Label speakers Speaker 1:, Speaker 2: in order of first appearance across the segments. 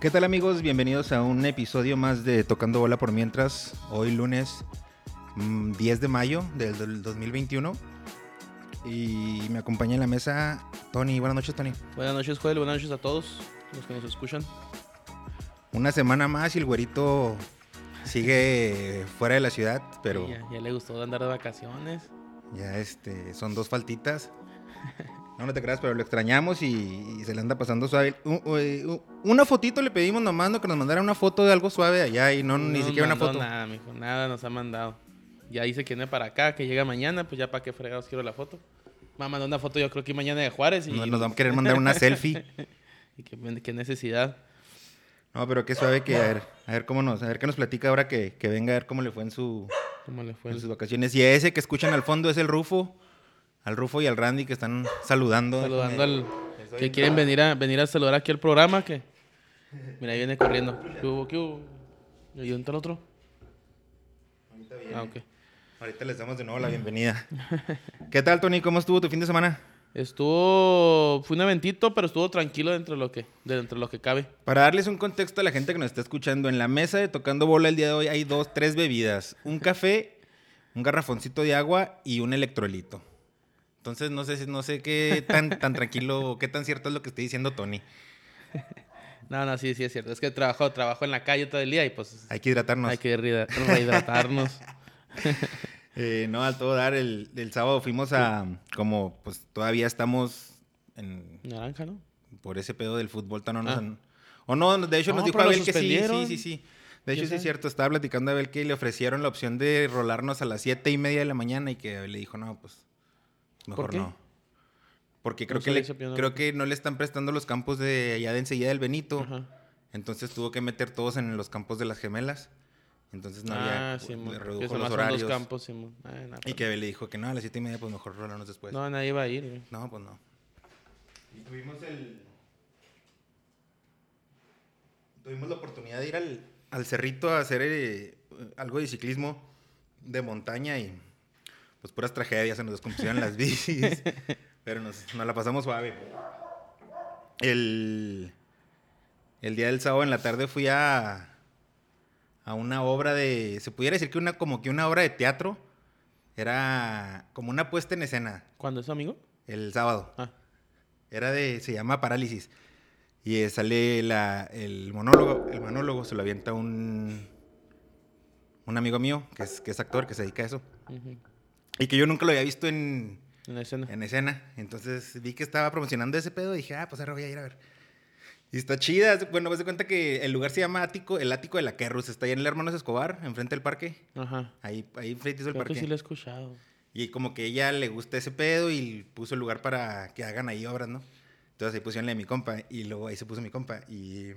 Speaker 1: ¿Qué tal amigos? Bienvenidos a un episodio más de Tocando Bola por Mientras. Hoy lunes mm, 10 de mayo del del 2021. Y me acompaña en la mesa Tony. Buenas noches, Tony.
Speaker 2: Buenas noches, Joel. Buenas noches a todos los que nos escuchan.
Speaker 1: Una semana más y el güerito sigue fuera de la ciudad, pero
Speaker 2: Ya, ya le gustó andar de vacaciones.
Speaker 1: ya este, son dos faltitas. No, no te creas, pero lo extrañamos y, y se le anda pasando suave. U- u- eh, u- una fotito le pedimos nomás, no que nos mandara una foto de algo suave de allá y no, ni
Speaker 2: No
Speaker 1: siquiera una
Speaker 2: mandó
Speaker 1: foto.
Speaker 2: Nada, mijo. Nada nos ha mandado. Ya dice que viene para acá, que llega mañana. Pues ya para qué fregados quiero la foto. Me mandó una foto, yo creo que mañana de Juárez. Y,
Speaker 1: No, nos van a querer mandar una selfie.
Speaker 2: y qué, qué necesidad.
Speaker 1: No, pero qué suave que a ver, a ver cómo nos, a ver qué nos platica ahora que, que venga a ver cómo le fue en su
Speaker 2: ¿Cómo le fue?
Speaker 1: en sus
Speaker 2: el-
Speaker 1: vacaciones. Y ese que escuchan al fondo es el Rufo, al Rufo y al Randy que están saludando.
Speaker 2: Saludando al... Que quieren venir a, venir a saludar aquí al programa. que Mira, ahí viene corriendo. ¿Qué hubo? ¿Qué hubo? ¿Y dónde está el otro? Ah, ok.
Speaker 1: Ahorita les damos de nuevo la bienvenida. ¿Qué tal, Tony? ¿Cómo estuvo tu fin de semana?
Speaker 2: Estuvo. Fue un eventito, pero estuvo tranquilo dentro de lo que, dentro de lo que cabe.
Speaker 1: Para darles un contexto a la gente que nos está escuchando, en la mesa de Tocando Bola el día de hoy hay dos, tres bebidas. Un café, un garrafoncito de agua y un electrolito. Entonces no sé, si- no sé qué tan, tan tranquilo, o qué tan cierto es lo que está diciendo Tony.
Speaker 2: No, no, sí, sí es cierto. Es que trabajo, trabajo en la calle todo el día y pues
Speaker 1: Hay que hidratarnos.
Speaker 2: hay que rehidratar- rehidratarnos.
Speaker 1: Eh, no, al todo dar, el, el sábado fuimos a, como pues todavía estamos en-
Speaker 2: Naranja, ¿no?
Speaker 1: por ese pedo del fútbol, tan o no,
Speaker 2: Ah.
Speaker 1: han- o no, de hecho nos
Speaker 2: No,
Speaker 1: dijo
Speaker 2: pero lo
Speaker 1: Abel que sí, sí,
Speaker 2: suspendieron.
Speaker 1: sí, sí. De hecho
Speaker 2: Yo
Speaker 1: sí
Speaker 2: sé.
Speaker 1: es cierto, estaba platicando a Abel que le ofrecieron la opción de rolarnos a las siete y media de la mañana y que Abel le dijo, no, pues mejor
Speaker 2: qué?
Speaker 1: no. Porque creo,
Speaker 2: No
Speaker 1: que, le-
Speaker 2: sabía esa opinión.
Speaker 1: creo que no le están prestando los campos de allá de enseguida del Benito.
Speaker 2: Ajá.
Speaker 1: Entonces tuvo que meter todos en los campos de las gemelas. Entonces no
Speaker 2: ah,
Speaker 1: había, pues,
Speaker 2: sí,
Speaker 1: le
Speaker 2: mon. Que
Speaker 1: redujo los
Speaker 2: son más son dos
Speaker 1: horarios.
Speaker 2: campos, sí, mon. Ay, no,
Speaker 1: Y
Speaker 2: pues,
Speaker 1: que Abel le dijo que no, a las siete y media pues mejor rolarnos después.
Speaker 2: no, nadie va a ir. güey.
Speaker 1: No, pues no. Y tuvimos el. Tuvimos la oportunidad de ir al, al cerrito a hacer eh, algo de ciclismo de montaña y pues puras tragedias, se nos descompusieron las bicis, pero nos, nos la pasamos suave. El, el día del sábado en la tarde fui a, a una obra de, se pudiera decir que una como que una obra de teatro, era como una puesta en escena
Speaker 2: ¿Cuándo es amigo?
Speaker 1: el sábado.
Speaker 2: Ah,
Speaker 1: Era de, se llama Parálisis. Y eh, sale la- el monólogo, el monólogo se lo avienta un, un amigo mío, que es, que es actor, que se dedica a eso.
Speaker 2: ujú.
Speaker 1: Y que yo nunca lo había visto en,
Speaker 2: en la escena.
Speaker 1: en escena. Entonces vi que estaba promocionando ese pedo y dije, ah, pues ahora voy a ir a ver. Y está chida. Bueno, vas de cuenta que el lugar se llama Ático, el Ático de la Kerrus. Está ahí en el Hermanos Escobar, enfrente del parque.
Speaker 2: Ajá.
Speaker 1: Ahí, ahí enfrente del
Speaker 2: Creo
Speaker 1: parque.
Speaker 2: que sí lo he escuchado.
Speaker 1: Y como que ella le gusta ese pedo y puso el lugar para que hagan ahí obras, ¿no? Entonces ahí pusieron la de mi compa y luego ahí se puso mi compa. Y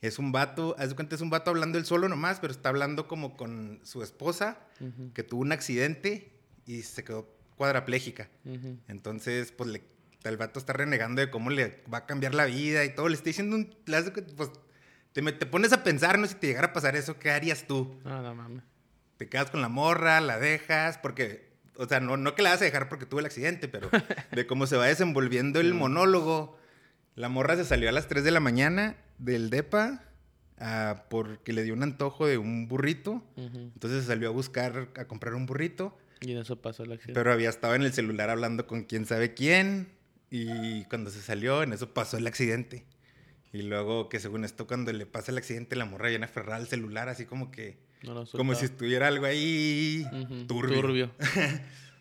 Speaker 1: es un vato, haz de cuenta, es un vato hablando él solo nomás, pero está hablando como con su esposa
Speaker 2: Ujú,
Speaker 1: que tuvo un accidente y se quedó cuadraplégica.
Speaker 2: ujú.
Speaker 1: Entonces, pues le- el vato está renegando de cómo le va a cambiar la vida y todo. Le está diciendo un... le haz de cuenta, Pues, te, me- te pones a pensar, ¿no? Si te llegara a pasar eso, ¿qué harías tú?
Speaker 2: No, no mames.
Speaker 1: te quedas con la morra, la dejas, porque, o sea, no, no que la vas a dejar porque tuvo el accidente, pero de cómo se va desenvolviendo el monólogo. La morra se salió a las 3 de la mañana del DEPA ah, porque le dio un antojo de un burrito.
Speaker 2: Ujú.
Speaker 1: Entonces se salió a buscar, a comprar un burrito,
Speaker 2: Y en eso pasó el accidente.
Speaker 1: pero había estado en el celular hablando con quién sabe quién. Y cuando se salió, en eso pasó el accidente. Y luego que según esto, cuando le pasa el accidente, la morra viene aferrada al celular, así como que...
Speaker 2: No lo
Speaker 1: Como si
Speaker 2: soltaba.
Speaker 1: estuviera algo ahí
Speaker 2: Ujú,
Speaker 1: turbio.
Speaker 2: turbio.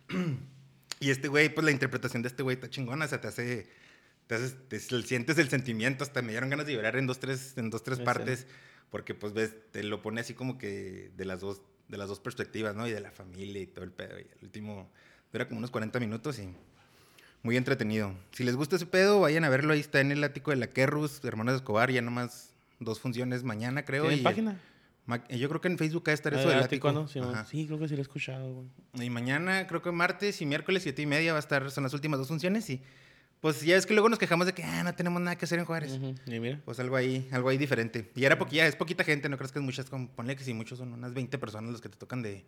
Speaker 1: Y este güey, pues la interpretación de este güey está chingona, o sea, te hace, te hace- te- sientes el sentimiento, hasta me dieron ganas de llorar en dos, tres, en dos, tres
Speaker 2: Me
Speaker 1: partes, porque pues ves, te lo pone así como que de las dos, de las dos perspectivas, ¿no? Y de la familia y todo el pedo. Y el último dura como unos 40 minutos y muy entretenido. Si les gusta ese pedo, vayan a verlo, ahí está en el ático de la Kerrus, Hermanos Escobar, ya nomás dos funciones mañana, creo.
Speaker 2: ¿Tienen
Speaker 1: y-
Speaker 2: página?
Speaker 1: ma- Yo creo que en Facebook ha de estar
Speaker 2: Ah,
Speaker 1: eso del
Speaker 2: ¿verdad,
Speaker 1: ático.
Speaker 2: Ticuano? Sí,
Speaker 1: Ajá.
Speaker 2: no. Sí, creo que sí lo he escuchado, güey.
Speaker 1: Y mañana, creo que martes y miércoles, siete y media, va a estar, son las últimas dos funciones. Y pues ya es que luego nos quejamos de que ah, no tenemos nada que hacer en Juárez.
Speaker 2: Ujú, Y mira.
Speaker 1: Pues algo ahí, algo ahí diferente. Y era poquilla, es poquita gente, no crees que es muchas, como, ponle que si muchos son unas 20 personas los que te tocan de,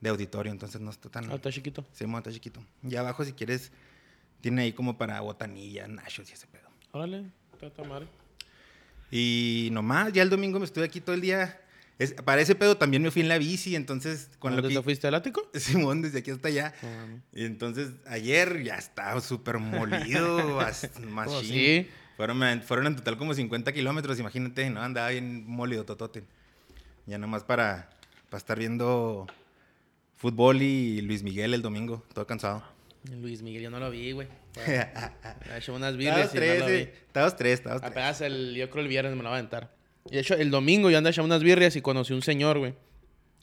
Speaker 1: de auditorio, entonces no está tan...
Speaker 2: Ah, está chiquito.
Speaker 1: Sí, mo, está chiquito. Y abajo, si quieres, tiene ahí como para botanilla, nachos y ese pedo.
Speaker 2: Órale, está, está madre.
Speaker 1: Y nomás, ya el domingo me estuve aquí todo el día. Es- para ese pedo también me fui en la bici, entonces con
Speaker 2: ¿Dónde
Speaker 1: lo
Speaker 2: te
Speaker 1: que...
Speaker 2: fuiste al ático?
Speaker 1: Simón, desde aquí hasta allá.
Speaker 2: No mames.
Speaker 1: Y entonces ayer ya estaba súper molido, as- machín.
Speaker 2: Oh, sí.
Speaker 1: Fueron, fueron en total como 50 kilómetros, imagínate, ¿no? Andaba bien molido totote. Ya nomás para, para estar viendo fútbol y Luis Miguel el domingo, todo cansado.
Speaker 2: Luis Miguel, yo no lo vi, güey.
Speaker 1: Estabas
Speaker 2: Me ha hecho unas birres y
Speaker 1: tres,
Speaker 2: no lo vi.
Speaker 1: eh, estabas tres, estabas tres.
Speaker 2: Apenas el, yo creo el viernes me la va a aventar. Y de hecho, el domingo yo andaba echando unas birrias y conocí un señor, güey.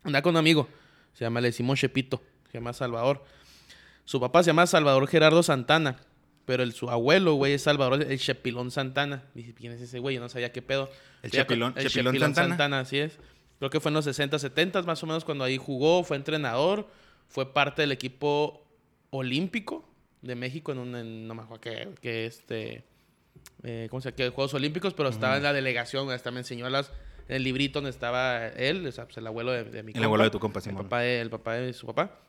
Speaker 2: Andaba con un amigo. Se llama, le decimos Chepito. Se llama Salvador. Su papá se llama Salvador Gerardo Santana. Pero el, su abuelo, güey, es Salvador el Chepilón Santana. Dije, ¿quién es ese güey? Yo no sabía qué pedo.
Speaker 1: El
Speaker 2: Ya con-
Speaker 1: Chepilón-
Speaker 2: el
Speaker 1: Chepilón
Speaker 2: Chepilón
Speaker 1: Santana.
Speaker 2: Santana, así es. Creo que fue en los 60, 70 más o menos cuando ahí jugó, fue entrenador, fue parte del equipo olímpico de México en un, en- no me acuerdo qué, qué, este, eh, ¿cómo se llama? Que Juegos Olímpicos, pero estaba en la delegación, hasta me enseñó las, el librito donde estaba él, o sea, pues, el abuelo de, de mi
Speaker 1: El abuelo de tu compa,
Speaker 2: el
Speaker 1: Simón.
Speaker 2: papá de, el papá de su papá.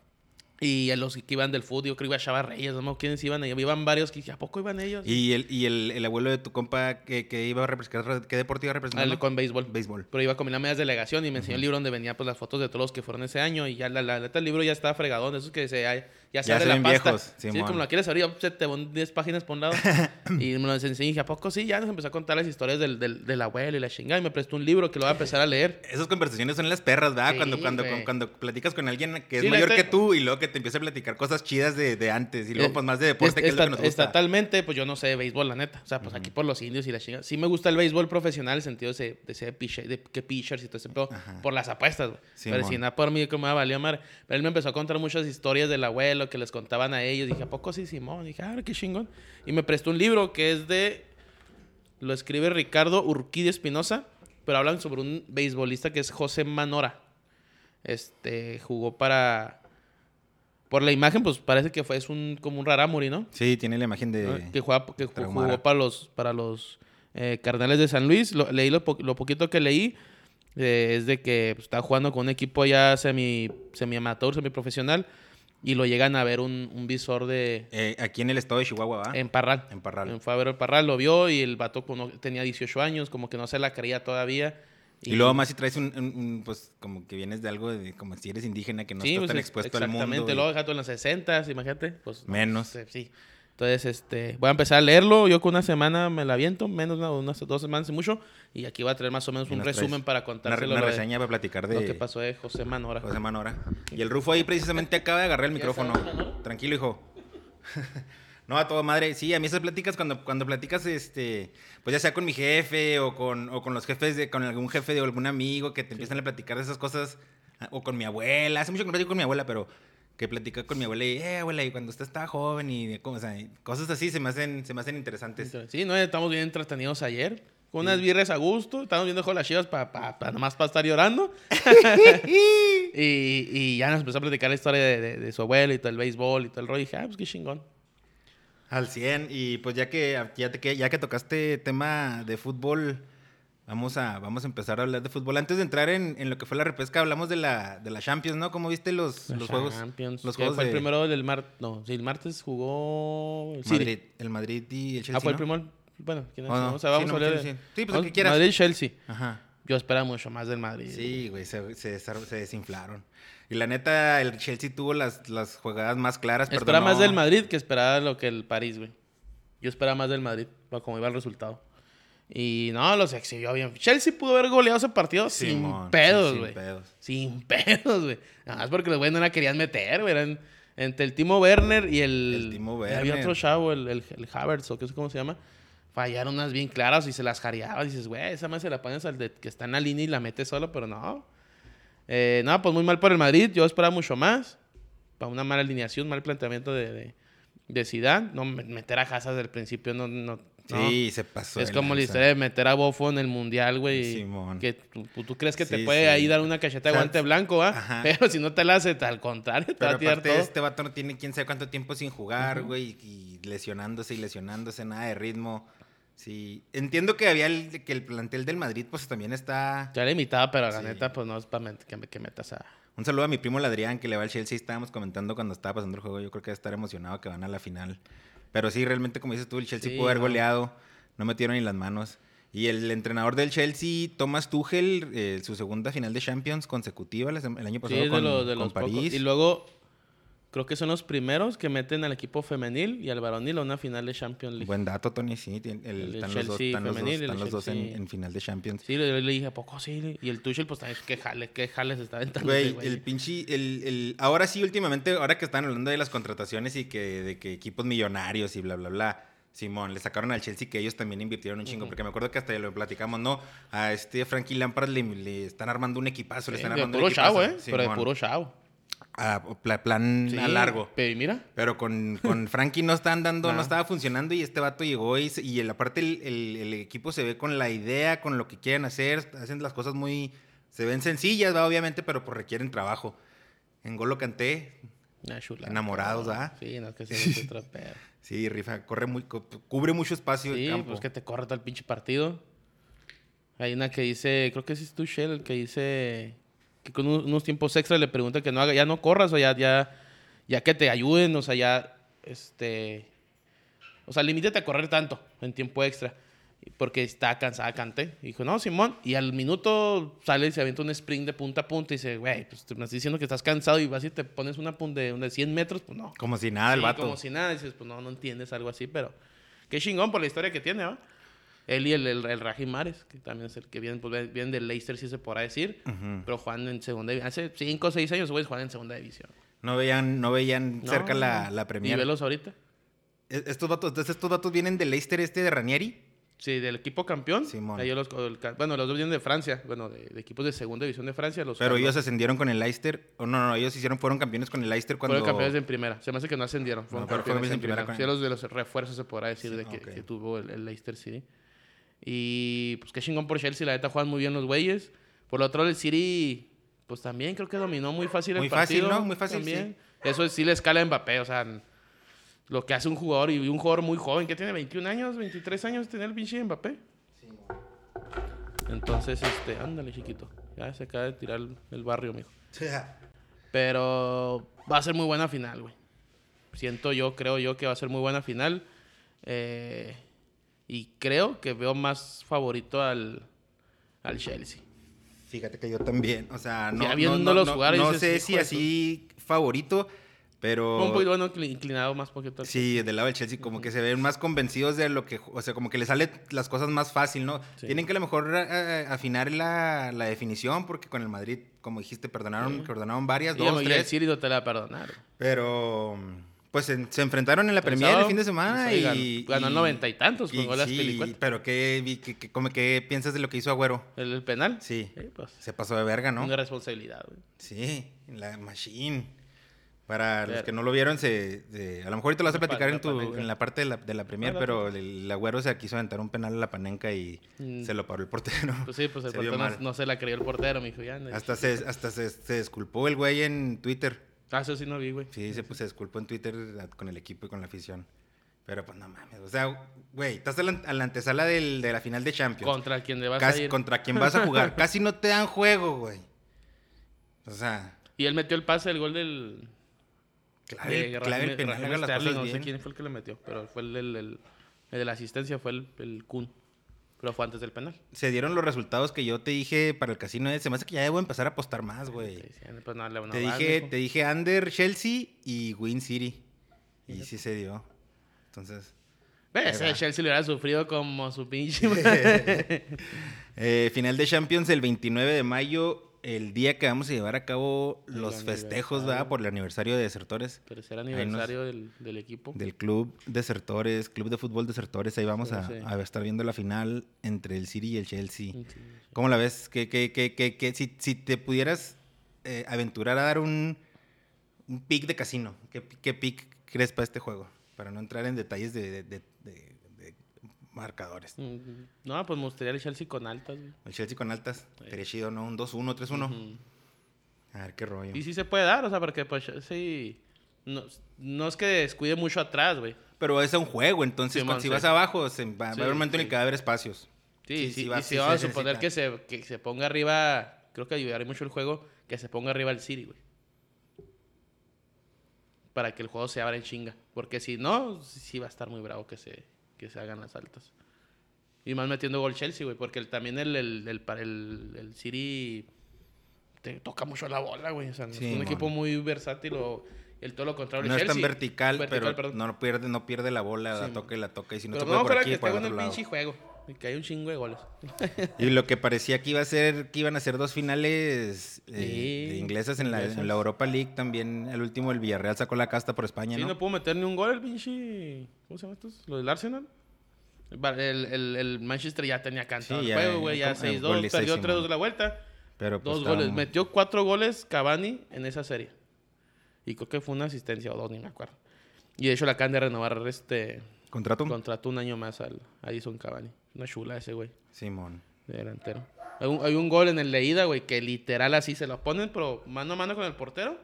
Speaker 2: Y a los que iban del fútbol, yo creo que iba Chava Reyes, no me acuerdo quiénes iban, iban varios que dije, ¿a poco iban ellos?
Speaker 1: Y el, y el, el abuelo de tu compa que, que iba a representar, ¿qué deporte iba a representar?
Speaker 2: Al- Ah, con béisbol.
Speaker 1: Béisbol.
Speaker 2: Pero iba con mi la media delegación y me enseñó el libro donde venía pues las fotos de todos los que fueron ese año y ya la la neta el libro ya está fregadón, de esos que se ya, ya se
Speaker 1: Ya
Speaker 2: abre
Speaker 1: se
Speaker 2: la
Speaker 1: ven
Speaker 2: pasta.
Speaker 1: viejos,
Speaker 2: sí,
Speaker 1: Simón.
Speaker 2: como la quieres abrir, ya se te van 10 páginas por un lado. y me lo enseñó y dije, ¿a poco sí? Ya nos empezó a contar las historias del, del, del abuelo y la chingada y me prestó un libro que lo voy a empezar a leer.
Speaker 1: Esas conversaciones son las perras, ¿verdad?
Speaker 2: Sí,
Speaker 1: cuando, cuando,
Speaker 2: güey.
Speaker 1: cuando, platicas con alguien que es
Speaker 2: Sí, la
Speaker 1: mayor
Speaker 2: neta-
Speaker 1: que tú y luego que te empieza a platicar cosas chidas de, de antes y luego
Speaker 2: Eh,
Speaker 1: pues más de deporte que es lo que
Speaker 2: esta-
Speaker 1: nos gusta.
Speaker 2: Estatalmente, pues yo no sé de béisbol, la neta. O sea, pues aquí por los indios y la chingada. Sí me gusta el béisbol profesional, en el sentido de, ese- de, ese pitcher- de que pitchers y todo ese pedo,
Speaker 1: Ajá.
Speaker 2: por las apuestas, güey. Pero
Speaker 1: Simón.
Speaker 2: si nada por mí, como me valió madre. Pero él me empezó a contar muchas historias del abuelo que les contaban a ellos. Dije, ¿a poco sí, Simón? Dije, ah, qué chingón. Y me prestó un libro que es de. Lo escribe Ricardo Urquidi Espinosa, pero hablan sobre un beisbolista que es José Manora. Este jugó para. Por la imagen, pues parece que fue es un, como un rarámuri, ¿no?
Speaker 1: Sí, tiene la imagen de...
Speaker 2: ¿no? Ah, que juega, que ju-
Speaker 1: Traumara.
Speaker 2: jugó para los para los eh, Cardenales de San Luis Lo- leí lo, po- lo poquito que leí eh, es de que pues, está jugando con un equipo ya semi semi amateur semi profesional y lo llegan a ver un, un visor de
Speaker 1: Eh, aquí en el estado de Chihuahua, ¿va?
Speaker 2: en Parral
Speaker 1: Ah. En Parral.
Speaker 2: fue a ver el Parral lo vio y el vato como tenía 18 años como que no se la creía todavía
Speaker 1: Y, luego más si traes un, un- un, pues como que vienes de algo de como si eres indígena que no estás
Speaker 2: pues,
Speaker 1: tan
Speaker 2: ex-
Speaker 1: expuesto al mundo.
Speaker 2: Exactamente,
Speaker 1: y-
Speaker 2: luego gato en los 60, imagínate. Pues, no,
Speaker 1: Menos.
Speaker 2: pues, eh, sí. Entonces, este, voy a empezar a leerlo. Yo con una semana me la aviento, menos una- unas dos semanas y mucho. Y aquí va a traer más o menos
Speaker 1: y
Speaker 2: un
Speaker 1: nos traes
Speaker 2: resumen para
Speaker 1: una,
Speaker 2: contárselo
Speaker 1: una
Speaker 2: lo de-
Speaker 1: reseña para platicar de
Speaker 2: lo que pasó de José Manora.
Speaker 1: José Manora. Y el Rufo ahí precisamente acaba de agarrar el
Speaker 2: ¿Ya
Speaker 1: micrófono.
Speaker 2: está José Manora?
Speaker 1: Tranquilo, hijo. No, a todo madre. Sí, a mí esas pláticas cuando, cuando platicas, este, pues ya sea con mi jefe o con, o con los jefes de, con algún jefe de algún amigo que te empiezan a platicar de esas cosas, ah, o con mi abuela, hace mucho que no platico con mi abuela, pero que platica con mi abuela y, eh, abuela, y cuando usted estaba joven y de cómo, o sea, y cosas así se me hacen, se me hacen interesantes.
Speaker 2: Sí, no, estamos bien entretenidos ayer. Con unas birras a gusto. Estamos viendo con las chivas para nomás para estar llorando. y, y ya nos empezó a platicar la historia de, de- de su abuelo y todo el béisbol y todo el rollo. Y dije, ah, pues qué chingón.
Speaker 1: Al 100. Y pues ya que, ya te- que, ya que tocaste tema de fútbol, vamos a, vamos a empezar a hablar de fútbol. Antes de entrar en, en lo que fue la repesca, hablamos de la, de la Champions, ¿no? ¿Cómo viste los, los juegos?
Speaker 2: Champions.
Speaker 1: Los
Speaker 2: Sí,
Speaker 1: juegos
Speaker 2: fue
Speaker 1: de
Speaker 2: el primero del martes. No, sí, el martes jugó. el City.
Speaker 1: Madrid, el Madrid y el Chelsea,
Speaker 2: Ah, fue el
Speaker 1: ¿no?
Speaker 2: primero. Bueno, ¿quién es?
Speaker 1: Oh, no.
Speaker 2: O sea, vamos
Speaker 1: Sí,
Speaker 2: a
Speaker 1: no,
Speaker 2: hablar de.
Speaker 1: sí, sí. Sí, pues,
Speaker 2: vamos-
Speaker 1: el que quieras.
Speaker 2: Madrid-Chelsea.
Speaker 1: Ajá.
Speaker 2: Yo esperaba mucho más del Madrid.
Speaker 1: Sí, güey, se, se, desar- se desinflaron. Y la neta, el Chelsea tuvo las, las jugadas más claras.
Speaker 2: Esperaba
Speaker 1: perdonó-
Speaker 2: más del Madrid que esperaba lo que el París, güey. Yo esperaba más del Madrid, pa- como iba el resultado. Y no, los exhibió bien. Chelsea pudo haber goleado ese partido
Speaker 1: Simón,
Speaker 2: sin pedos,
Speaker 1: sí, sin
Speaker 2: güey.
Speaker 1: pedos.
Speaker 2: Sin pedos, güey. Nada más porque los güeyes no la querían meter, güey. Eran entre el Timo Werner y el.
Speaker 1: El Timo
Speaker 2: Había
Speaker 1: Werner.
Speaker 2: otro chavo, el, el, el Havertz, o qué sé cómo se llama. Fallaron unas bien claras y se las jareaban. Y dices, güey, esa más se la pones al de que está en la línea y la metes solo, pero no. Eh, no, pues muy mal por el Madrid. Yo esperaba mucho más. Para una mala alineación, mal planteamiento de, de, de Zidane. No me- meter a Hazard del principio no, no, ¿no?
Speaker 1: Sí, se pasó.
Speaker 2: Es
Speaker 1: de
Speaker 2: como la
Speaker 1: lanza.
Speaker 2: historia de meter a Bofo en el mundial, güey.
Speaker 1: Simón.
Speaker 2: Que tú, tú- tú crees que te
Speaker 1: Sí,
Speaker 2: puede
Speaker 1: sí.
Speaker 2: ahí dar una cacheta
Speaker 1: O
Speaker 2: de
Speaker 1: sea,
Speaker 2: guante blanco, ¿ah?
Speaker 1: ajá.
Speaker 2: Pero si no te la hace, al contrario, te va
Speaker 1: Pero
Speaker 2: a tirar
Speaker 1: aparte,
Speaker 2: todo.
Speaker 1: este vato no tiene quién sabe cuánto tiempo sin jugar, güey, y lesionándose y lesionándose, nada de ritmo. Sí, entiendo que había el, que el plantel del Madrid, pues también está.
Speaker 2: Ya la imitaba, pero la
Speaker 1: Sí.
Speaker 2: neta, pues no es para que, me- que metas a.
Speaker 1: Un saludo a mi primo el Adrián, que le va al Chelsea. Estábamos comentando cuando estaba pasando el juego. Yo creo que va a estar emocionado que van a la final. Pero sí, realmente, como dices tú, el Chelsea
Speaker 2: Sí,
Speaker 1: pudo haber
Speaker 2: no.
Speaker 1: goleado. No metieron ni las manos. Y el entrenador del Chelsea, Thomas Tuchel, eh, su segunda final de Champions consecutiva la sem- el año
Speaker 2: Sí,
Speaker 1: pasado
Speaker 2: es
Speaker 1: Pues con,
Speaker 2: de, los de
Speaker 1: con
Speaker 2: los pocos.
Speaker 1: París.
Speaker 2: Y luego, creo que son los primeros que meten al equipo femenil y al varonil a una final de Champions League.
Speaker 1: Buen dato, Tony. Sí, tien- el-
Speaker 2: El
Speaker 1: están los dos,
Speaker 2: Chelsea
Speaker 1: están los dos-
Speaker 2: femenil, el
Speaker 1: están los dos en,
Speaker 2: Chelsea-
Speaker 1: en final de Champions.
Speaker 2: Sí, le, le dije, ¿a poco sí? Y el Tuchel, pues también, qué jale, qué jale se está aventando. ese
Speaker 1: Güey,
Speaker 2: güey.
Speaker 1: el pinche, el, el- ahora sí, últimamente, ahora que están hablando de las contrataciones y que, de que equipos millonarios y bla, bla, bla, Simón, le sacaron al Chelsea que ellos también invirtieron un chingo, porque me acuerdo que hasta ya lo platicamos, ¿no? A este Frankie Lampard le, le están armando un equipazo, le
Speaker 2: Sí,
Speaker 1: están
Speaker 2: de
Speaker 1: armando
Speaker 2: puro
Speaker 1: un equipazo.
Speaker 2: chavo, ¿eh? Pero de
Speaker 1: Simón.
Speaker 2: puro chavo.
Speaker 1: A pla- plan
Speaker 2: Sí,
Speaker 1: a largo.
Speaker 2: Pero y mira.
Speaker 1: Pero con, con Frankie no estaban dando, no.
Speaker 2: No.
Speaker 1: estaba funcionando y este vato llegó y, se- y el- aparte el, el- el equipo se ve con la idea, con lo que quieren hacer, hacen las cosas muy, se ven sencillas, ¿va? obviamente, pero pues requieren trabajo. En Golo Canté,
Speaker 2: Una chulada,
Speaker 1: Enamorados,
Speaker 2: cabrón.
Speaker 1: ¿ah?
Speaker 2: Sí, no, es que sí, es otro pedo.
Speaker 1: sí, rifa, corre muy, co- cubre mucho espacio de
Speaker 2: Sí,
Speaker 1: campo.
Speaker 2: pues que te corre todo el pinche partido. Hay una que dice, creo que es Tuchel, el que dice que con un- unos tiempos extra le pregunta que no haga, ya no corras, o ya, ya, ya que te ayuden, o sea, ya, este, o sea, limítate a correr tanto en tiempo extra. Porque está cansada Canté. Y dijo, no, Simón. Y al minuto sale y se avienta un sprint de punta a punta. Y dice, güey, pues te me estás diciendo que estás cansado y vas y te pones una punta de, de 100 metros. Pues no.
Speaker 1: Como si nada Ah, el
Speaker 2: Sí,
Speaker 1: vato.
Speaker 2: como si nada. Dices, pues no, no entiendes algo así, pero qué chingón por la historia que tiene, ¿no? Él y el, el, el Raji Mares, que también es el que viene, pues, ven- viene del Leicester, si se podrá decir,
Speaker 1: Ujú.
Speaker 2: pero jugando en segunda división. Hace 5 o 6 años, güey, jugaban en segunda división.
Speaker 1: No veían, no veían
Speaker 2: No,
Speaker 1: cerca la,
Speaker 2: no.
Speaker 1: la
Speaker 2: Y
Speaker 1: Premier.
Speaker 2: velos ahorita.
Speaker 1: Es- Estos vatos, entonces, estos vatos vienen del Leicester este de Ranieri.
Speaker 2: Sí, del equipo campeón.
Speaker 1: Simón.
Speaker 2: Ellos los, el ca- bueno, los dos vienen de Francia, bueno, de, de equipos de segunda división de Francia. Los
Speaker 1: Pero ellos
Speaker 2: fueron
Speaker 1: ascendieron con el Leicester. O no, no, ellos hicieron, fueron campeones con el Leicester cuando.
Speaker 2: campeones en primera. Se me hace que no ascendieron.
Speaker 1: No,
Speaker 2: Fueron
Speaker 1: pero fueron
Speaker 2: campeones en primera.
Speaker 1: campeones en
Speaker 2: Sí, los de los refuerzos se podrá decir
Speaker 1: Sí,
Speaker 2: de que,
Speaker 1: ok.
Speaker 2: que tuvo el, el Leicester City. Y pues qué chingón por Chelsea. La neta juegan muy bien los güeyes. Por lo otro, el City, pues también creo que dominó muy fácil
Speaker 1: Muy
Speaker 2: el
Speaker 1: fácil,
Speaker 2: partido.
Speaker 1: ¿no? Muy fácil,
Speaker 2: Eso sí le escala a Mbappé. O sea, n- lo que hace un jugador y un jugador muy joven que tiene 21 años, 23 años, tener el pinche Mbappé. Entonces, este, ándale, chiquito. Ya se acaba de tirar el- el barrio, mijo. Pero va a ser muy buena final, güey. Siento yo, creo yo que va a ser muy buena final. Eh, y creo que veo más favorito al, al Chelsea.
Speaker 1: Fíjate que yo también. O sea, no,
Speaker 2: Ya
Speaker 1: no-
Speaker 2: viéndolos
Speaker 1: no- no-
Speaker 2: jugar,
Speaker 1: no
Speaker 2: dices,
Speaker 1: sé
Speaker 2: "Hijo
Speaker 1: si
Speaker 2: de
Speaker 1: así favorito, pero.
Speaker 2: Un poquito bueno, incli- inclinado más poquito. al-
Speaker 1: Oh. Sí, del lado del Chelsea, como que se ven más convencidos de lo que. O sea, como que les sale las cosas más fácil, ¿no?
Speaker 2: Sí.
Speaker 1: Tienen que a lo mejor eh, afinar la, la definición, porque con el Madrid, como dijiste, perdonaron, perdonaron varias,
Speaker 2: Y
Speaker 1: dos,
Speaker 2: el- y el
Speaker 1: tres.
Speaker 2: City no te la va a perdonar.
Speaker 1: Pero. Pues en- se enfrentaron en la
Speaker 2: El
Speaker 1: Premier el
Speaker 2: sábado,
Speaker 1: fin de semana
Speaker 2: el sábado
Speaker 1: y.
Speaker 2: ganó- ganó
Speaker 1: y-
Speaker 2: noventa y tantos con
Speaker 1: y
Speaker 2: gol a
Speaker 1: sí,
Speaker 2: Aspilicueta.
Speaker 1: Pero ¿qué, vi- qué- qué- como que piensas de lo que hizo Agüero?
Speaker 2: El, el penal.
Speaker 1: Sí.
Speaker 2: pues,
Speaker 1: Se pasó de verga, ¿no?
Speaker 2: Una responsabilidad, güey.
Speaker 1: Sí, la Machine. Para los
Speaker 2: Pero-
Speaker 1: que no lo vieron, se, se- a lo mejor ahorita lo vas a
Speaker 2: Pa-
Speaker 1: platicar
Speaker 2: la
Speaker 1: en, tu,
Speaker 2: panenca.
Speaker 1: en la parte de la, de la Premier,
Speaker 2: la
Speaker 1: pero el, el agüero se quiso aventar un penal a la panenca y
Speaker 2: Mm.
Speaker 1: se lo paró el portero.
Speaker 2: Pues sí, pues el
Speaker 1: Se vio
Speaker 2: portero no,
Speaker 1: mal.
Speaker 2: no se la creyó el portero, mijo. Ya, no-
Speaker 1: Hasta, se, hasta se, se disculpó el güey en Twitter.
Speaker 2: Ah, eso sí no vi, güey.
Speaker 1: Sí, se, pues, se disculpó en Twitter a- con el equipo y con la afición. Pero pues no mames. O sea, güey, estás a la, a la antesala del- de la final de Champions.
Speaker 2: Contra quien le vas a
Speaker 1: Casi,
Speaker 2: ir.
Speaker 1: contra quien vas a jugar. Casi no te dan juego, güey. O sea,
Speaker 2: Y él metió el pase, el gol del,
Speaker 1: clave,
Speaker 2: de
Speaker 1: el- clave el
Speaker 2: Raheem-
Speaker 1: penal,
Speaker 2: Raheem
Speaker 1: haga las
Speaker 2: Sterling,
Speaker 1: cosas
Speaker 2: no sé
Speaker 1: bien.
Speaker 2: quién fue el que le metió, pero fue el, del- el- el de la asistencia, fue el, el Kun. Pero fue antes del penal.
Speaker 1: se dieron los resultados que yo te dije para el casino. eh, Se me hace que ya debo empezar a apostar más, güey.
Speaker 2: Sí, sí, pues no, le- no
Speaker 1: te,
Speaker 2: vas,
Speaker 1: dije,
Speaker 2: mijo.
Speaker 1: te dije Under, Chelsea y Win City. Y sí se dio. Entonces,
Speaker 2: Ve,
Speaker 1: Ahí
Speaker 2: ese
Speaker 1: va.
Speaker 2: Chelsea le hubiera sufrido como su pinche madre.
Speaker 1: eh, final de Champions el 29 de mayo, el día que vamos a llevar a cabo los festejos, ¿verdad?
Speaker 2: aniversario.
Speaker 1: Por el aniversario de Desertores.
Speaker 2: Tercer aniversario del, del equipo.
Speaker 1: Del club Desertores, club de fútbol Desertores. Ahí vamos a,
Speaker 2: Sí, sí.
Speaker 1: a estar viendo la final entre el City y el Chelsea.
Speaker 2: Sí.
Speaker 1: ¿Cómo la ves? Que, que, que, que, que si, si te pudieras eh, aventurar a dar un, un pick de casino, ¿qué, qué pick crees para este juego? Para no entrar en detalles de, de- de- de- de marcadores.
Speaker 2: Mm, No, pues me gustaría el Chelsea con altas, güey. Mm.
Speaker 1: El Chelsea con altas. Sería chido, ¿no? Un 2-1, 3-1. A ver qué rollo.
Speaker 2: Y sí se puede dar, o sea, porque pues sí. No, no es que descuide mucho atrás, güey.
Speaker 1: Pero es un juego, entonces
Speaker 2: Simón,
Speaker 1: cuando, si
Speaker 2: sí.
Speaker 1: vas abajo, se va, va a
Speaker 2: Sí,
Speaker 1: haber un momento en el
Speaker 2: sí.
Speaker 1: que va a haber espacios.
Speaker 2: Sí,
Speaker 1: Sí,
Speaker 2: sí,
Speaker 1: sí,
Speaker 2: y
Speaker 1: va-
Speaker 2: si
Speaker 1: sí se
Speaker 2: vamos a suponer que
Speaker 1: necesita.
Speaker 2: se, que se ponga arriba, creo que ayudaría mucho el juego que se ponga arriba el City, güey. Para que el juego se abra en chinga. Porque si no, sí va a estar muy bravo que se, que se hagan las altas. Y más metiendo gol Chelsea, güey. Porque el- también el, el, el, par- el- el City te toca mucho la bola, güey. O sea,
Speaker 1: Sí,
Speaker 2: es un
Speaker 1: mon.
Speaker 2: equipo muy versátil o el todo lo contrario. el
Speaker 1: No es tan
Speaker 2: Chelsea.
Speaker 1: vertical, pero
Speaker 2: perdón.
Speaker 1: no pierde, no pierde la bola, la
Speaker 2: Sí,
Speaker 1: toca y la toca. Y si no
Speaker 2: Pero
Speaker 1: te puede
Speaker 2: vamos
Speaker 1: por
Speaker 2: a
Speaker 1: aquí,
Speaker 2: que
Speaker 1: por
Speaker 2: esté
Speaker 1: el
Speaker 2: bueno
Speaker 1: otro
Speaker 2: el
Speaker 1: lado.
Speaker 2: pinche juego. Y que hay un chingo de goles.
Speaker 1: Y lo que parecía que iba a ser, que iban a ser dos finales eh,
Speaker 2: Sí,
Speaker 1: de inglesas en la, en la
Speaker 2: inglesas.
Speaker 1: Europa League también. El último, el Villarreal sacó la casta por España,
Speaker 2: Sí,
Speaker 1: ¿no?
Speaker 2: no pudo meter ni un gol el pinche. ¿Cómo se llama estos? ¿Lo del Arsenal? El, Bar- el, el- el Manchester ya tenía cantado
Speaker 1: Sí,
Speaker 2: el
Speaker 1: ya,
Speaker 2: juego, güey. Ya
Speaker 1: como- eh,
Speaker 2: 6-2,
Speaker 1: goles,
Speaker 2: perdió
Speaker 1: seis,
Speaker 2: 3-2
Speaker 1: Simón.
Speaker 2: la vuelta.
Speaker 1: Pero pues
Speaker 2: Dos
Speaker 1: estaba
Speaker 2: goles.
Speaker 1: muy-
Speaker 2: Metió cuatro goles Cavani en esa serie. Y creo que fue una asistencia o dos, ni me acuerdo. Y de hecho la acaban de renovar este
Speaker 1: ¿Contrato?
Speaker 2: contrato un año más al a Edison Cavani. Una chula ese, güey,
Speaker 1: Simón.
Speaker 2: de delantero. Hay un, hay un gol en el leída, güey, que literal así se lo ponen, pero mano a mano con el portero.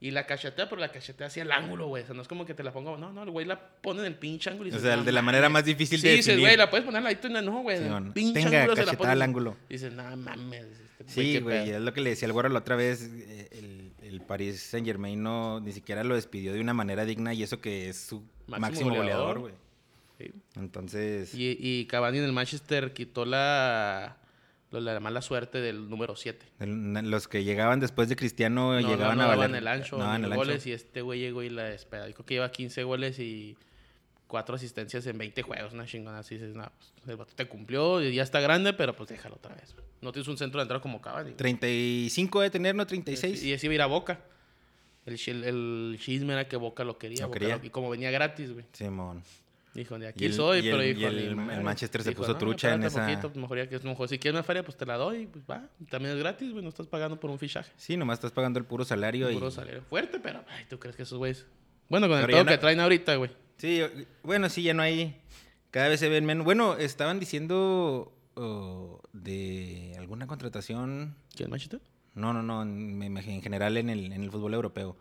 Speaker 2: Y la cachetea, pero la cachetea hacia el ángulo, güey. O sea, no es como que te la ponga. No, no, el güey la pone en el pinche ángulo. Y
Speaker 1: O
Speaker 2: dices,
Speaker 1: sea,
Speaker 2: "No
Speaker 1: el de la
Speaker 2: mames".
Speaker 1: manera más difícil
Speaker 2: Sí,
Speaker 1: de
Speaker 2: dices,
Speaker 1: definir.
Speaker 2: güey, la puedes poner al ladito. y No, güey.
Speaker 1: Sí,
Speaker 2: en el
Speaker 1: no.
Speaker 2: pinche
Speaker 1: Tenga,
Speaker 2: ángulo se la
Speaker 1: cachetada
Speaker 2: pones.
Speaker 1: al ángulo.
Speaker 2: Y dices, no mames. este güey,
Speaker 1: Sí,
Speaker 2: qué
Speaker 1: güey,
Speaker 2: pedo".
Speaker 1: es lo que le decía el güero la otra vez. eh, El, el París Saint Germain no ni siquiera lo despidió de una manera digna y eso que es su
Speaker 2: Máximo
Speaker 1: máximo, goleador,
Speaker 2: goleador.
Speaker 1: güey.
Speaker 2: Sí.
Speaker 1: Entonces,
Speaker 2: Y, y Cavani en el Manchester quitó la, lo- la mala suerte del número 7.
Speaker 1: el- los que llegaban después de Cristiano
Speaker 2: No,
Speaker 1: llegaban
Speaker 2: no, no
Speaker 1: a
Speaker 2: daban
Speaker 1: valer.
Speaker 2: el ancho,
Speaker 1: no daban
Speaker 2: ni
Speaker 1: el ancho.
Speaker 2: goles y este güey llegó y la despeda. Creo que lleva 15 goles y 4 asistencias en 20 juegos, una chingona. Así dices, no, pues, el vato te cumplió, y ya está grande, pero pues déjalo otra vez. No tienes un centro de entrada como Cavani.
Speaker 1: 35 de tener, no 36.
Speaker 2: Y así iba a ir a Boca. El, chi- el, chisme era que Boca lo quería.
Speaker 1: Lo
Speaker 2: Boca
Speaker 1: quería.
Speaker 2: lo- y como venía gratis, güey.
Speaker 1: Simón.
Speaker 2: Dijo, de
Speaker 1: Y
Speaker 2: aquí
Speaker 1: el-
Speaker 2: soy,
Speaker 1: y el-
Speaker 2: pero
Speaker 1: y
Speaker 2: dijo,
Speaker 1: el-
Speaker 2: "Ni
Speaker 1: el
Speaker 2: madre".
Speaker 1: Manchester se
Speaker 2: Dijo,
Speaker 1: puso trucha en
Speaker 2: espérate
Speaker 1: esa-
Speaker 2: poquito, mejor ya que es un juego. Si quieres más feria, pues te la doy. Pues va, también es gratis, güey. No estás pagando por un fichaje.
Speaker 1: Sí, nomás estás pagando el puro salario.
Speaker 2: Puro
Speaker 1: y...
Speaker 2: salario fuerte, pero ay, ¿tú crees que esos güeyes? Bueno, con el
Speaker 1: Pero
Speaker 2: todo
Speaker 1: ya no-
Speaker 2: que traen ahorita, güey.
Speaker 1: Sí, yo- bueno, sí, ya no hay. Cada vez se ven menos. Bueno, estaban diciendo oh, de alguna contratación.
Speaker 2: ¿Quién Manchester?
Speaker 1: No, no, no, en, me imagino- en general en el, en el fútbol europeo.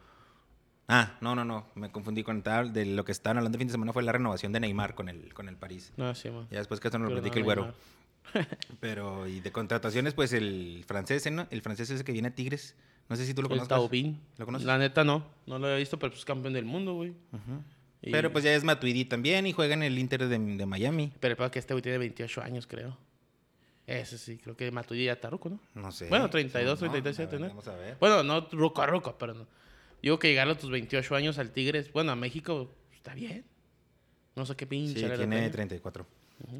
Speaker 1: Ah, no, no, no, me confundí con tal. De lo que estaban hablando el fin de semana fue la renovación de Neymar con el, con el París.
Speaker 2: No, sí, man.
Speaker 1: Ya después que esto nos lo
Speaker 2: Pero no,
Speaker 1: platica el
Speaker 2: no,
Speaker 1: güero.
Speaker 2: no.
Speaker 1: Pero, y de contrataciones, pues el francés, ¿eh, ¿no? El francés ese que viene a Tigres. No sé si tú lo
Speaker 2: El
Speaker 1: conoces.
Speaker 2: Taubín.
Speaker 1: ¿Lo conoces?
Speaker 2: La neta no. No lo había visto, pero pues campeón del mundo, güey. Y-
Speaker 1: Pero pues ya es Matuidi también y juega en el Inter de, de Miami.
Speaker 2: Pero el pedo es que este güey tiene 28 años, creo. Ese sí, creo que Matuidi ya está ruco, ¿no?
Speaker 1: No sé.
Speaker 2: Bueno, 32,
Speaker 1: No, no,
Speaker 2: 33 ya
Speaker 1: a ver,
Speaker 2: tener.
Speaker 1: Vamos a ver.
Speaker 2: Bueno, no ruco a ruco, pero no. Digo que llegar a tus 28 años al Tigres, bueno, a México está bien. No sé qué
Speaker 1: Sí,
Speaker 2: pinche. era la
Speaker 1: tiene
Speaker 2: peña.
Speaker 1: 34.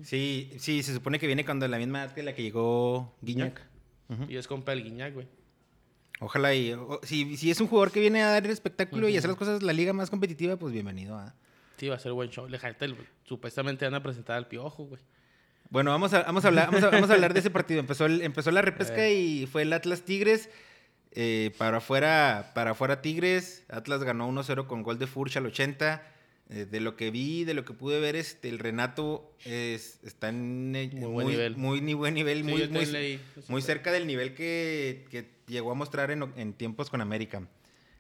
Speaker 1: Sí, sí, se supone que viene cuando la misma edad que la que llegó Guiñac.
Speaker 2: Y es compa del Guiñac, güey.
Speaker 1: Ojalá y o- si, si es un jugador que viene a dar el espectáculo y hacer las cosas la liga más competitiva, pues bienvenido. ¿ah?
Speaker 2: Sí, va a ser buen show. Le jalta el- supuestamente van a presentar al piojo, güey.
Speaker 1: Bueno, vamos a, vamos a hablar, vamos a, vamos a hablar de ese partido. Empezó, el- empezó la repesca
Speaker 2: Eh.
Speaker 1: y fue el Atlas Tigres. eh, para afuera, para afuera Tigres. Atlas ganó 1-0 con gol de Furch al 80. Eh, de lo que vi, de lo que pude ver, este, el Renato es- está en eh,
Speaker 2: Muy buen nivel.
Speaker 1: muy ni- buen nivel,
Speaker 2: Sí,
Speaker 1: muy,
Speaker 2: yo
Speaker 1: muy-
Speaker 2: también leí eso.
Speaker 1: muy cerca del nivel que, que llegó a mostrar en, en tiempos con América.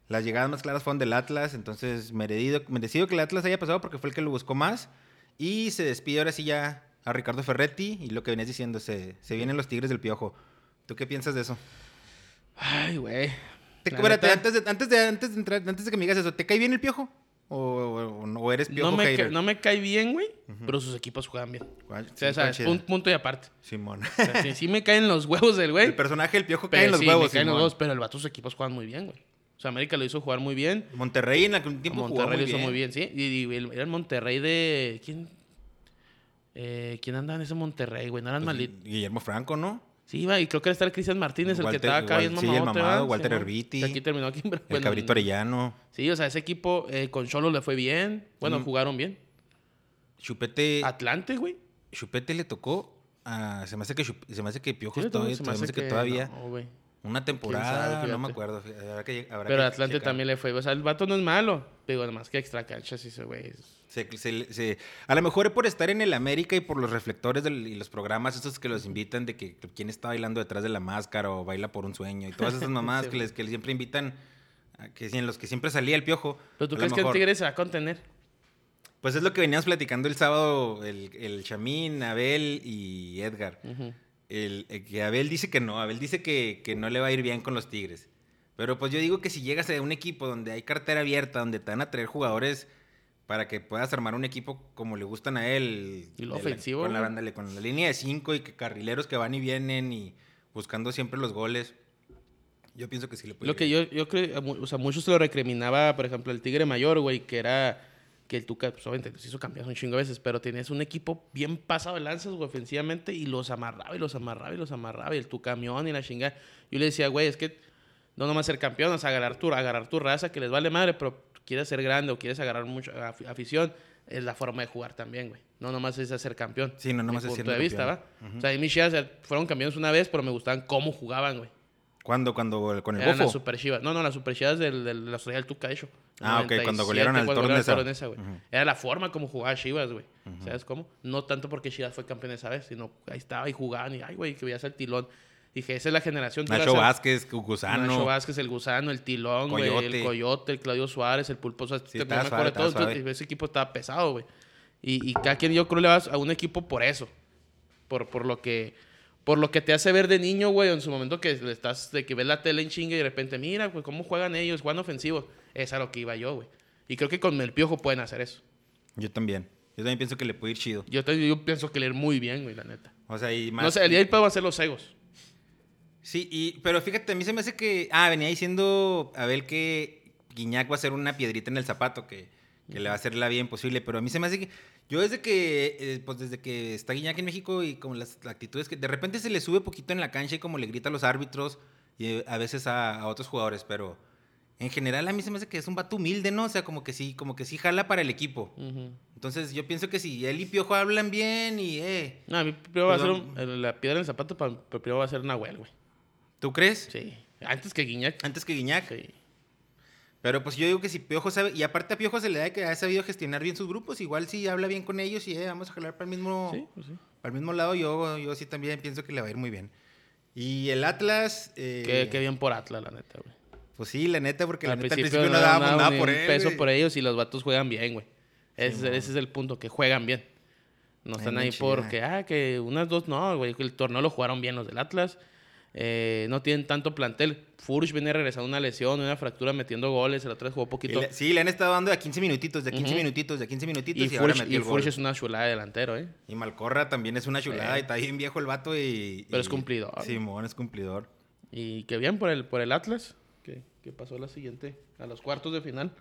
Speaker 1: Las llegadas más claras fueron del Atlas, entonces merecido, merecido que el Atlas haya pasado porque fue el que lo buscó más. Y se despide ahora sí ya a Ricardo Ferretti y lo que venías diciendo, se, se vienen los Tigres del Piojo. ¿Tú qué piensas de eso?
Speaker 2: Ay, güey.
Speaker 1: Te-
Speaker 2: La
Speaker 1: espérate,
Speaker 2: neta,
Speaker 1: antes, de, antes, de, antes de entrar, antes de que me digas eso, ¿te cae bien el Piojo? ¿O, o- o eres Piojo
Speaker 2: no, me ca-
Speaker 1: hater?
Speaker 2: no me cae bien, güey, pero sus equipos juegan bien.
Speaker 1: Guay,
Speaker 2: O sea,
Speaker 1: sí,
Speaker 2: sabes,
Speaker 1: está
Speaker 2: un
Speaker 1: chido.
Speaker 2: punto y aparte.
Speaker 1: Simón.
Speaker 2: O sea, sí, sí me caen los huevos del güey.
Speaker 1: El personaje del Piojo
Speaker 2: pero
Speaker 1: cae en los
Speaker 2: sí, me
Speaker 1: huevos,
Speaker 2: caen los
Speaker 1: Simón.
Speaker 2: huevos, pero el vato sus equipos juegan muy bien, güey. O sea, América lo hizo jugar muy bien.
Speaker 1: Monterrey en algún tiempo jugó
Speaker 2: Monterrey
Speaker 1: muy
Speaker 2: lo hizo
Speaker 1: bien.
Speaker 2: muy bien, sí. Y, y el- era el Monterrey de. ¿Quién? Eh, ¿Quién andaba en ese Monterrey, güey? No eran
Speaker 1: Pues,
Speaker 2: malit.
Speaker 1: Guillermo Franco, ¿no?
Speaker 2: Sí, iba, y creo que era el Cristian Martínez, el que
Speaker 1: Walter-
Speaker 2: estaba acá bien
Speaker 1: Wal- sí, el
Speaker 2: mamadón, te va,
Speaker 1: mamado,
Speaker 2: sí,
Speaker 1: Walter
Speaker 2: ¿no?
Speaker 1: Erviti.
Speaker 2: Que Aquí terminó aquí. pero
Speaker 1: El
Speaker 2: bueno,
Speaker 1: Cabrito Arellano.
Speaker 2: Sí, o sea, ese equipo eh, con Cholo le fue bien. Bueno, jugaron bien.
Speaker 1: Chupete,
Speaker 2: Atlante, güey.
Speaker 1: Chupete le tocó. a- ah, se, me hace que Chup- se me hace que Piojo
Speaker 2: Sí,
Speaker 1: todavía,
Speaker 2: se me
Speaker 1: se me
Speaker 2: hace
Speaker 1: hace que
Speaker 2: que
Speaker 1: todavía
Speaker 2: no, güey.
Speaker 1: Una temporada,
Speaker 2: sabe,
Speaker 1: no me
Speaker 2: fíjate.
Speaker 1: acuerdo. fí- Habrá que, habrá
Speaker 2: Pero
Speaker 1: que
Speaker 2: Atlante
Speaker 1: checar.
Speaker 2: también le fue. O sea, el vato no es malo. Digo, además que extra cancha sí se güey. es-
Speaker 1: Se- se- se- a lo mejor por estar en el América y por los reflectores del- y los programas esos que los invitan de que quién está bailando detrás de la máscara o baila por un sueño y todas esas mamadas
Speaker 2: Sí,
Speaker 1: que, les, que les siempre invitan, a que en los que siempre salía el piojo.
Speaker 2: Pero tú
Speaker 1: a lo
Speaker 2: crees que el
Speaker 1: mejor.
Speaker 2: Tigre se va a contener.
Speaker 1: Pues es lo que veníamos platicando el sábado, el, el Chamín, Abel y Edgar.
Speaker 2: Ujú.
Speaker 1: El, eh, que Abel dice que no, Abel dice que, que no le va a ir bien con los Tigres. Pero pues yo digo que si llegas a un equipo donde hay cartera abierta, donde te van a traer jugadores para que puedas armar un equipo como le gustan a él.
Speaker 2: Y lo
Speaker 1: de la-
Speaker 2: ofensivo,
Speaker 1: con, la,
Speaker 2: güey.
Speaker 1: ándale, con la línea de cinco y que carrileros que van y vienen y buscando siempre los goles. Yo pienso que sí le puede
Speaker 2: Lo
Speaker 1: ir
Speaker 2: que
Speaker 1: bien.
Speaker 2: yo, yo creo, a mu- o sea, muchos se lo recriminaba, por ejemplo, el Tigre Mayor, güey, que era que el Tuca, pues obviamente los hizo cambiar un chingo de veces, pero tenías un equipo bien pasado de lanzas, güey, ofensivamente, y los amarraba y los amarraba y los amarraba, y el tu camión y la chingada. Yo le decía, güey, es que no nomás ser campeón, o sea, agarrar tu, agarrar tu raza, que les vale madre, pero quieres ser grande o quieres agarrar mucha afi- afición, es la forma de jugar también, güey. No nomás es hacer campeón.
Speaker 1: Sí, no nomás
Speaker 2: Mi
Speaker 1: es
Speaker 2: punto de
Speaker 1: siendo
Speaker 2: vista, ¿va?
Speaker 1: campeón.
Speaker 2: O sea, y mis Chivas eh, fueron campeones una vez, pero me gustaban cómo jugaban, güey.
Speaker 1: ¿Cuándo? ¿Cuándo? ¿Con el
Speaker 2: Eran las
Speaker 1: bofo?
Speaker 2: super chivas. No, no, las super chivas del, del, la del Tuca, de hecho.
Speaker 1: Ah, ok, cuando
Speaker 2: 97,
Speaker 1: golearon al
Speaker 2: cuando
Speaker 1: Tornesa.
Speaker 2: golearon al Tornesa, güey.
Speaker 1: Ujú.
Speaker 2: Era la forma como jugaba Chivas, güey. ¿Sabes cómo? No tanto porque Chivas fue campeón esa vez, sino ahí estaba y jugaban y, ay, güey, que veías el tilón. Dije, esa es la generación. tú
Speaker 1: Nacho
Speaker 2: eras el-
Speaker 1: Vázquez, Gusano.
Speaker 2: Nacho Vázquez, el Gusano, el Tilón, güey,
Speaker 1: Coyote.
Speaker 2: el Coyote, el Claudio Suárez, el Pulpo. O sea,
Speaker 1: Sí,
Speaker 2: te-
Speaker 1: estaba
Speaker 2: me
Speaker 1: suave,
Speaker 2: acuerdo de
Speaker 1: estaba
Speaker 2: todo. Entonces,
Speaker 1: suave.
Speaker 2: ese equipo estaba pesado, güey. Y, y cada quien yo creo le vas a un equipo por eso. Por, por lo que por lo que te hace ver de niño, güey, en su momento que le estás de que ves la tele en chinga y de repente, mira, güey, cómo juegan ellos, juegan ofensivos. Es a lo que iba yo, güey. Y creo que con el piojo pueden hacer eso.
Speaker 1: Yo también. Yo también pienso que le puede ir chido.
Speaker 2: Yo, te- yo pienso que leer muy bien, güey, la neta.
Speaker 1: O sea, y más.
Speaker 2: No sé, el día de hoy podemos hacer los egos.
Speaker 1: Sí, y, pero fíjate, a mí se me hace que. Ah, venía diciendo Abel que Guiñac va a ser una piedrita en el zapato, que, que le va a hacer la vida imposible. Pero a mí se me hace que. Yo desde que. eh, pues desde que está Guiñac en México y con las actitudes que. De repente se le sube poquito en la cancha y como le grita a los árbitros y eh, a veces a, a otros jugadores, pero. En general a mí se me hace que es un vato humilde, ¿no? O sea, como que sí, como que sí jala para el equipo.
Speaker 2: Ujú.
Speaker 1: Entonces yo pienso que si él y Piojo hablan bien y eh,
Speaker 2: No, a mí primero va a ser
Speaker 1: Perdón.
Speaker 2: un- el- la piedra en el zapato, para, primero va a ser Nahuel, güey.
Speaker 1: ¿tú crees?
Speaker 2: Sí. Antes que Guiñac.
Speaker 1: Antes que Guiñac.
Speaker 2: Sí.
Speaker 1: Pero pues yo digo que si Piojo sabe, y aparte a Piojo se le da que ha sabido gestionar bien sus grupos, igual si habla bien con ellos y eh, vamos a jalar para el mismo,
Speaker 2: Sí, pues sí.
Speaker 1: para el mismo lado, yo, yo sí también pienso que le va a ir muy bien. Y el Atlas, eh,
Speaker 2: Qué, qué bien por Atlas, la neta, güey.
Speaker 1: pues sí, la neta, porque la
Speaker 2: al,
Speaker 1: neta al
Speaker 2: principio
Speaker 1: principio
Speaker 2: no
Speaker 1: no dábamos nada,
Speaker 2: ni
Speaker 1: por
Speaker 2: un
Speaker 1: él.
Speaker 2: peso
Speaker 1: güey.
Speaker 2: por ellos y los vatos juegan bien, güey. Ese, ese es el punto, que juegan bien. No
Speaker 1: Ay,
Speaker 2: están
Speaker 1: no
Speaker 2: ahí
Speaker 1: chingada.
Speaker 2: porque, ah, que unas dos, no, güey. El torneo lo jugaron bien los del Atlas. Eh, no tienen tanto plantel. Furch viene regresando una lesión, una fractura, metiendo goles. El otro día jugó
Speaker 1: Y
Speaker 2: poquito.
Speaker 1: le- sí, le han estado dando de a 15 minutitos, de a 15
Speaker 2: Ujú.
Speaker 1: minutitos, de a 15 minutitos y,
Speaker 2: Y,
Speaker 1: ahora
Speaker 2: Furch,
Speaker 1: metió
Speaker 2: y
Speaker 1: el
Speaker 2: Furch
Speaker 1: gol.
Speaker 2: es una chulada de delantero, ¿eh?
Speaker 1: Y Malcorra también es una chulada
Speaker 2: Sí.
Speaker 1: y está bien viejo el vato y...
Speaker 2: Pero es
Speaker 1: y-
Speaker 2: cumplidor.
Speaker 1: Simón es cumplidor.
Speaker 2: Y qué bien por el, por el Atlas, que, que pasó a la siguiente, a los cuartos de final.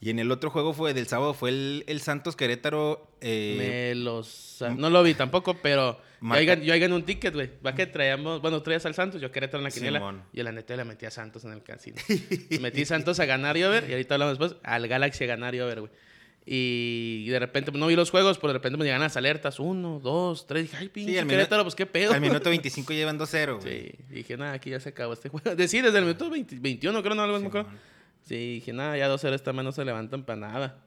Speaker 1: Y en el otro juego fue del sábado fue el, el Santos Querétaro. eh,
Speaker 2: Me los... ah, No lo vi tampoco, pero yo
Speaker 1: Marca-
Speaker 2: ahí gan- yo ahí gané un ticket, güey. Va que traíamos... Bueno, traías al Santos, yo Querétaro en la quiniela.
Speaker 1: Simón.
Speaker 2: Y la neta le metí a Santos en el casino. metí Santos a ganar y over. Y ahorita hablamos después al Galaxy a ganar y over, güey. Y de repente pues, no vi los juegos, pero de repente me llegan las alertas. Uno, dos, tres. Dije, ay, pinche
Speaker 1: al minu-
Speaker 2: Querétaro, pues qué pedo.
Speaker 1: Al minuto 25 llevan 2-0. güey.
Speaker 2: Sí, dije, nada, aquí ya se acabó este juego. Decir, desde el minuto 20 21, creo, no, algo, no me acuerdo.
Speaker 1: Simón.
Speaker 2: Sí, dije, nada, ya 2-0 esta mano se levantan para nada.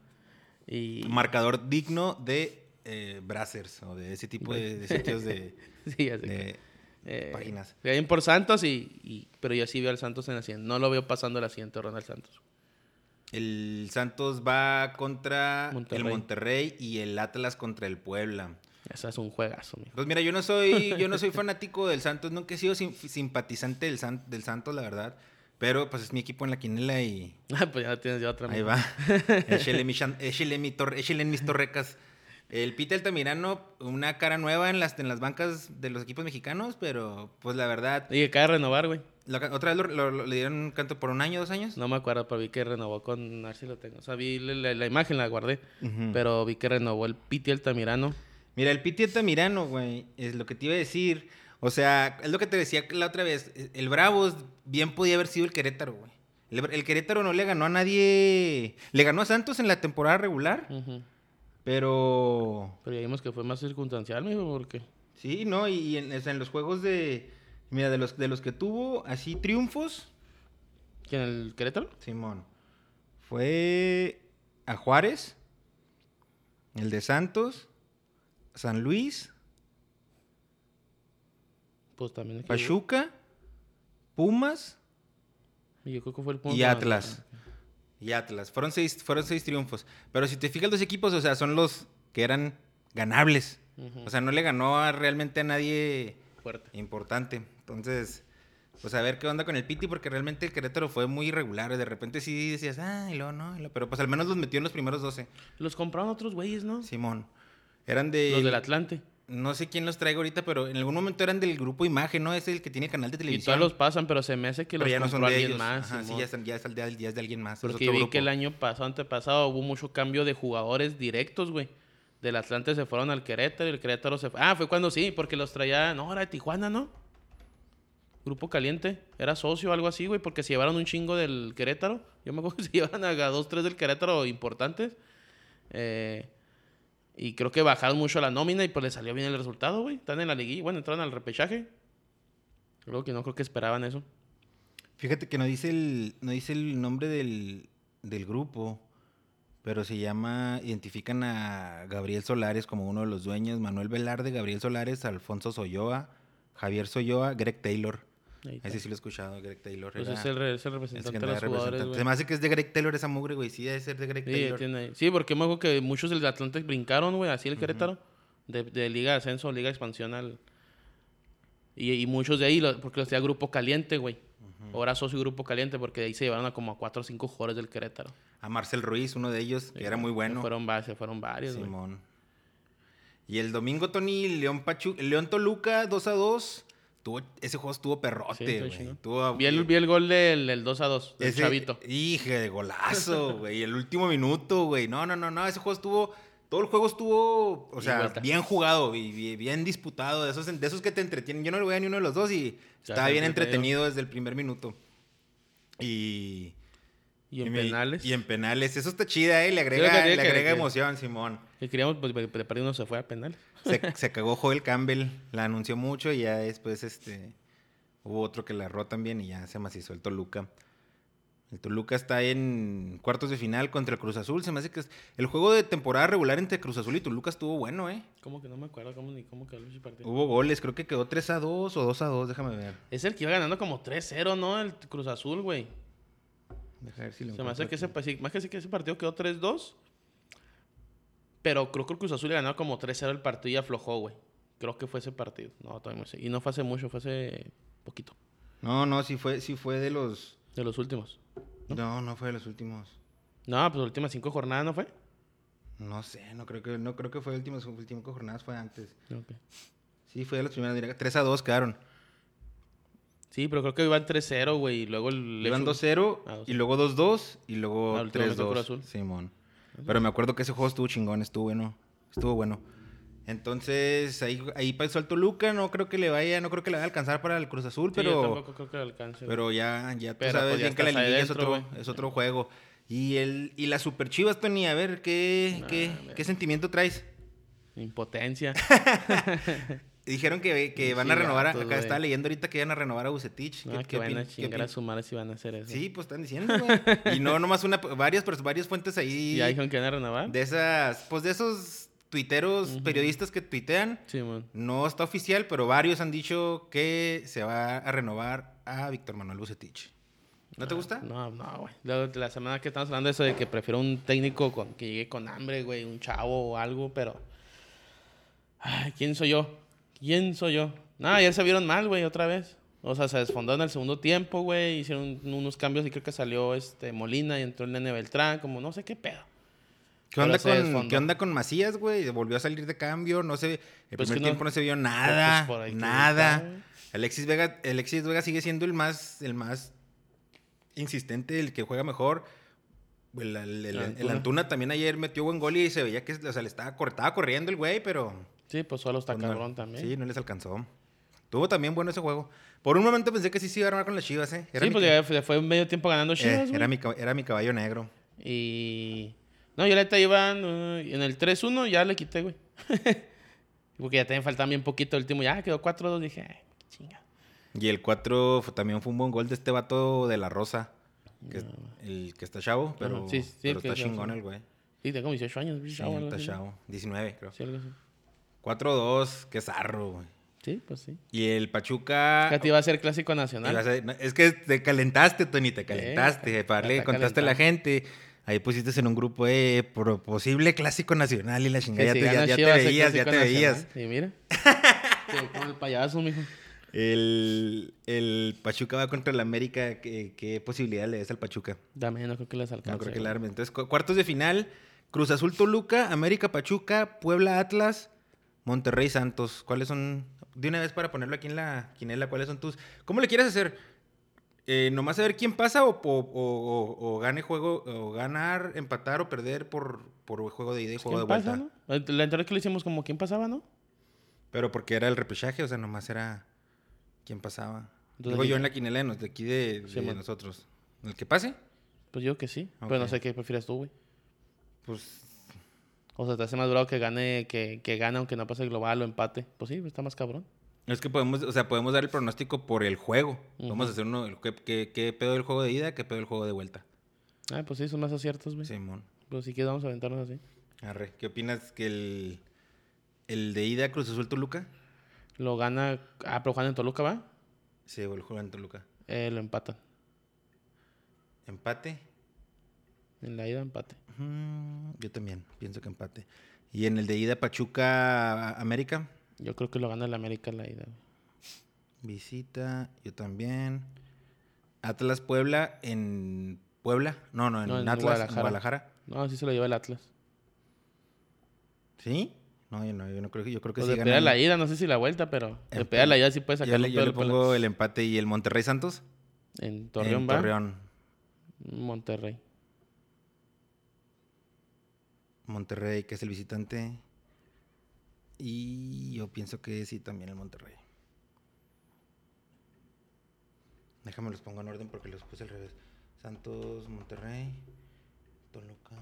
Speaker 2: Y...
Speaker 1: Marcador digno de eh, Brazzers o de ese tipo de, de sitios de,
Speaker 2: sí, ya sé que-
Speaker 1: de-
Speaker 2: Eh,
Speaker 1: Páginas.
Speaker 2: bien por Santos y, y- pero yo sí veo al Santos en la siguiente. No lo veo pasando la siguiente ronda al Santos.
Speaker 1: El Santos va contra
Speaker 2: Monterrey.
Speaker 1: el Monterrey y el Atlas contra el Puebla.
Speaker 2: Esa es un juegazo, mijo.
Speaker 1: Pues mira, yo no soy, yo no soy fanático del Santos, nunca he sido sim- simpatizante del, San- del Santos, la verdad. Pero pues es mi equipo en la quinela y
Speaker 2: Ah, pues ya no tienes ya otra.
Speaker 1: ahí
Speaker 2: mijo.
Speaker 1: va. Échele mi chan- échele mi tor- échele en mis torrecas. El Pita Altamirano, una cara nueva en las, en las bancas de los equipos mexicanos, pero pues la verdad,
Speaker 2: Y que acaba de renovar, güey.
Speaker 1: La ca- ¿Otra vez lo, lo- lo- le dieron un canto por un año, dos años?
Speaker 2: No me acuerdo, pero vi que renovó con... A ver si lo tengo. O sea, vi la, la- la imagen, la guardé. Pero vi que renovó el Piti Altamirano.
Speaker 1: Mira, el Piti Altamirano, güey, es lo que te iba a decir. O sea, es lo que te decía la otra vez. El Bravos bien podía haber sido el Querétaro, güey. El, el Querétaro no le ganó a nadie. Le ganó a Santos en la temporada regular,
Speaker 2: Ujú.
Speaker 1: pero...
Speaker 2: Pero ya vimos que fue más circunstancial, mijo, porque...
Speaker 1: Sí, ¿no? Y, y en, o sea, en los juegos de... Mira, de los, de los que tuvo así triunfos,
Speaker 2: ¿Quién, el Querétaro?
Speaker 1: Simón, fue a Juárez, el de Santos, San Luis,
Speaker 2: Pues también. el que-
Speaker 1: Pachuca, Pumas
Speaker 2: Y yo creo que fue el
Speaker 1: y Atlas. Y Atlas. Fueron seis, fueron seis triunfos. Pero si te fijas, los equipos, o sea, son los que eran ganables.
Speaker 2: Ujú.
Speaker 1: O sea, no le ganó a- realmente a nadie
Speaker 2: Fuerte.
Speaker 1: importante. Entonces, pues a ver qué onda con el Piti, porque realmente el Querétaro fue muy irregular. De repente sí decías, ah, y luego no. y luego-". Pero pues al menos los metió en los primeros 12.
Speaker 2: Los compraron otros güeyes, ¿no?
Speaker 1: Simón. Eran de.
Speaker 2: Los del Atlante.
Speaker 1: No sé quién los traigo ahorita, pero en algún momento eran del grupo Imagen, ¿no? Es el que tiene canal de
Speaker 2: Y
Speaker 1: televisión.
Speaker 2: todos los pasan, pero se me hace que
Speaker 1: pero
Speaker 2: los
Speaker 1: ya no
Speaker 2: compró
Speaker 1: son de
Speaker 2: alguien
Speaker 1: ellos.
Speaker 2: más.
Speaker 1: Ajá, sí,
Speaker 2: Simón.
Speaker 1: ya, están- ya es al día, ya es de alguien más. es
Speaker 2: Porque
Speaker 1: otro
Speaker 2: vi
Speaker 1: grupo.
Speaker 2: que el año pasado, antepasado, hubo mucho cambio de jugadores directos, güey. Del Atlante se fueron al Querétaro y el Querétaro se fue. Ah, fue cuando sí, porque los traía. No, era de Tijuana, ¿no? Grupo Caliente. Era socio o algo así, güey, porque se llevaron un chingo del Querétaro. Yo me acuerdo que se llevaron a dos, tres del Querétaro importantes. Eh, y creo que bajaron mucho la nómina y pues le salió bien el resultado, güey. Están en la liguilla. Bueno, entraron al repechaje. Creo que no creo que esperaban eso.
Speaker 1: Fíjate que no dice el, no dice el nombre del, del grupo, pero se llama, identifican a Gabriel Solares como uno de los dueños, Manuel Velarde, Gabriel Solares, Alfonso Soyoa, Javier Soyoa, Greg Taylor.
Speaker 2: Ahí está.
Speaker 1: Ese sí lo he escuchado, Greg Taylor.
Speaker 2: Pues
Speaker 1: era
Speaker 2: es el, re- es el
Speaker 1: el
Speaker 2: representante de
Speaker 1: secretario
Speaker 2: los jugadores,
Speaker 1: representante.
Speaker 2: güey.
Speaker 1: Se me hace que es de Greg Taylor esa mugre, güey. Sí, debe ser de Greg
Speaker 2: Sí,
Speaker 1: Taylor.
Speaker 2: tiene ahí. Sí, porque me acuerdo que muchos del Atlante brincaron, güey, así el Querétaro, de, de Liga de Ascenso, Liga de Expansión al... Y, y muchos de ahí, lo- porque los tenía Grupo Caliente, güey. Ahora socio Grupo Caliente, porque de ahí se llevaron a como a cuatro o cinco jugadores del Querétaro.
Speaker 1: A Marcel Ruiz, uno de ellos, que era muy bueno.
Speaker 2: Se fueron, va- se fueron varios, güey.
Speaker 1: Simón. Y el domingo, Tony, León Pachu León Toluca, 2 a 2. Tuvo- ese juego estuvo
Speaker 2: Sí,
Speaker 1: perrote,
Speaker 2: estuvo
Speaker 1: güey.
Speaker 2: chingón.
Speaker 1: Estuvo-
Speaker 2: vi, el, vi el gol del, del 2 a 2, del
Speaker 1: Ese- eh,
Speaker 2: Chavito.
Speaker 1: Hija de golazo, güey. El último minuto, güey. No, no, no, no. Ese juego estuvo. Todo el juego estuvo, o
Speaker 2: Y
Speaker 1: sea,
Speaker 2: vuelta.
Speaker 1: bien jugado y bi- bien disputado. De esos, de esos que te entretienen. Yo no le voy a ni uno de los dos y
Speaker 2: Ya
Speaker 1: estaba
Speaker 2: está
Speaker 1: bien
Speaker 2: entretenido.
Speaker 1: entretenido desde el primer minuto. Y.
Speaker 2: Y en
Speaker 1: me-
Speaker 2: penales.
Speaker 1: Y en penales. Eso está chida, ¿eh? Le
Speaker 2: Creo que
Speaker 1: agrega,
Speaker 2: tiene
Speaker 1: le
Speaker 2: que-
Speaker 1: agrega
Speaker 2: que-
Speaker 1: emoción, Simón.
Speaker 2: Que queríamos, pues, de de perdido no se fue a penales.
Speaker 1: Se, se cagó Joel Campbell. La anunció mucho y ya después este, hubo otro que la erró también y ya se macizó el Toluca. El Toluca está en cuartos de final contra el Cruz Azul. Se me hace que es- el juego de temporada regular entre Cruz Azul y Toluca estuvo bueno, ¿eh?
Speaker 2: Como que no me acuerdo cómo ni cómo quedó el pinche partido.
Speaker 1: Hubo goles, creo que quedó 3 a 2 o 2 a 2, déjame ver.
Speaker 2: Es el que iba ganando como 3-0, ¿no? El Cruz Azul, güey.
Speaker 1: Deja ver si lo
Speaker 2: Se me hace
Speaker 1: encuentro
Speaker 2: que ese,
Speaker 1: aquí.
Speaker 2: pa- sí, más que sí que ese partido quedó 3-2. Pero creo que el Cruz Azul le ganó como 3-0 el partido y aflojó, güey. Creo que fue ese partido. No, todavía no sé. Y no fue hace mucho, fue hace poquito.
Speaker 1: No, no, sí fue, sí fue de los.
Speaker 2: De los últimos.
Speaker 1: No, no fue de los últimos.
Speaker 2: No, pues las últimas cinco jornadas, ¿no fue?
Speaker 1: No sé, no creo que, no creo que fue de últimas, últimas jornadas, fue antes.
Speaker 2: Ok.
Speaker 1: Sí, fue de las primeras. mira, 3 a 2 quedaron.
Speaker 2: Sí, pero creo que iban 3-0, güey. Y luego el.
Speaker 1: Le iban
Speaker 2: Lechu-
Speaker 1: 2-0
Speaker 2: Ah, dos
Speaker 1: y luego 2-2 y luego
Speaker 2: Ah, el último metió Cruz
Speaker 1: 3-2.
Speaker 2: Azul.
Speaker 1: Simón. Pero me acuerdo que ese juego estuvo chingón, estuvo bueno. Estuvo bueno. Entonces, ahí, ahí pasó al Toluca, no creo que le vaya, no creo que le vaya a alcanzar para el Cruz Azul,
Speaker 2: Sí, yo
Speaker 1: pero,
Speaker 2: tampoco creo que alcance. güey.
Speaker 1: pero ya, ya tú
Speaker 2: Pero,
Speaker 1: sabes
Speaker 2: pues, ya
Speaker 1: bien que la
Speaker 2: estás ahí
Speaker 1: liguilla es
Speaker 2: dentro,
Speaker 1: otro,
Speaker 2: güey.
Speaker 1: es otro juego. Y el, y las super chivas, Tony, a ver, ¿qué,
Speaker 2: Nah,
Speaker 1: qué,
Speaker 2: man.
Speaker 1: qué sentimiento traes?
Speaker 2: Impotencia.
Speaker 1: Dijeron que, que
Speaker 2: Sí,
Speaker 1: van a renovar, a-
Speaker 2: gatos,
Speaker 1: acá
Speaker 2: güey.
Speaker 1: estaba leyendo ahorita que van a renovar a Bucetich.
Speaker 2: No, que van a chingar a su madre si van a hacer eso.
Speaker 1: Sí, pues están diciendo, güey. Y no nomás una, varias, pers- varias fuentes ahí.
Speaker 2: ¿Y ya dijeron que van a renovar?
Speaker 1: De esas, pues de esos tuiteros,
Speaker 2: Ujú.
Speaker 1: periodistas que tuitean.
Speaker 2: Sí, man.
Speaker 1: No está oficial, pero varios han dicho que se va a renovar a Víctor Manuel Bucetich. ¿No te gusta?
Speaker 2: No, no, güey. La, la semana que estamos hablando de eso de que prefiero un técnico con, que llegue con hambre, güey, un chavo o algo, pero. Ay, ¿quién soy yo? ¿Quién soy yo? No, ayer se vieron mal, güey, otra vez. O sea, se desfondó en el segundo tiempo, güey. Hicieron unos cambios y creo que salió este Molina y entró el nene Beltrán, como no sé qué pedo.
Speaker 1: ¿Qué, onda
Speaker 2: Pero se
Speaker 1: con,
Speaker 2: desfondó.
Speaker 1: ¿Qué onda con Macías, güey? Volvió a salir de cambio, no sé. El primer
Speaker 2: Pues que no-
Speaker 1: tiempo no se vio nada.
Speaker 2: pues por ahí que ¿eh?
Speaker 1: nada.
Speaker 2: está, güey.
Speaker 1: Alexis Vega, Alexis Vega sigue siendo el más, el más insistente, el que juega mejor. El, el- el- el
Speaker 2: Antuna.
Speaker 1: Antuna. también ayer metió buen gol y se veía que o sea, le estaba, cor- estaba corriendo el güey, pero.
Speaker 2: Sí, pues solo está
Speaker 1: pues, no-
Speaker 2: cabrón también.
Speaker 1: Sí,
Speaker 2: Sí,
Speaker 1: no les alcanzó. Tuvo también bueno ese juego. Por un momento pensé que sí se iba a armar con las chivas, ¿eh? mi
Speaker 2: pues
Speaker 1: ca-
Speaker 2: ya fue- fue medio tiempo ganando
Speaker 1: eh,
Speaker 2: Chivas, güey.
Speaker 1: era, mi, cab- era mi caballo negro.
Speaker 2: Y. No, yo ahorita iba eh, en el 3-1, ya le quité, güey. Porque ya también faltaba bien poquito el último. Ya quedó 4-2, dije, ay, chinga.
Speaker 1: Y el 4 también fue un buen gol de este vato de la Rosa. Que, El que está chavo, pero,
Speaker 2: sí, sí,
Speaker 1: pero
Speaker 2: el que
Speaker 1: está
Speaker 2: está
Speaker 1: chingón
Speaker 2: chavo.
Speaker 1: el güey.
Speaker 2: Sí, tengo 18 años.
Speaker 1: Sí,
Speaker 2: chavo, algo
Speaker 1: está
Speaker 2: así, ¿no?
Speaker 1: chavo. 19, creo.
Speaker 2: Sí, algo así.
Speaker 1: 4-2, qué zarro, güey.
Speaker 2: Sí, pues sí.
Speaker 1: Y el Pachuca.
Speaker 2: Katy va a ser clásico nacional.
Speaker 1: ibas Ah, a- no, Es que te calentaste, Tony, te calentaste. para darle,
Speaker 2: está
Speaker 1: contaste a la gente. Ahí pusiste en un grupo, eh, pro- posible clásico nacional y la
Speaker 2: Que
Speaker 1: chingada.
Speaker 2: si
Speaker 1: ya, te, ya-
Speaker 2: gana
Speaker 1: ya
Speaker 2: Chivas,
Speaker 1: te
Speaker 2: el
Speaker 1: veías, ya te
Speaker 2: clásico nacional.
Speaker 1: veías.
Speaker 2: Sí, mira. Sí, Con el payaso, mijo.
Speaker 1: El, el Pachuca va contra el América. ¿Qué, qué posibilidad le des al Pachuca?
Speaker 2: Dame, no creo que les alcance.
Speaker 1: No creo que
Speaker 2: güey.
Speaker 1: le arme. Entonces, cu- cuartos de final: Cruz Azul Toluca, América Pachuca, Puebla Atlas, Monterrey Santos. ¿Cuáles son? De una vez para ponerlo aquí en la quinela, ¿cuáles son tus. ¿Cómo le quieres hacer? Eh, ¿Nomás saber quién pasa o, po- o- o- o gane juego, o ganar, empatar o perder por, por juego de ida y
Speaker 2: Pues, ¿Quién
Speaker 1: juego de vuelta?
Speaker 2: pasa, no? La entrada que le hicimos como quién pasaba, ¿no?
Speaker 1: Pero porque era el repechaje, o sea, nomás era quién pasaba.
Speaker 2: Entonces,
Speaker 1: Digo
Speaker 2: aquí-
Speaker 1: yo en la quinela de nos- de aquí de, de
Speaker 2: Simón.
Speaker 1: nosotros. El que pase,
Speaker 2: Pues yo que sí. Pero no
Speaker 1: Ok.
Speaker 2: sé qué prefieres tú, güey.
Speaker 1: pues
Speaker 2: O sea, te hace más durado que gane, que, que gane aunque no pase el global o empate. Pues sí, está más cabrón.
Speaker 1: Es que podemos, o sea, podemos dar el pronóstico por el juego.
Speaker 2: Ujú.
Speaker 1: Vamos a hacer uno, el- ¿qué, qué, qué pedo del juego de ida? ¿Qué pedo del juego de vuelta?
Speaker 2: Ah, pues sí, son más aciertos, güey.
Speaker 1: Simón.
Speaker 2: Pero si quieres vamos a aventarnos así.
Speaker 1: Arre, ¿qué opinas que el, el de ida Cruz Azul Toluca?
Speaker 2: Lo gana... Ah, pero Juan en Toluca, ¿va?
Speaker 1: Sí, o el juego en Toluca.
Speaker 2: Eh, lo empatan.
Speaker 1: ¿Empate?
Speaker 2: En la ida empate.
Speaker 1: Mm, yo también, pienso que empate. ¿Y en el de ida Pachuca a- América?
Speaker 2: Yo creo que lo gana el América en la ida. güey.
Speaker 1: Visita, yo también. Atlas Puebla en Puebla. No, no, en,
Speaker 2: No, en
Speaker 1: Atlas,
Speaker 2: Guadalajara.
Speaker 1: en Guadalajara.
Speaker 2: No, sí se lo lleva el Atlas.
Speaker 1: ¿Sí? No, yo no, yo no creo que yo creo que
Speaker 2: Pues
Speaker 1: sí
Speaker 2: de peda
Speaker 1: ganan.
Speaker 2: la ida, no sé si la vuelta, pero de
Speaker 1: Empe-
Speaker 2: peda la ida sí puedes sacar
Speaker 1: Em, Yo le,
Speaker 2: un
Speaker 1: yo
Speaker 2: pedo
Speaker 1: le
Speaker 2: del pela-
Speaker 1: pongo el empate y el Monterrey Santos.
Speaker 2: En Torreón,
Speaker 1: en
Speaker 2: ¿va?
Speaker 1: Torreón.
Speaker 2: Monterrey.
Speaker 1: Monterrey, que es el visitante. Y yo pienso que sí, también el Monterrey. Déjame los pongo en orden porque los puse al revés. Santos, Monterrey, Toluca.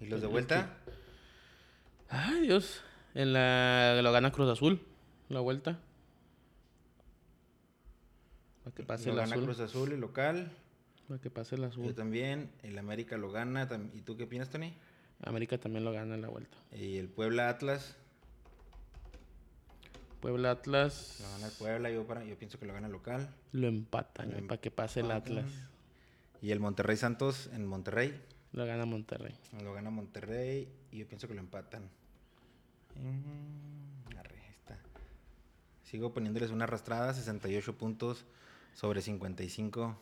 Speaker 1: ¿Y los de vuelta?
Speaker 2: Ay, Dios. En la lo gana Cruz Azul, la vuelta. Para que pase
Speaker 1: Lo
Speaker 2: el
Speaker 1: gana
Speaker 2: azul.
Speaker 1: Cruz Azul, el local.
Speaker 2: Para que pase el
Speaker 1: Yo
Speaker 2: azul.
Speaker 1: también. El América lo gana. tam- ¿Y tú qué opinas, Tony?
Speaker 2: América también lo gana en la vuelta.
Speaker 1: Y el Puebla Atlas.
Speaker 2: Puebla Atlas
Speaker 1: Lo gana el Puebla. Yo, para, yo pienso que lo gana el local.
Speaker 2: lo empatan, eh,
Speaker 1: Lo
Speaker 2: para que pase el
Speaker 1: empatan.
Speaker 2: Atlas.
Speaker 1: Y el Monterrey Santos en Monterrey.
Speaker 2: Lo gana Monterrey.
Speaker 1: Lo gana Monterrey y yo pienso que lo empatan. Mm, arre, ahí está. Sigo poniéndoles una arrastrada, 68 puntos sobre 55.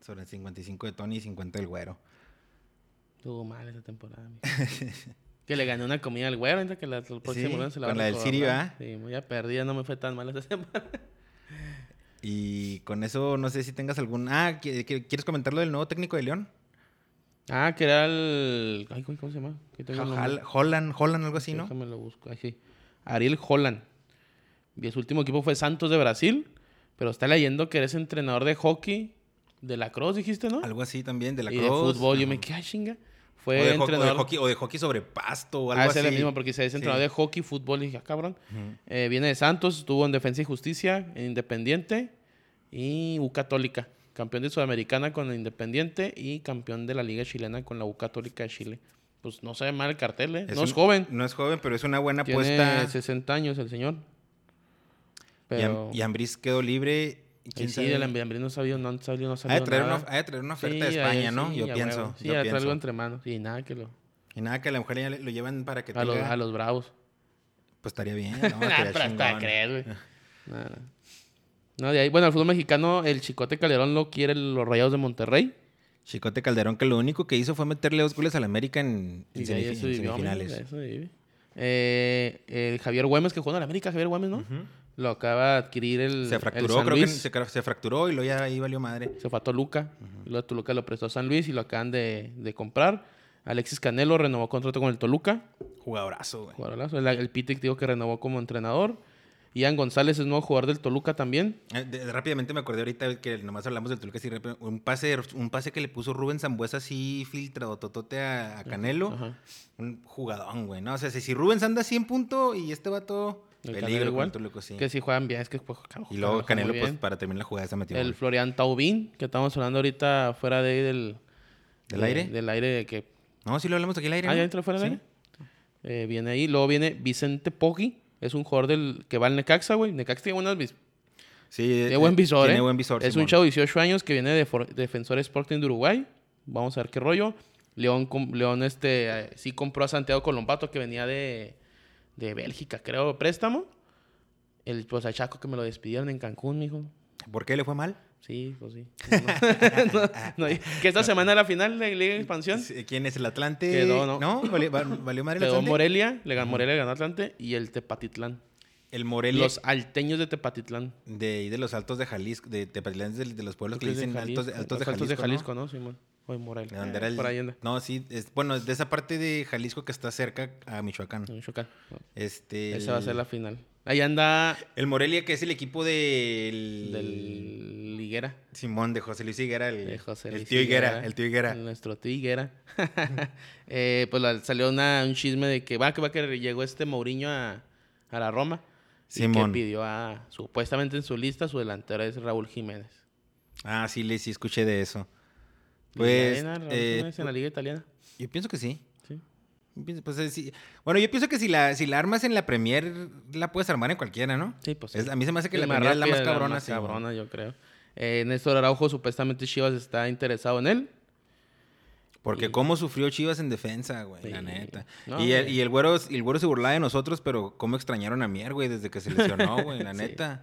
Speaker 1: Sobre 55 de Tony y 50 del güero.
Speaker 2: Estuvo mal esa temporada, mijo. Que le gané una comida al güero, ahorita que la, el próximo
Speaker 1: Sí,
Speaker 2: lunes se la
Speaker 1: con
Speaker 2: van
Speaker 1: la
Speaker 2: a
Speaker 1: del ¿ah? Siri,
Speaker 2: cobrar.
Speaker 1: ¿va?
Speaker 2: Sí, muy ya perdida, no me fue tan mal esta semana.
Speaker 1: Y con eso no sé si tengas algún... Ah, ¿qui- qui- ¿quieres comentar lo del nuevo técnico de León?
Speaker 2: Ah, que era el... Ay, güey, ¿cómo se llama? Que tengo el nombre.
Speaker 1: Hal- Holland, Holland, algo así, ¿no?
Speaker 2: Déjame lo busco. Ay, sí. Ariel Holland. Y su último equipo fue Santos de Brasil. Pero está leyendo que eres entrenador de hockey de la Cruz, dijiste, ¿no?
Speaker 1: Algo así también, de la
Speaker 2: y de
Speaker 1: Cruz,
Speaker 2: fútbol. Yo
Speaker 1: ajá.
Speaker 2: me quedé, "Ah, chinga.
Speaker 1: O
Speaker 2: Fue
Speaker 1: de, ho- o de
Speaker 2: entrenador.
Speaker 1: hockey, o de hockey sobre pasto o algo
Speaker 2: ah,
Speaker 1: así.
Speaker 2: ese es el mismo, porque se es
Speaker 1: Sí.
Speaker 2: entrenador de hockey, fútbol. Y dije, "Ah, cabrón.
Speaker 1: Ujú.
Speaker 2: Eh, viene de Santos, estuvo en Defensa y Justicia, en Independiente y U Católica. Campeón de Sudamericana con el Independiente y campeón de la Liga Chilena con la U Católica de Chile. Pues no se ve mal el cartel, ¿eh?
Speaker 1: Es
Speaker 2: no es
Speaker 1: un-
Speaker 2: joven.
Speaker 1: No es joven, pero es una buena
Speaker 2: Tiene
Speaker 1: apuesta.
Speaker 2: 60 años el señor.
Speaker 1: Y Am-
Speaker 2: Pero.
Speaker 1: Y Ambriz quedó libre. ¿Y
Speaker 2: y
Speaker 1: quién
Speaker 2: sí, de la
Speaker 1: sabe?
Speaker 2: Ambriz no sabía, no sabía, no
Speaker 1: Ha de
Speaker 2: sabía.
Speaker 1: traer una,
Speaker 2: nada.
Speaker 1: of- ha de traer una oferta
Speaker 2: Sí,
Speaker 1: de
Speaker 2: ahí
Speaker 1: España, ¿no?
Speaker 2: sí,
Speaker 1: yo
Speaker 2: a
Speaker 1: pienso.
Speaker 2: huevo. Sí,
Speaker 1: yo
Speaker 2: ya trae
Speaker 1: pienso.
Speaker 2: algo entre manos. Y nada que lo.
Speaker 1: Y nada, que a lo mejor ya le- lo llevan para que
Speaker 2: A los,
Speaker 1: tenga-
Speaker 2: a los bravos.
Speaker 1: Pues estaría bien. No,
Speaker 2: Nah,
Speaker 1: Estaría
Speaker 2: Ah, pero hasta
Speaker 1: chingón.
Speaker 2: creer, güey. Nah, nah. No, de ahí. Bueno, el fútbol mexicano, el Chicote Calderón lo quiere los Rayados de Monterrey.
Speaker 1: Chicote Calderón, que lo único que hizo fue meterle dos goles al América en, en
Speaker 2: Y de ahí
Speaker 1: semifi-
Speaker 2: eso
Speaker 1: en
Speaker 2: vivió, amigo,
Speaker 1: semifinales.
Speaker 2: de eso vive. Eh, el Javier Güemes, que jugó en el América, Javier Güemes, ¿no?
Speaker 1: Ujú.
Speaker 2: Lo acaba de adquirir el.
Speaker 1: Se
Speaker 2: el
Speaker 1: fracturó,
Speaker 2: San
Speaker 1: creo que
Speaker 2: Luis.
Speaker 1: se, cra- se fracturó y luego ya ahí valió madre.
Speaker 2: Se fue a Toluca. Luego Toluca lo prestó a San Luis y lo acaban de, de comprar. Alexis Canelo renovó contrato con el Toluca.
Speaker 1: Jugadorazo, güey.
Speaker 2: Jugadorazo. El, el Pitic, digo, que renovó como entrenador. Ian González es nuevo jugador del Toluca también.
Speaker 1: Eh, de- de- rápidamente me acordé ahorita que nomás hablamos del Toluca. así rápido, Un pase, un pase que le puso Rubén Zambuesa así filtrado totote a, a Canelo.
Speaker 2: Ajá.
Speaker 1: Un jugadón, güey, ¿no? O sea, si si Rubens anda así en punto y este vato
Speaker 2: El
Speaker 1: Peligro
Speaker 2: Canelo
Speaker 1: con
Speaker 2: igual.
Speaker 1: Toluco, sí.
Speaker 2: Que sí juegan bien, es que pues, claro,
Speaker 1: Y
Speaker 2: juega
Speaker 1: luego
Speaker 2: muy
Speaker 1: Canelo,
Speaker 2: bien.
Speaker 1: pues para terminar la jugada, se metió.
Speaker 2: el
Speaker 1: gol.
Speaker 2: Florian Taubín, que estamos hablando ahorita fuera de ahí del...
Speaker 1: ¿Del
Speaker 2: de-
Speaker 1: aire?
Speaker 2: Del aire de que...
Speaker 1: No, sí lo hablamos aquí al aire.
Speaker 2: Ah,
Speaker 1: ¿no?
Speaker 2: ya entró fuera del
Speaker 1: Sí.
Speaker 2: aire. Eh, viene ahí. Luego viene Vicente Poggi. Es un jugador del que va al Necaxa, güey. Necaxa tiene, buenas vis-
Speaker 1: Sí,
Speaker 2: tiene
Speaker 1: eh,
Speaker 2: buen visor,
Speaker 1: tiene
Speaker 2: ¿eh?
Speaker 1: buen visor.
Speaker 2: Es
Speaker 1: Simón.
Speaker 2: un chavo de 18 años que viene de For- Defensor Sporting de Uruguay. Vamos a ver qué rollo. León, com- León este, eh, sí compró a Santiago Colombato, que venía de, de Bélgica, creo, préstamo. El, pues a Chaco que me lo despidieron en Cancún, mijo.
Speaker 1: ¿Por qué le fue mal?
Speaker 2: Sí, pues sí. No, no, no hay- que esta semana era la final de Liga de Expansión.
Speaker 1: Sí, ¿Quién es el Atlante?
Speaker 2: Quedó, ¿no?
Speaker 1: ¿Valió, va- valió madre el
Speaker 2: Quedó
Speaker 1: Atlante?
Speaker 2: Morelia, le ganó Morelia, le ganó Atlante y el Tepatitlán.
Speaker 1: el Morelia.
Speaker 2: Los alteños de Tepatitlán.
Speaker 1: De ahí de los altos de Jalisco, de Tepatitlán, de, de los pueblos que
Speaker 2: Creo que es de
Speaker 1: dicen altos, de-
Speaker 2: Jalisco,
Speaker 1: altos de
Speaker 2: los
Speaker 1: Jalisco.
Speaker 2: ¿no? Simón. O de Morelia.
Speaker 1: ¿no? De donde
Speaker 2: Eh,
Speaker 1: era el-
Speaker 2: Por ahí anda.
Speaker 1: No, sí, es- bueno, es de esa parte de Jalisco que está cerca a Michoacán.
Speaker 2: En Michoacán.
Speaker 1: Este,
Speaker 2: Esa va a ser la final. Ahí anda
Speaker 1: El Morelia, que es el equipo del.
Speaker 2: del Higuera.
Speaker 1: Simón, de José Luis Higuera, el,
Speaker 2: de José
Speaker 1: el
Speaker 2: Luis Mm,
Speaker 1: tío Higuera, El tío Higuera.
Speaker 2: Nuestro tío Higuera. Eh, pues la- salió una- un chisme de que va, que va, que llegó este Mourinho a, a la Roma.
Speaker 1: Simón.
Speaker 2: Y que pidió a, supuestamente en su lista, su delantero es Raúl Jiménez.
Speaker 1: Ah, sí, le- sí, escuché de eso.
Speaker 2: Y
Speaker 1: Pues.
Speaker 2: ahí, nada, Raúl
Speaker 1: eh,
Speaker 2: Jiménez en la liga italiana.
Speaker 1: Yo pienso que sí.
Speaker 2: Sí.
Speaker 1: Yo pienso- pues, eh, sí. Bueno, yo pienso que si la, si la armas en la Premier, la puedes armar en cualquiera, ¿no?
Speaker 2: Sí, pues,
Speaker 1: Es-
Speaker 2: sí.
Speaker 1: a mí se me hace que
Speaker 2: Es
Speaker 1: la Premier es la
Speaker 2: rápida,
Speaker 1: más cabrona.
Speaker 2: más
Speaker 1: sí.
Speaker 2: cabrona, yo creo. Eh, Néstor Araujo, supuestamente Chivas está interesado en él.
Speaker 1: Porque
Speaker 2: Y-
Speaker 1: cómo sufrió Chivas en defensa, güey, la
Speaker 2: Sí.
Speaker 1: neta.
Speaker 2: No,
Speaker 1: y, el,
Speaker 2: güey.
Speaker 1: y el güero, y el güero se burlaba de nosotros, pero cómo extrañaron a Mier, güey, desde que se lesionó, güey, la
Speaker 2: Sí.
Speaker 1: neta.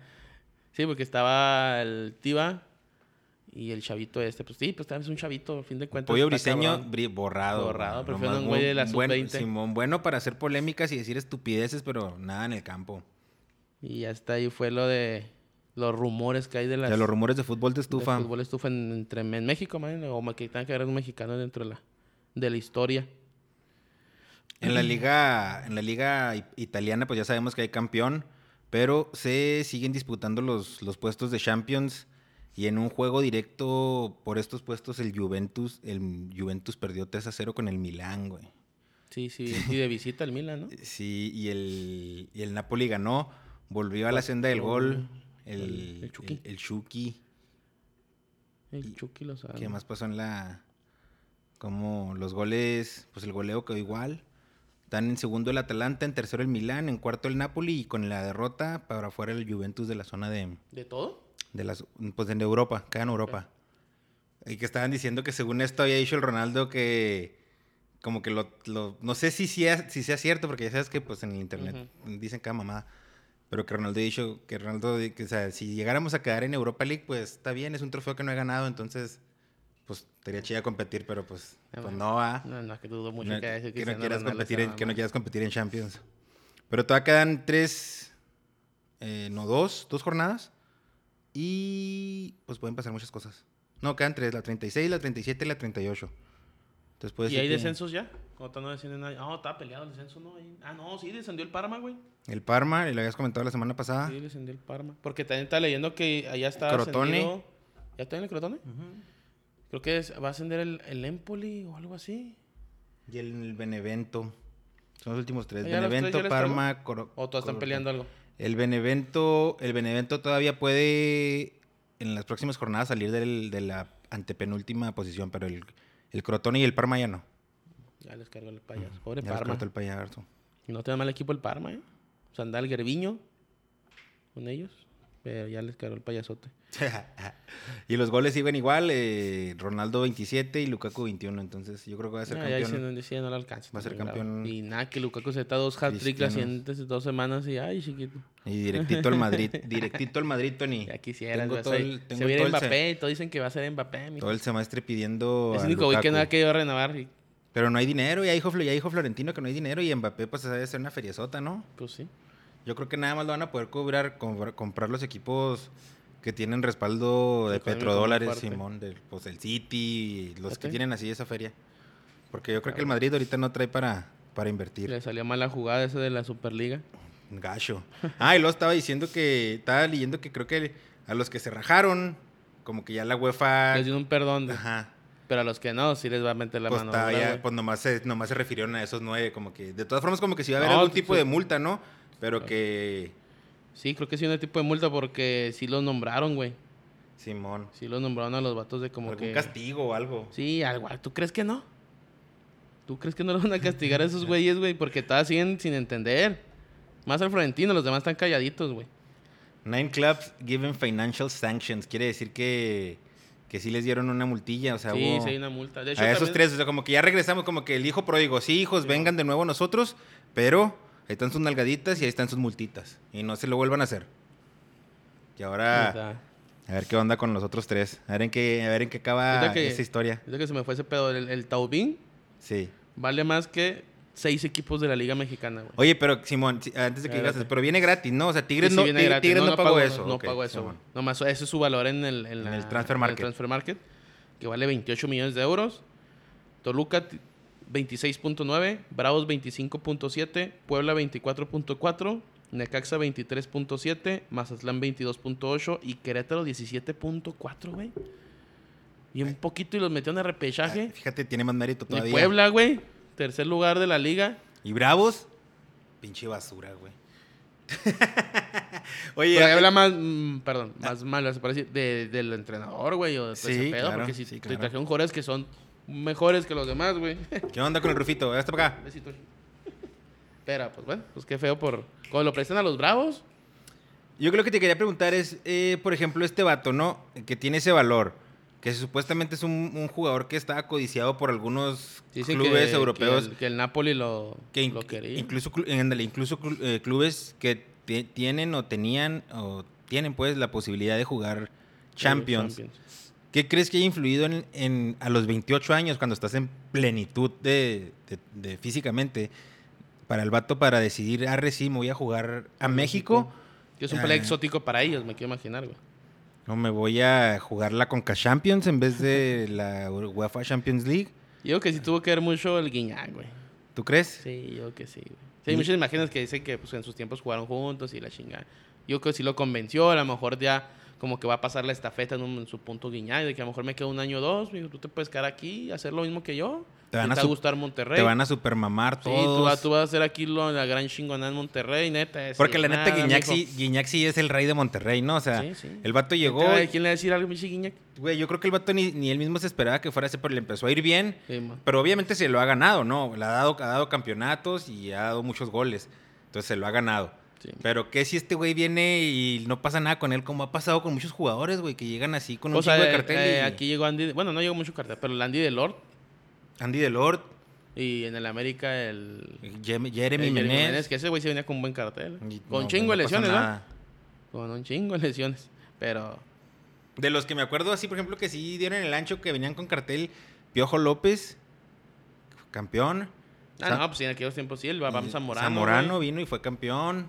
Speaker 2: Sí, porque estaba el Tiva y el chavito este. Pues sí, pues también es un chavito, a fin de cuentas.
Speaker 1: Pollo
Speaker 2: está
Speaker 1: briseño,
Speaker 2: cabrón.
Speaker 1: bri- borrado.
Speaker 2: Borrado,
Speaker 1: güey,
Speaker 2: prefiero
Speaker 1: nomás
Speaker 2: un güey de la
Speaker 1: bu- buen-
Speaker 2: sub-veinte.
Speaker 1: Simón, bueno para hacer polémicas y decir estupideces, pero nada en el campo.
Speaker 2: Y hasta ahí fue lo de los rumores que hay de
Speaker 1: O
Speaker 2: las...
Speaker 1: sea, los rumores de fútbol de
Speaker 2: del
Speaker 1: estufa.
Speaker 2: fútbol estufa en, entre, en México, man, o ma- que tenga que ver un mexicano dentro de la, de la historia.
Speaker 1: En la liga, en la liga i- italiana, pues ya sabemos que hay campeón, pero se siguen disputando los, los puestos de Champions y en un juego directo por estos puestos el Juventus, el Juventus perdió 3 a 0 con el Milán, güey.
Speaker 2: Sí, sí, y de visita al Milan, ¿no?
Speaker 1: Sí, y el, y el Napoli ganó, volvió a la senda del gol, el,
Speaker 2: El Chucky.
Speaker 1: el- el Chucky.
Speaker 2: El Chucky Lozano.
Speaker 1: ¿Qué más pasó en la...? Como los goles, pues el goleo quedó igual. Están en segundo el Atalanta, en tercero el Milán, en cuarto el Napoli y con la derrota para afuera el Juventus de la zona de...
Speaker 2: ¿De todo?
Speaker 1: de las, pues en Europa, acá en Europa. Y que estaban diciendo que según esto había dicho el Ronaldo que... Como que lo... lo- no sé si sea, si sea cierto, porque ya sabes que pues en el internet dicen cada mamada. Pero que Ronaldo ha dicho que Ronaldo... di- Que, o sea, si llegáramos a quedar en Europa League, pues está bien, es un trofeo que no he ganado, entonces... Pues estaría chida competir, pero pues,
Speaker 2: Ah,
Speaker 1: pues
Speaker 2: bueno.
Speaker 1: no va
Speaker 2: No, no, que dudo mucho
Speaker 1: no-
Speaker 2: que, haya sido
Speaker 1: que no
Speaker 2: Cristiano
Speaker 1: quieras
Speaker 2: Ronaldo
Speaker 1: competir
Speaker 2: esa
Speaker 1: en, que no
Speaker 2: mamá.
Speaker 1: quieras competir en Champions. Pero todavía quedan tres, eh, no dos, dos jornadas. Y pues pueden pasar muchas cosas. No, quedan tres, la 36, la 37 y la 38. Entonces puede
Speaker 2: ¿Y
Speaker 1: ser
Speaker 2: hay
Speaker 1: que
Speaker 2: descensos ya? ¿O está- no desciende nadie? Ah, estaba peleado el descenso, ¿no? Ahí- Ah, no, sí, descendió el Parma, güey.
Speaker 1: El Parma, y lo habías comentado la semana pasada.
Speaker 2: Sí, descendió el Parma. Porque también está leyendo que allá está
Speaker 1: Crotone.
Speaker 2: ascendido- ¿Ya está en el Crotone? Creo que es- va a ascender el, el Empoli o algo así.
Speaker 1: Y el, Benevento. Son los últimos tres.
Speaker 2: Ah, ya los tres,
Speaker 1: Benevento,
Speaker 2: ya les
Speaker 1: Parma, Coro-
Speaker 2: O todos están
Speaker 1: Coro-
Speaker 2: peleando algo.
Speaker 1: El Benevento, el Benevento todavía puede en las próximas jornadas salir del- de la antepenúltima posición, pero el, el Crotone y el Parma ya no.
Speaker 2: Ya les cargó el payaso. Pobre
Speaker 1: Ya los
Speaker 2: Parma.
Speaker 1: cortó el payaso.
Speaker 2: No tiene mal equipo el Parma, ¿eh? O sea, anda el Gerviño con ellos. Pero ya les cargó el payasote.
Speaker 1: y los goles siguen igual, eh, Ronaldo 27 y Lukaku 21, entonces yo creo que va a ser
Speaker 2: No, Ah, ya
Speaker 1: campeón.
Speaker 2: diciendo, diciendo, no lo alcanza.
Speaker 1: Va a ser
Speaker 2: también, la-
Speaker 1: campeón
Speaker 2: Y nada, que Lukaku se está dos hat-tricks
Speaker 1: Cristiano.
Speaker 2: las siguientes dos semanas y ay, chiquito.
Speaker 1: Y directito al Madrid, directito al Madrid, Tony.
Speaker 2: Ya quisieras,
Speaker 1: Tengo
Speaker 2: güey,
Speaker 1: todo
Speaker 2: se-
Speaker 1: el-
Speaker 2: se
Speaker 1: tengo
Speaker 2: viene
Speaker 1: todo el se-
Speaker 2: Mbappé y todos dicen que va a ser Mbappé. mijo.
Speaker 1: Todo el semestre pidiendo
Speaker 2: es
Speaker 1: a
Speaker 2: el único güey que
Speaker 1: Lukaku.
Speaker 2: no ha querido renovar. y,
Speaker 1: Pero no hay dinero, ya dijo, Flo- ya dijo Florentino que no hay dinero y Mbappé pues debe ser una feriezota, ¿no?
Speaker 2: pues sí.
Speaker 1: Yo creo que nada más lo van a poder cobrar, comprar, comprar los equipos que tienen respaldo de
Speaker 2: Económico muy
Speaker 1: petrodólares,
Speaker 2: fuerte.
Speaker 1: Simón, del, pues el City, los que
Speaker 2: Ok.
Speaker 1: tienen así esa feria. Porque yo creo que el Madrid ahorita no trae para, para invertir.
Speaker 2: Le salió mala jugada esa de la Superliga.
Speaker 1: Gacho. Ah, y luego estaba diciendo que, estaba leyendo que creo que a los que se rajaron, como que ya la UEFA...
Speaker 2: Les dio un perdón, de-
Speaker 1: Ah. Ajá.
Speaker 2: pero a los que no, sí les va a meter la
Speaker 1: Pues,
Speaker 2: mano.
Speaker 1: está
Speaker 2: dura,
Speaker 1: ya,
Speaker 2: güey.
Speaker 1: pues nomás, se, nomás se refirieron a esos nueve, como que... De todas formas, como que si iba a haber
Speaker 2: No,
Speaker 1: algún tipo
Speaker 2: sí.
Speaker 1: de multa, ¿no? Pero que
Speaker 2: Sí, creo que sí, un tipo de multa porque sí los nombraron, güey.
Speaker 1: Simón,
Speaker 2: Sí los nombraron a los vatos de como
Speaker 1: algún
Speaker 2: que.
Speaker 1: castigo o algo.
Speaker 2: Sí, algo. ¿Tú crees que no? ¿Tú crees que no los van a castigar a esos güeyes, güey? Porque todavía siguen sin entender. Más al Florentino, los demás están calladitos, güey.
Speaker 1: Nine clubs given financial sanctions. Quiere decir que, que sí les dieron una multilla. O sea,
Speaker 2: Sí,
Speaker 1: hubo-
Speaker 2: sí hay una multa. De hecho,
Speaker 1: a esos
Speaker 2: también-
Speaker 1: tres, o sea, como que ya regresamos, como que el hijo pródigo, sí, hijos, vengan de nuevo a nosotros, pero ahí están sus nalgaditas y ahí están sus multitas. Y no se lo vuelvan a hacer. Y ahora,
Speaker 2: Ahorita-
Speaker 1: a ver qué onda con los otros tres. A ver en qué, a ver en qué acaba
Speaker 2: Ahorita que-
Speaker 1: esa historia.
Speaker 2: ahorita que se me fue ese pedo. El, el Taubín
Speaker 1: Sí.
Speaker 2: vale más que seis equipos de la Liga Mexicana, güey.
Speaker 1: Oye, pero Simón, si- antes de que digas,
Speaker 2: Espérate.
Speaker 1: pero viene gratis, ¿no? O sea, Tigres
Speaker 2: Sí, sí,
Speaker 1: no,
Speaker 2: viene
Speaker 1: Tig-
Speaker 2: gratis.
Speaker 1: Tigres no, pagó
Speaker 2: pago-
Speaker 1: eso.
Speaker 2: No
Speaker 1: Ok,
Speaker 2: pagó eso.
Speaker 1: Simón.
Speaker 2: güey. Nomás ese es su valor en el, en la-
Speaker 1: el transfer
Speaker 2: en
Speaker 1: market.
Speaker 2: transfer market, que vale 28 millones de euros. Toluca t- 26.9, Bravos 25.7, Puebla 24.4, Necaxa 23.7, Mazatlán 22.8 y Querétaro 17.4, güey. Y un poquito y los metió en el
Speaker 1: Ah,
Speaker 2: repechaje.
Speaker 1: Fíjate, tiene más mérito
Speaker 2: Y
Speaker 1: todavía.
Speaker 2: Puebla, güey, tercer lugar de la liga.
Speaker 1: Y Bravos, pinche basura, güey. Oye,
Speaker 2: Pero ahí
Speaker 1: eh,
Speaker 2: habla más, mm, perdón, más malo, se parece, de- del entrenador, güey, o de todo
Speaker 1: Sí,
Speaker 2: ese pedo,
Speaker 1: claro,
Speaker 2: porque si
Speaker 1: sí,
Speaker 2: te
Speaker 1: claro.
Speaker 2: trajeron jugadores que son mejores que los demás, güey.
Speaker 1: ¿qué onda con el Rufito? Hasta para acá.
Speaker 2: Besito. Pero, pues bueno, pues qué feo por... Cuando lo prestan a los bravos,
Speaker 1: Yo creo que te quería preguntar es, eh, por ejemplo, este vato, ¿no? Que tiene ese valor, que supuestamente es un, un jugador que estaba codiciado por algunos
Speaker 2: dicen
Speaker 1: clubes
Speaker 2: que,
Speaker 1: europeos,
Speaker 2: Que el, que el Napoli lo,
Speaker 1: que, in-
Speaker 2: lo quería.
Speaker 1: incluso, clu- ándale, incluso clu- eh, clubes que te- tienen o tenían o tienen pues la posibilidad de jugar
Speaker 2: Sí,
Speaker 1: Champions. ¿Qué crees que haya influido en, en- a los 28 años, cuando estás en plenitud de, de- de físicamente, para el vato para decidir, ah, sí, me voy a jugar a México?
Speaker 2: Que es un pelea
Speaker 1: Ah.
Speaker 2: exótico para ellos, me quiero imaginar, güey.
Speaker 1: No, me voy a jugar la Conca Champions en vez de la UEFA Champions League.
Speaker 2: Yo creo que sí tuvo que ver mucho el Guiñac, güey.
Speaker 1: ¿Tú crees?
Speaker 2: Sí, yo creo que sí, güey. Sí, hay muchas imágenes que dicen que pues, en sus tiempos jugaron juntos y la chingada. Yo creo que sí lo convenció, a lo mejor ya como que va a pasar la estafeta en, un- en su punto guiñado, de que a lo mejor me quedo un año o dos, me dijo, tú te puedes quedar aquí, hacer lo mismo que yo,
Speaker 1: Te van a
Speaker 2: a
Speaker 1: su-
Speaker 2: gustar Monterrey.
Speaker 1: Te van a supermamar
Speaker 2: Sí, tú,
Speaker 1: todos.
Speaker 2: vas- tú vas a hacer aquí lo, la gran chingonada en Monterrey, neta. es-
Speaker 1: Porque la neta,
Speaker 2: nada,
Speaker 1: Guiñac
Speaker 2: mijo.
Speaker 1: sí, Guiñac sí es el rey de Monterrey, ¿no? O sea,
Speaker 2: Sí, sí.
Speaker 1: el vato llegó.
Speaker 2: Trae, ¿Quién le va a decir algo, pinche Guiñac?
Speaker 1: Güey, yo creo que el vato ni, ni él mismo se esperaba que fuera ese, pero le empezó a ir bien.
Speaker 2: Sí, ma.
Speaker 1: Pero obviamente se lo ha ganado, ¿no? Le ha dado, ha dado campeonatos y ha dado muchos goles. Entonces se lo ha ganado.
Speaker 2: Sí.
Speaker 1: Pero ¿qué si este güey viene y no pasa nada con él? Como ha pasado con muchos jugadores, güey, que llegan así con un
Speaker 2: O sea,
Speaker 1: chingo de
Speaker 2: eh,
Speaker 1: cartel.
Speaker 2: eh,
Speaker 1: y-
Speaker 2: aquí llegó Andy, bueno, no llegó mucho cartel, pero el Andy de Lord
Speaker 1: Andy Delort,
Speaker 2: y en el América el...
Speaker 1: Jeremy, Jeremy
Speaker 2: Eh,
Speaker 1: Menez.
Speaker 2: Jiménez, que ese güey se venía con un buen cartel. ¿eh?
Speaker 1: Y-
Speaker 2: con
Speaker 1: no,
Speaker 2: chingo
Speaker 1: no
Speaker 2: de
Speaker 1: pasó
Speaker 2: lesiones, ¿verdad?
Speaker 1: nada.
Speaker 2: Con un chingo de lesiones. Pero.
Speaker 1: De los que me acuerdo, así, por ejemplo, que sí dieron el ancho, que venían con cartel Piojo López, campeón.
Speaker 2: Ah,
Speaker 1: Sa-
Speaker 2: no, pues en aquellos tiempos sí, el Bam
Speaker 1: y-
Speaker 2: Zamorano.
Speaker 1: Zamorano
Speaker 2: güey.
Speaker 1: vino y fue campeón.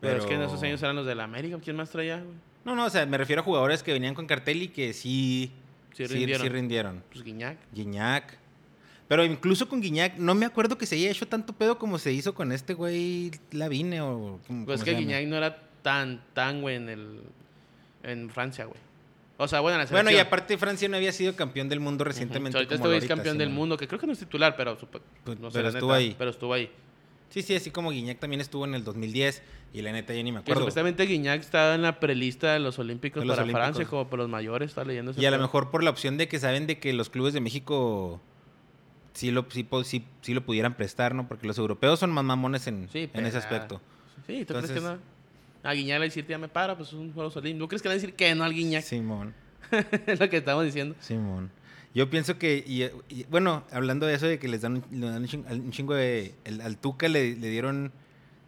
Speaker 2: Pero... es que en esos años eran los de la América. ¿Quién más traía, güey?
Speaker 1: No, no, o sea, me refiero a jugadores que venían con cartel y que sí,
Speaker 2: Sí rindieron.
Speaker 1: sí rindieron.
Speaker 2: Pues Guiñac.
Speaker 1: Guiñac. Pero incluso con Guiñac, no me acuerdo que se haya hecho tanto pedo como se hizo con este güey Lavine o... como-
Speaker 2: Pues
Speaker 1: como
Speaker 2: es que
Speaker 1: se llama.
Speaker 2: Guiñac no era tan, tan, güey, en el. En Francia, güey. O sea, bueno, en la
Speaker 1: Bueno, y
Speaker 2: selección.
Speaker 1: aparte Francia no había sido campeón del mundo
Speaker 2: Ujú.
Speaker 1: recientemente. como
Speaker 2: Ahorita este güey es
Speaker 1: ahorita,
Speaker 2: campeón del
Speaker 1: Simón.
Speaker 2: mundo, que creo que no es titular, pero. supo-
Speaker 1: Pues,
Speaker 2: no sé,
Speaker 1: pero
Speaker 2: la
Speaker 1: estuvo
Speaker 2: neta,
Speaker 1: ahí.
Speaker 2: Pero estuvo ahí.
Speaker 1: Sí, sí, así como Guiñac también estuvo en el 2010 y la neta yo ni me
Speaker 2: Que
Speaker 1: acuerdo.
Speaker 2: supuestamente Guiñac está en la prelista de los Olímpicos
Speaker 1: De los
Speaker 2: para
Speaker 1: Olímpicos.
Speaker 2: Francia, como por los mayores, está leyendo ese
Speaker 1: Y a lo
Speaker 2: pedo.
Speaker 1: mejor por la opción de que saben de que los clubes de México sí lo, sí, po- sí- sí lo pudieran prestar, ¿no? Porque los europeos son más mamones en,
Speaker 2: Sí,
Speaker 1: en ese
Speaker 2: pelada.
Speaker 1: aspecto.
Speaker 2: Sí, ¿tú crees que
Speaker 1: Entonces-
Speaker 2: no? A Guiñac le decirte ya me para, pues es un juego olímpico. ¿Tú crees que le van a decir que no al Guiñac?
Speaker 1: Simón,
Speaker 2: es lo que estamos diciendo.
Speaker 1: Simón. Yo pienso que, y, y, bueno, hablando de eso de que les dan, un- le dan un, chin- un chingo de... el- al Tuca le, le dieron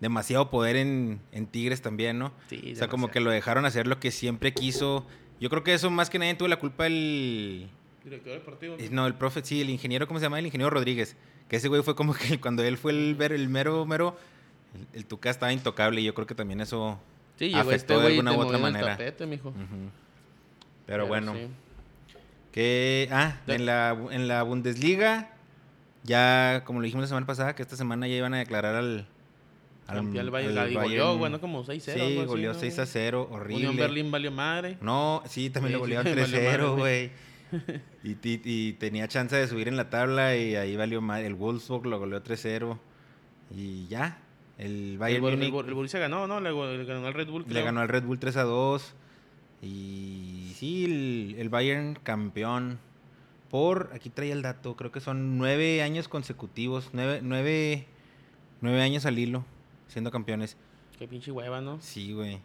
Speaker 1: demasiado poder en, en Tigres también, ¿no?
Speaker 2: Sí,
Speaker 1: O sea, como que lo dejaron hacer lo que siempre quiso. Yo creo que eso más que nadie tuvo la culpa el...
Speaker 2: Director deportivo.
Speaker 1: Eh, No, el profe, sí, el ingeniero, ¿cómo se llama? El ingeniero Rodríguez. Que ese güey fue como que cuando él fue el, ver- el mero, mero, el, el Tuca estaba intocable y yo creo que también eso...
Speaker 2: Sí, llegó
Speaker 1: afectó
Speaker 2: este
Speaker 1: de
Speaker 2: güey y te
Speaker 1: alguna u otra
Speaker 2: movió el
Speaker 1: manera.
Speaker 2: tapete, mijo.
Speaker 1: Ujú. Pero, bueno,
Speaker 2: sí.
Speaker 1: que... Ah,
Speaker 2: Ya-
Speaker 1: en la, en la Bundesliga, ya como lo dijimos la semana pasada, que esta semana ya iban a declarar al...
Speaker 2: Campeó al Bayern,
Speaker 1: al
Speaker 2: y goleó,
Speaker 1: Bayern.
Speaker 2: bueno, como 6-0. algo
Speaker 1: Sí,
Speaker 2: así,
Speaker 1: goleó
Speaker 2: ¿no,
Speaker 1: 6 a
Speaker 2: güey?
Speaker 1: 0, horrible. Mm,
Speaker 2: Unión Berlín valió madre.
Speaker 1: No, sí, también lo
Speaker 2: Sí, sí,
Speaker 1: golearon
Speaker 2: valió
Speaker 1: 3-0,
Speaker 2: madre,
Speaker 1: güey. Y, ti- y tenía chance de subir en la tabla y ahí valió mal. El Wolfsburg lo goleó 3-0. Y ya. El
Speaker 2: El,
Speaker 1: Bayern
Speaker 2: Bor- el
Speaker 1: Múnich
Speaker 2: Bor- el Borussia ganó, ¿no? Le, le ganó al Red Bull.
Speaker 1: le
Speaker 2: creo.
Speaker 1: ganó al Red Bull 3 a 2. Y sí, el, el Bayern campeón. Por, aquí traía el dato, creo que son nueve años consecutivos, nueve, nueve, nueve años al hilo siendo campeones.
Speaker 2: Qué pinche hueva, ¿no?
Speaker 1: Sí, güey.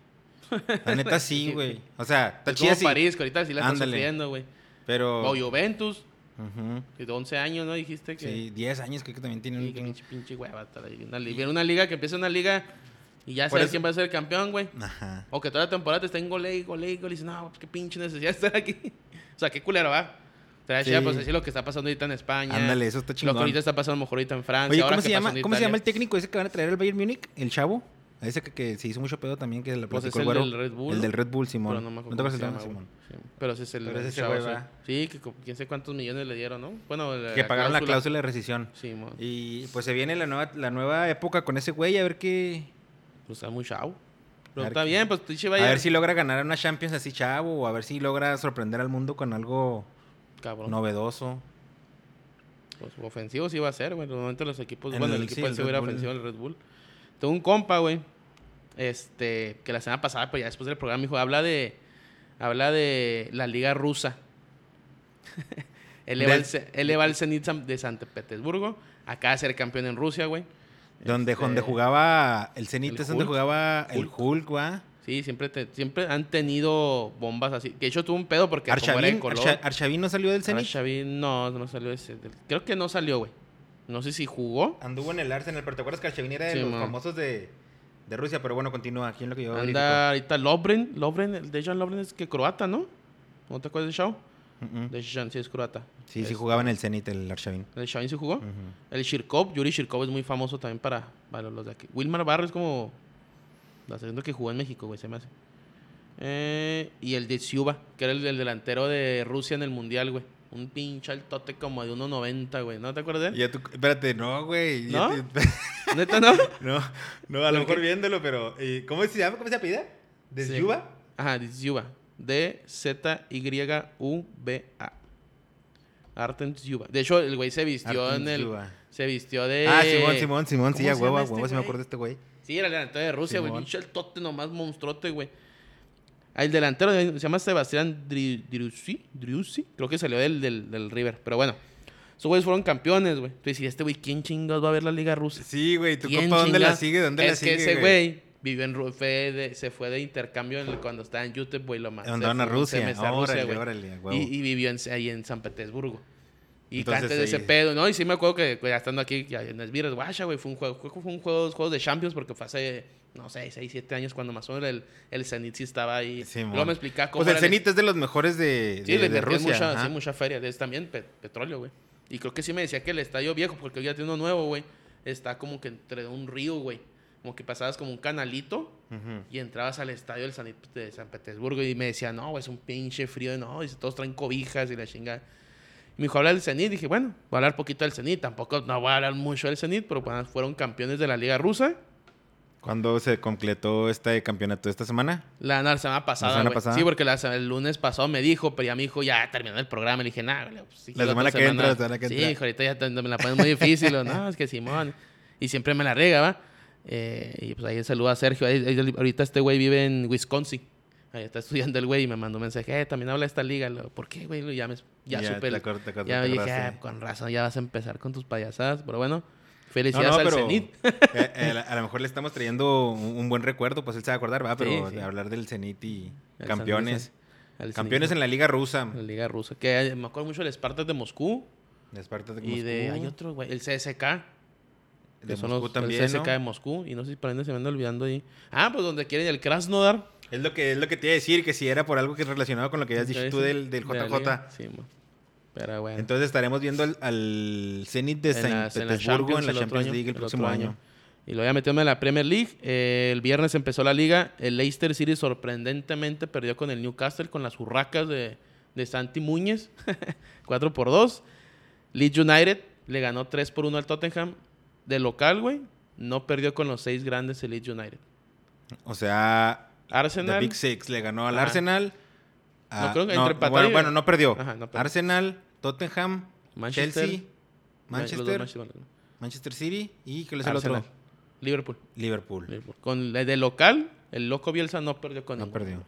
Speaker 1: La neta sí, güey. O sea, está
Speaker 2: Es
Speaker 1: chida
Speaker 2: como
Speaker 1: sí,
Speaker 2: París, que ahorita sí la están
Speaker 1: Ándale. Oh.
Speaker 2: sufriendo, güey.
Speaker 1: Pero...
Speaker 2: O Juventus,
Speaker 1: Ujú.
Speaker 2: que de 11 años, ¿no? Dijiste que...
Speaker 1: Sí, 10 años creo que también tiene un...
Speaker 2: Sí, qué
Speaker 1: chingo.
Speaker 2: pinche, pinche hueva. estar ahí. Una, li- viene una liga que empieza una liga y ya
Speaker 1: Por
Speaker 2: sabes
Speaker 1: eso-
Speaker 2: quién va a ser el campeón, güey.
Speaker 1: Ajá.
Speaker 2: O que toda la temporada te está en gole y gole y gole. Y dices, no, pues qué pinche necesidad de estar aquí. o sea, qué culero, va. Te da
Speaker 1: Sí.
Speaker 2: chida, pues así lo que está pasando ahorita en España.
Speaker 1: Ándale, eso está
Speaker 2: Lo que
Speaker 1: chingón.
Speaker 2: ahorita está pasando a lo mejor ahorita en Francia.
Speaker 1: Oye,
Speaker 2: ahora
Speaker 1: ¿cómo, se
Speaker 2: que pasó
Speaker 1: llama,
Speaker 2: en
Speaker 1: ¿cómo se llama el
Speaker 2: Italia.
Speaker 1: técnico ese que van a traer al Bayern Múnich? ¿El chavo? Ese que, que se hizo mucho pedo también, que la
Speaker 2: Pues es
Speaker 1: platicó el
Speaker 2: el
Speaker 1: güero.
Speaker 2: del Red Bull,
Speaker 1: El
Speaker 2: ¿no?
Speaker 1: del Red Bull, Simón.
Speaker 2: Pero no me acuerdo
Speaker 1: te
Speaker 2: cómo se
Speaker 1: acuerdas
Speaker 2: llama,
Speaker 1: del
Speaker 2: güey.
Speaker 1: Simón?
Speaker 2: Sí, Pero ese es el.
Speaker 1: Pero ese
Speaker 2: el
Speaker 1: ese güey
Speaker 2: chavo,
Speaker 1: va.
Speaker 2: Sí, Sí, que como quién sabe cuántos millones le dieron, ¿no? Bueno, la
Speaker 1: Que pagaron la cláusula de rescisión.
Speaker 2: Sí, mo.
Speaker 1: Y pues se viene la nueva, la nueva época con ese güey, a ver qué...
Speaker 2: Pues está muy chavo.
Speaker 1: A
Speaker 2: Pero
Speaker 1: ver
Speaker 2: está
Speaker 1: qué-
Speaker 2: bien, pues Tiche
Speaker 1: A
Speaker 2: vaya.
Speaker 1: ver si logra ganar una Champions así chavo, o a ver si logra sorprender al mundo con algo
Speaker 2: Cabrón.
Speaker 1: novedoso.
Speaker 2: Pues, ofensivo sí iba a ser, güey. Normalmente los equipos,
Speaker 1: En
Speaker 2: bueno,
Speaker 1: el-
Speaker 2: el
Speaker 1: sí,
Speaker 2: equipo del
Speaker 1: el
Speaker 2: Sevilla era
Speaker 1: Red Bull.
Speaker 2: ofensivo del Red Bull. Tengo un compa, güey. Este, que la semana pasada, pues ya después del programa, me dijo, habla de. Habla de la liga rusa. él, le va
Speaker 1: Del-
Speaker 2: al Ce- él le va al Zenit San- de San Petersburgo. Acaba de ser campeón en Rusia, güey.
Speaker 1: Donde,
Speaker 2: Este,
Speaker 1: donde jugaba el Zenit,
Speaker 2: el
Speaker 1: es donde
Speaker 2: Hulk.
Speaker 1: jugaba el
Speaker 2: Hulk.
Speaker 1: Hulk, ¿va?
Speaker 2: Sí, siempre, te- siempre han tenido bombas así. Que de hecho tuvo un pedo porque como era de
Speaker 1: Arshavin,
Speaker 2: color.
Speaker 1: Arsha- Arshavin no salió del Zenit.
Speaker 2: Arshavin, no, no salió ese. del- Creo que no salió, güey. No sé si jugó.
Speaker 1: Anduvo en el Arsenal, pero te acuerdas que Arshavin era de
Speaker 2: Sí,
Speaker 1: los
Speaker 2: mo.
Speaker 1: famosos de, de Rusia, pero bueno, continúa. ¿Quién lo que yo
Speaker 2: Anda ahorita Lobren, Lobren, el Dejan Lobren es que croata, ¿no? ¿No te acuerdas de Shaw?
Speaker 1: verifico? Mm, mm.
Speaker 2: Dejan sí es croata.
Speaker 1: Sí, sí
Speaker 2: Es-
Speaker 1: jugaba en el Zenit el Arshavin.
Speaker 2: El Shaw sí jugó.
Speaker 1: Ujú.
Speaker 2: El Shirkov, Yuri Shirkov es muy famoso también para, para los de aquí. Wilmar Barro es como la segunda que jugó en México, güey, se me hace. Eh, y el de Siuba, que era el, el delantero de Rusia en el Mundial, güey. Un pinche altote como de 1.90, güey. ¿No te acuerdas de él?
Speaker 1: Ya tú, espérate, no, güey. ya
Speaker 2: ¿No?
Speaker 1: te-
Speaker 2: ¿Neta no?
Speaker 1: no, no, a
Speaker 2: ¿Pero
Speaker 1: lo mejor
Speaker 2: qué?
Speaker 1: viéndolo, pero. eh, ¿Cómo se llama? ¿Cómo se apellida? ¿De
Speaker 2: Sí.
Speaker 1: Yuba?
Speaker 2: Ajá, de Siuba. D-Z-Y-U-B-A. Artem Siuba. De hecho, el güey se vistió
Speaker 1: Artem
Speaker 2: en el...
Speaker 1: Siuba.
Speaker 2: Se vistió de...
Speaker 1: Ah, Simón, Simón, Simón, sí,
Speaker 2: ¿Cómo
Speaker 1: a
Speaker 2: se
Speaker 1: huevo,
Speaker 2: llama
Speaker 1: a
Speaker 2: este
Speaker 1: huevo, sí me
Speaker 2: güey?
Speaker 1: acuerdo de este güey.
Speaker 2: Sí, era el delantero de Rusia, güey.
Speaker 1: Simón.
Speaker 2: Pinche el tote nomás monstruote, güey. Ah, El delantero de- se llama Sebastián Dri- Driussi. Driussi. Creo que salió del, del, del River. Pero bueno, esos güeyes fueron campeones, güey. Entonces, ¿y este güey quién chingados va a ver la Liga Rusa?
Speaker 1: Sí, güey, tu
Speaker 2: ¿Quién
Speaker 1: copa, ¿dónde la
Speaker 2: chingados?
Speaker 1: sigue? ¿Dónde la
Speaker 2: Es
Speaker 1: sigue?
Speaker 2: que ese güey vivió en Ru- fue de- se fue de intercambio en el- cuando estaba en YouTube, güey, lo más.
Speaker 1: Andaban a Rusia, órale,
Speaker 2: güey.
Speaker 1: órale, a huevo.
Speaker 2: Y, ah, y vivió en- ahí en San Petersburgo. Y
Speaker 1: Entonces,
Speaker 2: antes de ese
Speaker 1: ahí-
Speaker 2: pedo, ¿no? Y sí me acuerdo que ya estando aquí, ya en las birras, guacha, güey, fue un juego, fue, fue un juego, juegos de Champions porque fue hace, no sé, 6, 7 años cuando más o menos el, el Zenit sí estaba ahí.
Speaker 1: Simón.
Speaker 2: Luego me explicaba cómo
Speaker 1: Pues el
Speaker 2: era el-
Speaker 1: Zenit es de los mejores de,
Speaker 2: Sí,
Speaker 1: de-
Speaker 2: le
Speaker 1: de
Speaker 2: invertían
Speaker 1: Rusia.
Speaker 2: mucha,
Speaker 1: ajá.
Speaker 2: sí, mucha feria. Es también pe- petróleo, güey. Y creo que sí me decía que el estadio viejo, porque hoy ya tiene uno nuevo, güey. Está como que entre un río, güey. Como que pasabas como un canalito
Speaker 1: Ujú.
Speaker 2: y entrabas al estadio del San, de San Petersburgo y me decía, no, güey, es un pinche frío, no, y todos traen cobijas y la chingada. Y me dijo, habla del Zenit. Dije, bueno, voy a hablar poquito del Zenit. Tampoco, no voy a hablar mucho del Zenit, pero bueno, fueron campeones de la Liga Rusa.
Speaker 1: ¿Cuándo se completó este campeonato esta semana?
Speaker 2: La, no, la semana pasada,
Speaker 1: semana
Speaker 2: güey.
Speaker 1: pasada.
Speaker 2: Sí, porque la se- el lunes pasado me dijo, pero ya me dijo, ya terminó el programa. Le dije, nada, güey, pues, sí,
Speaker 1: La
Speaker 2: otra
Speaker 1: semana que entra, la semana que
Speaker 2: sí,
Speaker 1: entra.
Speaker 2: hijo, ahorita ya te- me la ponen muy difícil. o, no, es que Simón. Y siempre me la rega, ¿va? Eh, y pues ahí saludo a Sergio. Ahí- ahí- ahorita este güey vive en Wisconsin. Ahí está estudiando el güey y me mandó un mensaje, eh, también habla de esta liga. Le digo, ¿Por qué, güey? Ya, me, ya,
Speaker 1: Ya,
Speaker 2: supe.
Speaker 1: te
Speaker 2: el-
Speaker 1: acuer- te acuer-
Speaker 2: ya
Speaker 1: te
Speaker 2: dije,
Speaker 1: acordaste.
Speaker 2: "Ah, con razón, ya vas a empezar con tus payasadas. Pero bueno,
Speaker 1: No,
Speaker 2: felicidades
Speaker 1: no,
Speaker 2: al
Speaker 1: pero
Speaker 2: Zenit.
Speaker 1: eh, eh, a lo mejor le estamos trayendo un, un buen recuerdo, pues él se va a acordar, va, pero
Speaker 2: Sí, sí.
Speaker 1: de hablar del Zenit y
Speaker 2: Al
Speaker 1: campeones.
Speaker 2: San Al Zenit,
Speaker 1: Campeones en la Liga Rusa.
Speaker 2: la Liga Rusa. Que eh, me acuerdo mucho del Spartak de Moscú.
Speaker 1: De Spartak
Speaker 2: Y de, hay
Speaker 1: Moscú,
Speaker 2: otro, güey, el CSK.
Speaker 1: de
Speaker 2: que son
Speaker 1: Moscú
Speaker 2: los,
Speaker 1: también,
Speaker 2: El CSK
Speaker 1: ¿no?
Speaker 2: de Moscú. Y no sé si para dónde se me anda olvidando ahí. Ah, pues donde quieren el Krasnodar.
Speaker 1: Es lo que es lo que te iba a decir, que si era por algo que relacionado con lo que habías dicho tú
Speaker 2: Entonces,
Speaker 1: del, del
Speaker 2: de la
Speaker 1: JJ.
Speaker 2: liga. Sí, mo. Pero bueno.
Speaker 1: Entonces estaremos viendo al, al Zenit de
Speaker 2: en la-
Speaker 1: San
Speaker 2: en la
Speaker 1: Petersburgo en la
Speaker 2: el otro
Speaker 1: Champions
Speaker 2: año,
Speaker 1: League el
Speaker 2: otro
Speaker 1: próximo año.
Speaker 2: Y lo voy a meterme en la Premier League. Eh, el viernes empezó la liga. El Leicester City sorprendentemente perdió con el Newcastle, con las urracas de, de Santi Muñez. 4 por 2. Leeds United le ganó 3 por 1 al Tottenham. De local, güey. No perdió con los seis grandes el Leeds United.
Speaker 1: O sea, The
Speaker 2: Arsenal.
Speaker 1: Big Six le ganó al
Speaker 2: Ajá.
Speaker 1: Arsenal. a-
Speaker 2: No, creo que entre empatar
Speaker 1: bueno,
Speaker 2: y-
Speaker 1: bueno, no perdió.
Speaker 2: Ajá, no perdió.
Speaker 1: Arsenal, Tottenham,
Speaker 2: Manchester.
Speaker 1: Chelsea,
Speaker 2: Ma- los dos
Speaker 1: Manchester,
Speaker 2: Manchester.
Speaker 1: Manchester City y ¿qué les el otro?
Speaker 2: Arsenal. Liverpool.
Speaker 1: Liverpool.
Speaker 2: Liverpool. Con la de local, el loco Bielsa no perdió con
Speaker 1: No
Speaker 2: ninguno.
Speaker 1: perdió.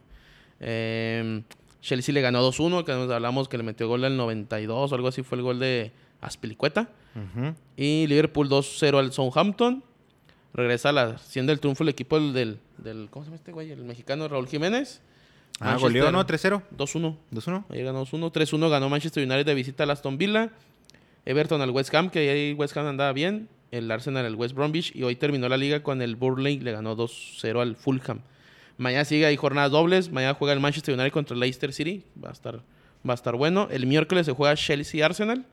Speaker 2: Eh, Chelsea le ganó 2-1, que nos hablamos que le metió gol al 92 o algo así, fue el gol de Aspilicueta.
Speaker 1: Ujú.
Speaker 2: Y Liverpool 2-0 al Southampton. Regresa a la 100 del triunfo el equipo del, del, del- ¿Cómo se llama este güey? El mexicano Raúl Jiménez.
Speaker 1: Ah,
Speaker 2: Manchester,
Speaker 1: goleó, ¿no? 3-0.
Speaker 2: 2-1.
Speaker 1: 2-1.
Speaker 2: Ahí ganó 2-1. 3-1 ganó Manchester United de visita al Aston Villa. Everton al West Ham, que ahí West Ham andaba bien. El Arsenal al West Bromwich. Y hoy terminó la liga con el Burnley. Le ganó 2-0 al Fulham. Mañana sigue ahí jornadas dobles. Mañana juega el Manchester United contra el Leicester City. Va a estar, va a estar bueno. El miércoles se juega Chelsea Arsenal.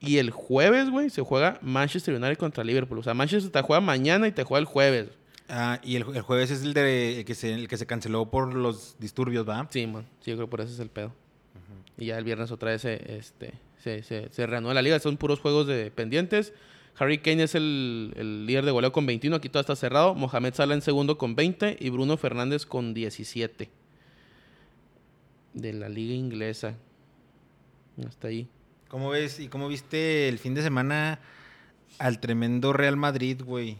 Speaker 2: Y el jueves, güey, se juega Manchester United contra Liverpool. O sea, Manchester te juega mañana y te juega el jueves.
Speaker 1: Ah, y el, el jueves es el, de, el que se, el que se canceló por los disturbios, ¿va?
Speaker 2: Sí, man. Sí, yo creo que por eso es el pedo. Y ya el viernes otra vez se, este, se, se, se reanuda la liga. Son puros juegos de pendientes. Harry Kane es el, el líder de goleo con 21. Aquí todo está cerrado. Mohamed Salah en segundo con 20. Y Bruno Fernández con 17. De la liga inglesa. Hasta ahí.
Speaker 1: ¿Cómo ves y cómo viste el fin de semana al tremendo Real Madrid, güey?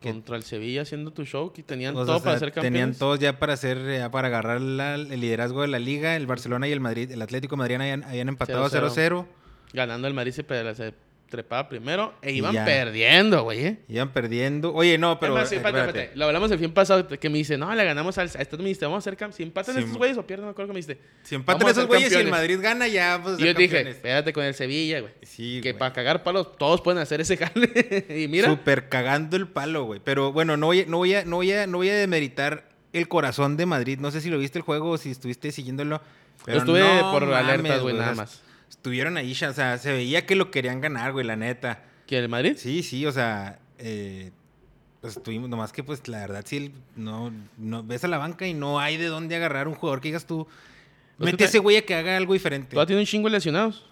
Speaker 1: Que-
Speaker 2: Contra el Sevilla haciendo tu show. Que tenían
Speaker 1: o sea,
Speaker 2: todo para ser campeones.
Speaker 1: tenían todos ya para ser, ya para agarrar la- el liderazgo de la liga. El Barcelona y el Madrid, el Atlético de Madrid habían, habían empatado
Speaker 2: 0-0.
Speaker 1: 0-0.
Speaker 2: Ganando el Madrid se, pe- se trepaba primero. E
Speaker 1: Y
Speaker 2: iban
Speaker 1: ya.
Speaker 2: perdiendo, güey. ¿eh?
Speaker 1: Iban perdiendo. Oye, no, pero. eh,
Speaker 2: Pero, si empatan,
Speaker 1: espérate.
Speaker 2: empatan. Lo hablamos el fin pasado que me dice, no, le ganamos al... Esto me dijiste, vamos a hacer camp... Si empatan
Speaker 1: Sí,
Speaker 2: estos
Speaker 1: mo-
Speaker 2: güeyes o pierden, no me acuerdo que me dijiste.
Speaker 1: Si empatan
Speaker 2: Vamos a
Speaker 1: esos
Speaker 2: ser
Speaker 1: güeyes y el
Speaker 2: campeones.
Speaker 1: Madrid gana, ya vamos a
Speaker 2: Y
Speaker 1: ser
Speaker 2: yo te dije,
Speaker 1: campeones.
Speaker 2: espérate con el Sevilla, güey.
Speaker 1: Sí,
Speaker 2: que
Speaker 1: güey.
Speaker 2: para cagar palos todos pueden hacer ese jale. y mira,
Speaker 1: Super cagando el palo, güey. Pero bueno, no voy, a- no, voy a, no, voy a, no voy a demeritar el corazón de Madrid. No sé si lo viste el juego o si estuviste siguiéndolo.
Speaker 2: yo
Speaker 1: Pero
Speaker 2: estuve
Speaker 1: no
Speaker 2: por
Speaker 1: mames,
Speaker 2: alertas, güey,
Speaker 1: o
Speaker 2: nada
Speaker 1: sea,
Speaker 2: más.
Speaker 1: Estuvieron ahí, o sea, se veía que lo querían ganar, güey, la neta.
Speaker 2: ¿Que el Madrid?
Speaker 1: Sí, sí, o sea, eh, pues estuvimos, nomás que pues la verdad sí, el- no, no, ves a la banca y no hay de dónde agarrar un jugador que digas tú,
Speaker 2: que
Speaker 1: mete
Speaker 2: te-
Speaker 1: a ese güey a que haga algo diferente.
Speaker 2: Todavía tiene un chingo de lesionados.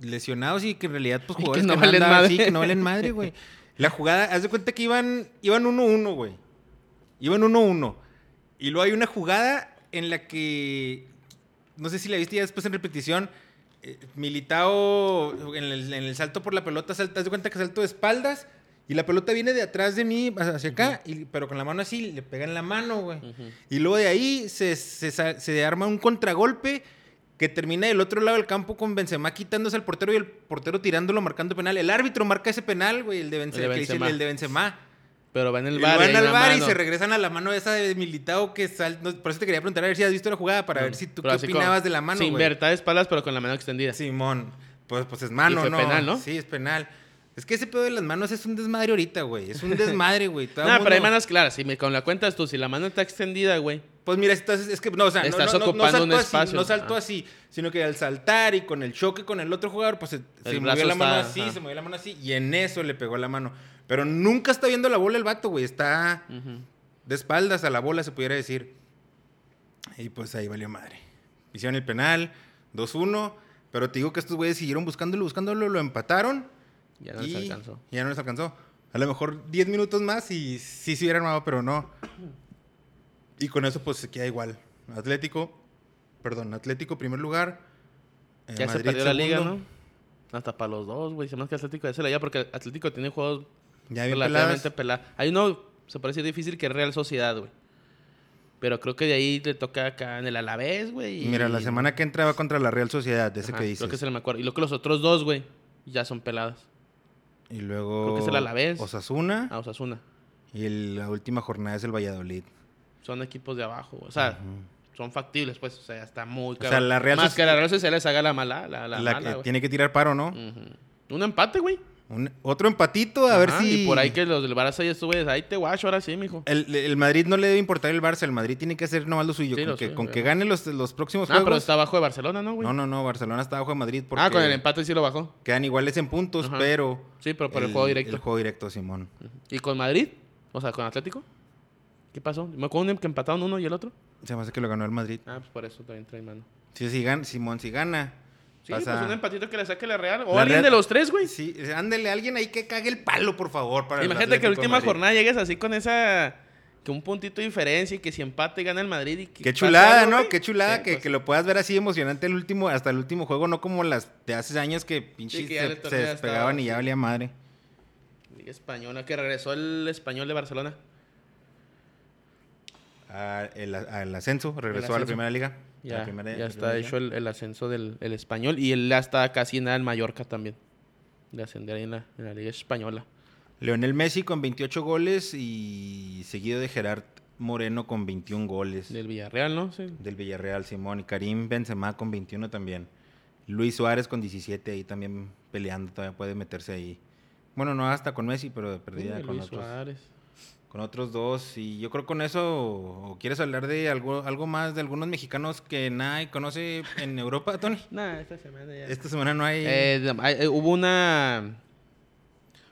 Speaker 1: lesionados y que en realidad pues
Speaker 2: Y que
Speaker 1: jugadores
Speaker 2: no valen
Speaker 1: andaban-
Speaker 2: madre.
Speaker 1: sí, que no valen madre, güey. La jugada, haz de cuenta que iban iban 1-1, güey. Iban 1-1. Y luego hay una jugada en la que no sé si la viste ya después en repetición eh, Militao en el, en el salto por la pelota, salta, haz de cuenta que salto de espaldas y la pelota viene de atrás de mí hacia acá, y- pero con la mano así le pega en la mano, güey. Y luego de ahí se, se sa- se arma un contragolpe que termina del otro lado del campo con Benzema quitándose al portero y el portero tirándolo marcando penal. El árbitro marca ese penal, güey, el de Benzema.
Speaker 2: El de
Speaker 1: que dice
Speaker 2: Benzema.
Speaker 1: el de Benzema.
Speaker 2: Pero van el
Speaker 1: Y
Speaker 2: bar.
Speaker 1: van al bar y
Speaker 2: mano.
Speaker 1: se regresan a la mano esa de Militao que sal... no, por eso te quería preguntar a ver si has visto la jugada para ver si tú
Speaker 2: Pero
Speaker 1: qué
Speaker 2: así con-
Speaker 1: opinabas de la mano,
Speaker 2: Sin
Speaker 1: güey.
Speaker 2: verdad de espaldas, pero con la mano extendida.
Speaker 1: Simón, pues, pues es mano,
Speaker 2: Y fue
Speaker 1: ¿no?
Speaker 2: penal, ¿no?
Speaker 1: Sí, es penal. Es que ese pedo de las manos es un desmadre ahorita, güey. Es un desmadre, güey. Todo el
Speaker 2: No,
Speaker 1: mundo-
Speaker 2: pero hay manos claras. Si me, con la cuentas tú, si la mano está extendida, güey.
Speaker 1: Pues mira, estás, es que no, o sea, no- no,
Speaker 2: Estás
Speaker 1: no- no
Speaker 2: ocupando
Speaker 1: saltó
Speaker 2: un
Speaker 1: así,
Speaker 2: espacio.
Speaker 1: no saltó
Speaker 2: Ah.
Speaker 1: así, sino que al saltar y con el choque con el otro jugador, pues se, se
Speaker 2: El
Speaker 1: movió
Speaker 2: brazo
Speaker 1: la mano
Speaker 2: está-
Speaker 1: así,
Speaker 2: ajá.
Speaker 1: se movió la mano así, y en eso le pegó la mano. Pero nunca está viendo la bola el vato, güey. Está
Speaker 2: Ujú.
Speaker 1: de espaldas a la bola, se pudiera decir. Y pues ahí valió madre. Hicieron el penal, 2-1. Pero te digo que estos güeyes siguieron buscándolo, buscándolo, lo empataron.
Speaker 2: Ya no les
Speaker 1: y
Speaker 2: alcanzó.
Speaker 1: Ya no les alcanzó. A lo mejor 10 minutos más y sí se hubiera armado, pero no. Y con eso pues se queda igual. Atlético, perdón, Atlético primer lugar. eh,
Speaker 2: Ya se
Speaker 1: Madrid,
Speaker 2: perdió la liga,
Speaker 1: segundo.
Speaker 2: ¿no? Hasta para los dos, güey. Se me hace que Atlético ya se la lleva porque Atlético tiene juegos
Speaker 1: Ya bien
Speaker 2: relativamente
Speaker 1: peladas.
Speaker 2: pelados. Hay uno, se parece difícil, que es Real Sociedad, güey. Pero creo que de ahí le toca acá en el Alavés, güey. y-
Speaker 1: Mira, la semana que entra va contra la Real Sociedad, de ese
Speaker 2: Ajá,
Speaker 1: que dices.
Speaker 2: Creo que se me acuerdo. Y luego que los otros dos, güey, ya son peladas.
Speaker 1: Y luego
Speaker 2: creo que es el Alavés. Ah.
Speaker 1: Osasuna.
Speaker 2: A Osasuna.
Speaker 1: Y el- la última jornada es el Valladolid.
Speaker 2: Son equipos de abajo. O sea, son factibles, pues. O sea, está muy
Speaker 1: sea,
Speaker 2: caro.
Speaker 1: la Real
Speaker 2: Más
Speaker 1: Soci-
Speaker 2: que la Real Sociedad les haga la mala, la, la
Speaker 1: La,
Speaker 2: mala,
Speaker 1: que
Speaker 2: güey.
Speaker 1: tiene que tirar paro, ¿no?
Speaker 2: Ujú. Un empate, güey.
Speaker 1: Un- otro empatito, a ver
Speaker 2: Ajá,
Speaker 1: si...
Speaker 2: Y por ahí que los del Barça ya estuve, ahí te guacho, ahora sí, mijo.
Speaker 1: El, el Madrid no le debe importar el Barça, el Madrid tiene que hacer nomás lo suyo.
Speaker 2: Sí,
Speaker 1: con
Speaker 2: lo
Speaker 1: que,
Speaker 2: suyo,
Speaker 1: con
Speaker 2: güey.
Speaker 1: que gane los, los próximos
Speaker 2: Ah, pero
Speaker 1: juegos.
Speaker 2: está abajo de Barcelona, ¿no, güey?
Speaker 1: No, no, no, Barcelona está abajo de Madrid porque
Speaker 2: Ah, con el empate sí lo bajó.
Speaker 1: quedan iguales en puntos,
Speaker 2: Ajá.
Speaker 1: pero.
Speaker 2: Sí, pero por el juego directo.
Speaker 1: El juego directo, Simón.
Speaker 2: ¿Y con Madrid? O sea, con Atlético. ¿Qué pasó? Me acuerdo que empataron uno y el otro.
Speaker 1: Se me hace que lo ganó el Madrid.
Speaker 2: Ah, pues por eso también trae mano.
Speaker 1: Sí, si gana, Simón, si gana.
Speaker 2: Sí,
Speaker 1: pasa-
Speaker 2: pues un empatito que le saque la Real. O
Speaker 1: La
Speaker 2: alguien
Speaker 1: Real-
Speaker 2: de los tres, güey.
Speaker 1: Sí, ándele, alguien ahí que cague el palo, por favor. Para el
Speaker 2: Imagínate que
Speaker 1: Atlético
Speaker 2: la
Speaker 1: de
Speaker 2: última
Speaker 1: Madrid.
Speaker 2: jornada llegues así con esa... Que un puntito de diferencia y que si empate gana el Madrid y que...
Speaker 1: Qué
Speaker 2: pasa
Speaker 1: chulada,
Speaker 2: algo,
Speaker 1: ¿no?
Speaker 2: güey.
Speaker 1: Qué chulada
Speaker 2: Sí,
Speaker 1: que,
Speaker 2: pues,
Speaker 1: que lo puedas ver así emocionante el último, hasta el último juego, no como las de hace años que pinches
Speaker 2: que ya el
Speaker 1: se,
Speaker 2: torneo
Speaker 1: se
Speaker 2: ya estaba
Speaker 1: despegaban y ya
Speaker 2: así.
Speaker 1: valía madre.
Speaker 2: y Liga Española, que regresó el español de Barcelona.
Speaker 1: Ah, el, al ascenso, regresó a la
Speaker 2: ascenso.
Speaker 1: primera liga. a la
Speaker 2: Ya,
Speaker 1: primera-
Speaker 2: ya
Speaker 1: la
Speaker 2: está
Speaker 1: primera liga.
Speaker 2: hecho el, el ascenso del el español y él ya está casi nada en Mallorca también. De ascender ahí en la, en la Liga Española.
Speaker 1: Leonel Messi con 28 goles y seguido de Gerard Moreno con 21 goles.
Speaker 2: Del Villarreal, ¿no? Sí.
Speaker 1: Del Villarreal, Simón. Y Karim Benzema con 21 también. Luis Suárez con 17 ahí también peleando, todavía puede meterse ahí. Bueno, no hasta con Messi, pero de perdida
Speaker 2: Uy,
Speaker 1: con
Speaker 2: Luis
Speaker 1: otros,
Speaker 2: Suárez.
Speaker 1: con otros dos. Y yo creo con eso, o ¿quieres hablar de algo, algo más de algunos mexicanos que nadie conoce en Europa, Tony?
Speaker 2: Nah, esta semana ya.
Speaker 1: Esta semana no hay...
Speaker 2: Eh, de- hay- eh, hubo una.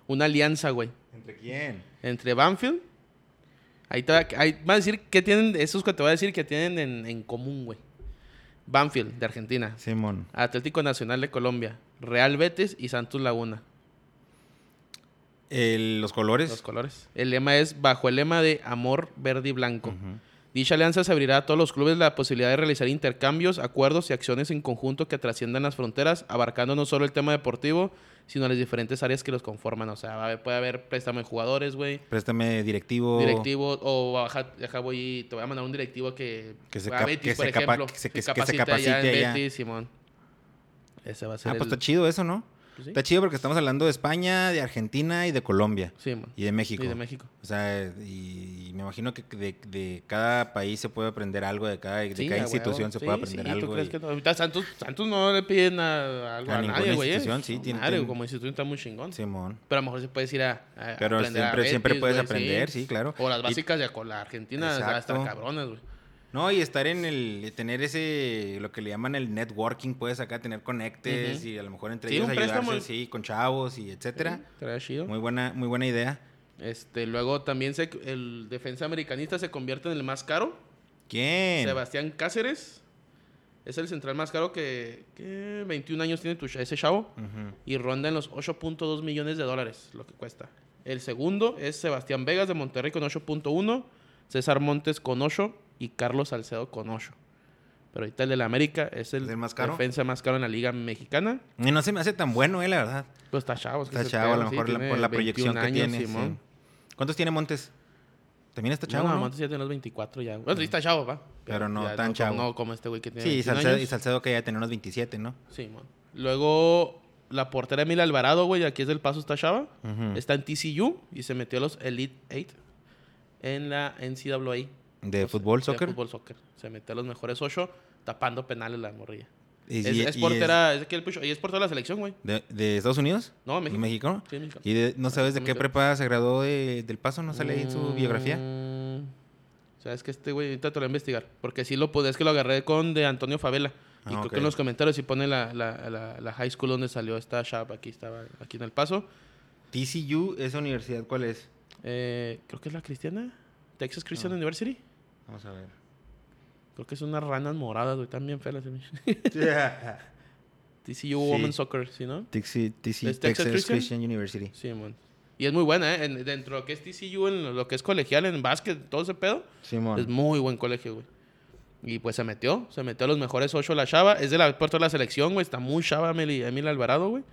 Speaker 2: Una alianza, güey.
Speaker 1: ¿Entre quién?
Speaker 2: Entre Banfield. Ahí te va, ahí van a decir que tienen. Esos que te voy a decir que tienen en, en común, güey. Banfield, de Argentina.
Speaker 1: Simón.
Speaker 2: Atlético Nacional de Colombia. Real Betis y Santos Laguna.
Speaker 1: El- los colores.
Speaker 2: Los colores. El lema es bajo el lema de amor verde y blanco.
Speaker 1: Ujú.
Speaker 2: Dicha alianza se abrirá a todos los clubes la posibilidad de realizar intercambios, acuerdos y acciones en conjunto que trasciendan las fronteras, abarcando no solo el tema deportivo, sino las diferentes áreas que los conforman. O sea, va a haber- puede haber préstamo de jugadores, güey,
Speaker 1: Préstame directivo.
Speaker 2: directivos, o baja, deja, voy, te voy a mandar un directivo que,
Speaker 1: Que se
Speaker 2: a
Speaker 1: cap-
Speaker 2: Betis,
Speaker 1: que
Speaker 2: por
Speaker 1: se capa-
Speaker 2: ejemplo,
Speaker 1: que se-
Speaker 2: que
Speaker 1: que se- que se
Speaker 2: capacite allá
Speaker 1: capacite
Speaker 2: en
Speaker 1: allá.
Speaker 2: Betis, Simón. Ese va a ser
Speaker 1: Ah, pues
Speaker 2: el-
Speaker 1: está chido eso, ¿no?
Speaker 2: pues sí.
Speaker 1: Está chido porque estamos hablando de España, de Argentina y de Colombia.
Speaker 2: Sí, mon.
Speaker 1: Y de México.
Speaker 2: Y de México.
Speaker 1: O sea, y, y me imagino que de, de cada país se puede aprender algo, de cada, de
Speaker 2: Sí,
Speaker 1: cada
Speaker 2: a
Speaker 1: institución
Speaker 2: huevo.
Speaker 1: se
Speaker 2: Sí,
Speaker 1: puede aprender
Speaker 2: sí, ¿tú
Speaker 1: algo.
Speaker 2: crees
Speaker 1: y-
Speaker 2: que no? Ahorita Santos, Santos no le piden a, algo
Speaker 1: A
Speaker 2: a,
Speaker 1: ninguna
Speaker 2: nadie, güey. eh.
Speaker 1: institución, sí, tiene-
Speaker 2: Madre,
Speaker 1: tiene-
Speaker 2: como institución está muy chingón.
Speaker 1: Simón.
Speaker 2: Pero a lo mejor se puedes ir a, a- a
Speaker 1: Pero
Speaker 2: aprender a
Speaker 1: siempre- siempre
Speaker 2: Betis,
Speaker 1: puedes
Speaker 2: güey,
Speaker 1: aprender, sí, claro.
Speaker 2: O las
Speaker 1: Y-
Speaker 2: básicas de con la Argentina van a estar
Speaker 1: Exacto.
Speaker 2: cabronas, güey.
Speaker 1: No, y estar en el, tener ese, lo que le llaman el networking, puedes acá tener conectes
Speaker 2: Ujú.
Speaker 1: y a lo mejor entre
Speaker 2: Sí,
Speaker 1: ellos
Speaker 2: un préstamo.
Speaker 1: ayudarse, sí, con chavos y etcétera.
Speaker 2: Estaría chido.
Speaker 1: Muy buena, muy buena idea.
Speaker 2: Este, luego también se- el defensa americanista se convierte en el más caro.
Speaker 1: ¿Quién?
Speaker 2: Sebastián Cáceres es el central más caro que, que 21 años tiene tu, cha- ese chavo.
Speaker 1: Ujú.
Speaker 2: y ronda en los 8.2 millones de dólares, lo que cuesta. El segundo es Sebastián Vegas de Monterrey con 8.1, César Montes con 8 y Carlos Salcedo con 8. Pero ahorita el de la América es el,
Speaker 1: ¿Es el más caro?
Speaker 2: defensa más caro en la Liga Mexicana.
Speaker 1: Y no se me hace tan bueno, eh, la verdad.
Speaker 2: Pues está chavo. es que
Speaker 1: Está
Speaker 2: ese
Speaker 1: chavo, a
Speaker 2: pedo,
Speaker 1: lo
Speaker 2: sí,
Speaker 1: mejor la-
Speaker 2: tiene
Speaker 1: por la proyección
Speaker 2: 21
Speaker 1: que
Speaker 2: años,
Speaker 1: tiene.
Speaker 2: Simón.
Speaker 1: sí. ¿Cuántos tiene Montes? También está chavo,
Speaker 2: no, no,
Speaker 1: ¿no?
Speaker 2: Montes ya tiene los 24 ya. Bueno, sí está chavo, va.
Speaker 1: Pero no
Speaker 2: ya
Speaker 1: tan
Speaker 2: como-
Speaker 1: chavo.
Speaker 2: No como este güey que tiene
Speaker 1: Sí, y
Speaker 2: 21
Speaker 1: Salcedo,
Speaker 2: años.
Speaker 1: y Salcedo que ya tenía unos 27, ¿no?
Speaker 2: Sí, mon. Luego, la portera Emilia Alvarado, güey, aquí es del Paso, está Chava.
Speaker 1: Ujú.
Speaker 2: Está en TCU y se metió a los Elite Eight en la NCAA.
Speaker 1: De fútbol, soccer.
Speaker 2: De fútbol, soccer. Se metió a los mejores ocho tapando penales la morrilla.
Speaker 1: Y-
Speaker 2: Es,
Speaker 1: y-
Speaker 2: es
Speaker 1: y
Speaker 2: portera, es, que el pucho- y es portera de la selección, güey.
Speaker 1: ¿De, de Estados Unidos?
Speaker 2: No,
Speaker 1: ¿De
Speaker 2: México.
Speaker 1: México?
Speaker 2: Sí, México.
Speaker 1: ¿Y de- no sabes de qué
Speaker 2: México.
Speaker 1: prepa se graduó de- del Paso? ¿No sale ahí en su biografía?
Speaker 2: Mm, Sabes que este güey, ahorita te lo voy a investigar. Porque sí lo pude, es que lo agarré con de Antonio Favela. Y
Speaker 1: Ah,
Speaker 2: creo
Speaker 1: ok.
Speaker 2: que en los comentarios sí pone la, la, la, la high school donde salió esta Shab. Aquí estaba, aquí en El Paso.
Speaker 1: TCU, ¿esa universidad cuál es?
Speaker 2: Eh, creo que es la cristiana. Texas
Speaker 1: Ah.
Speaker 2: Christian University.
Speaker 1: Vamos a ver.
Speaker 2: Creo que es unas ranas moradas, güey. Están bien feas las semillas. TCU Women's Soccer, ¿sí, no?
Speaker 1: TCU,
Speaker 2: ¿Es Texas
Speaker 1: Texas
Speaker 2: Christian?
Speaker 1: Christian University.
Speaker 2: Sí, mon. Y es muy buena, ¿eh? En- dentro de lo que es TCU, en lo que es colegial, en básquet, todo ese pedo.
Speaker 1: Simón.
Speaker 2: Es muy buen colegio, güey. Y pues se metió. Se metió a los mejores ocho la chava. Es de la puerta de la selección, güey. Está muy chava Emily, Emily Alvarado, güey.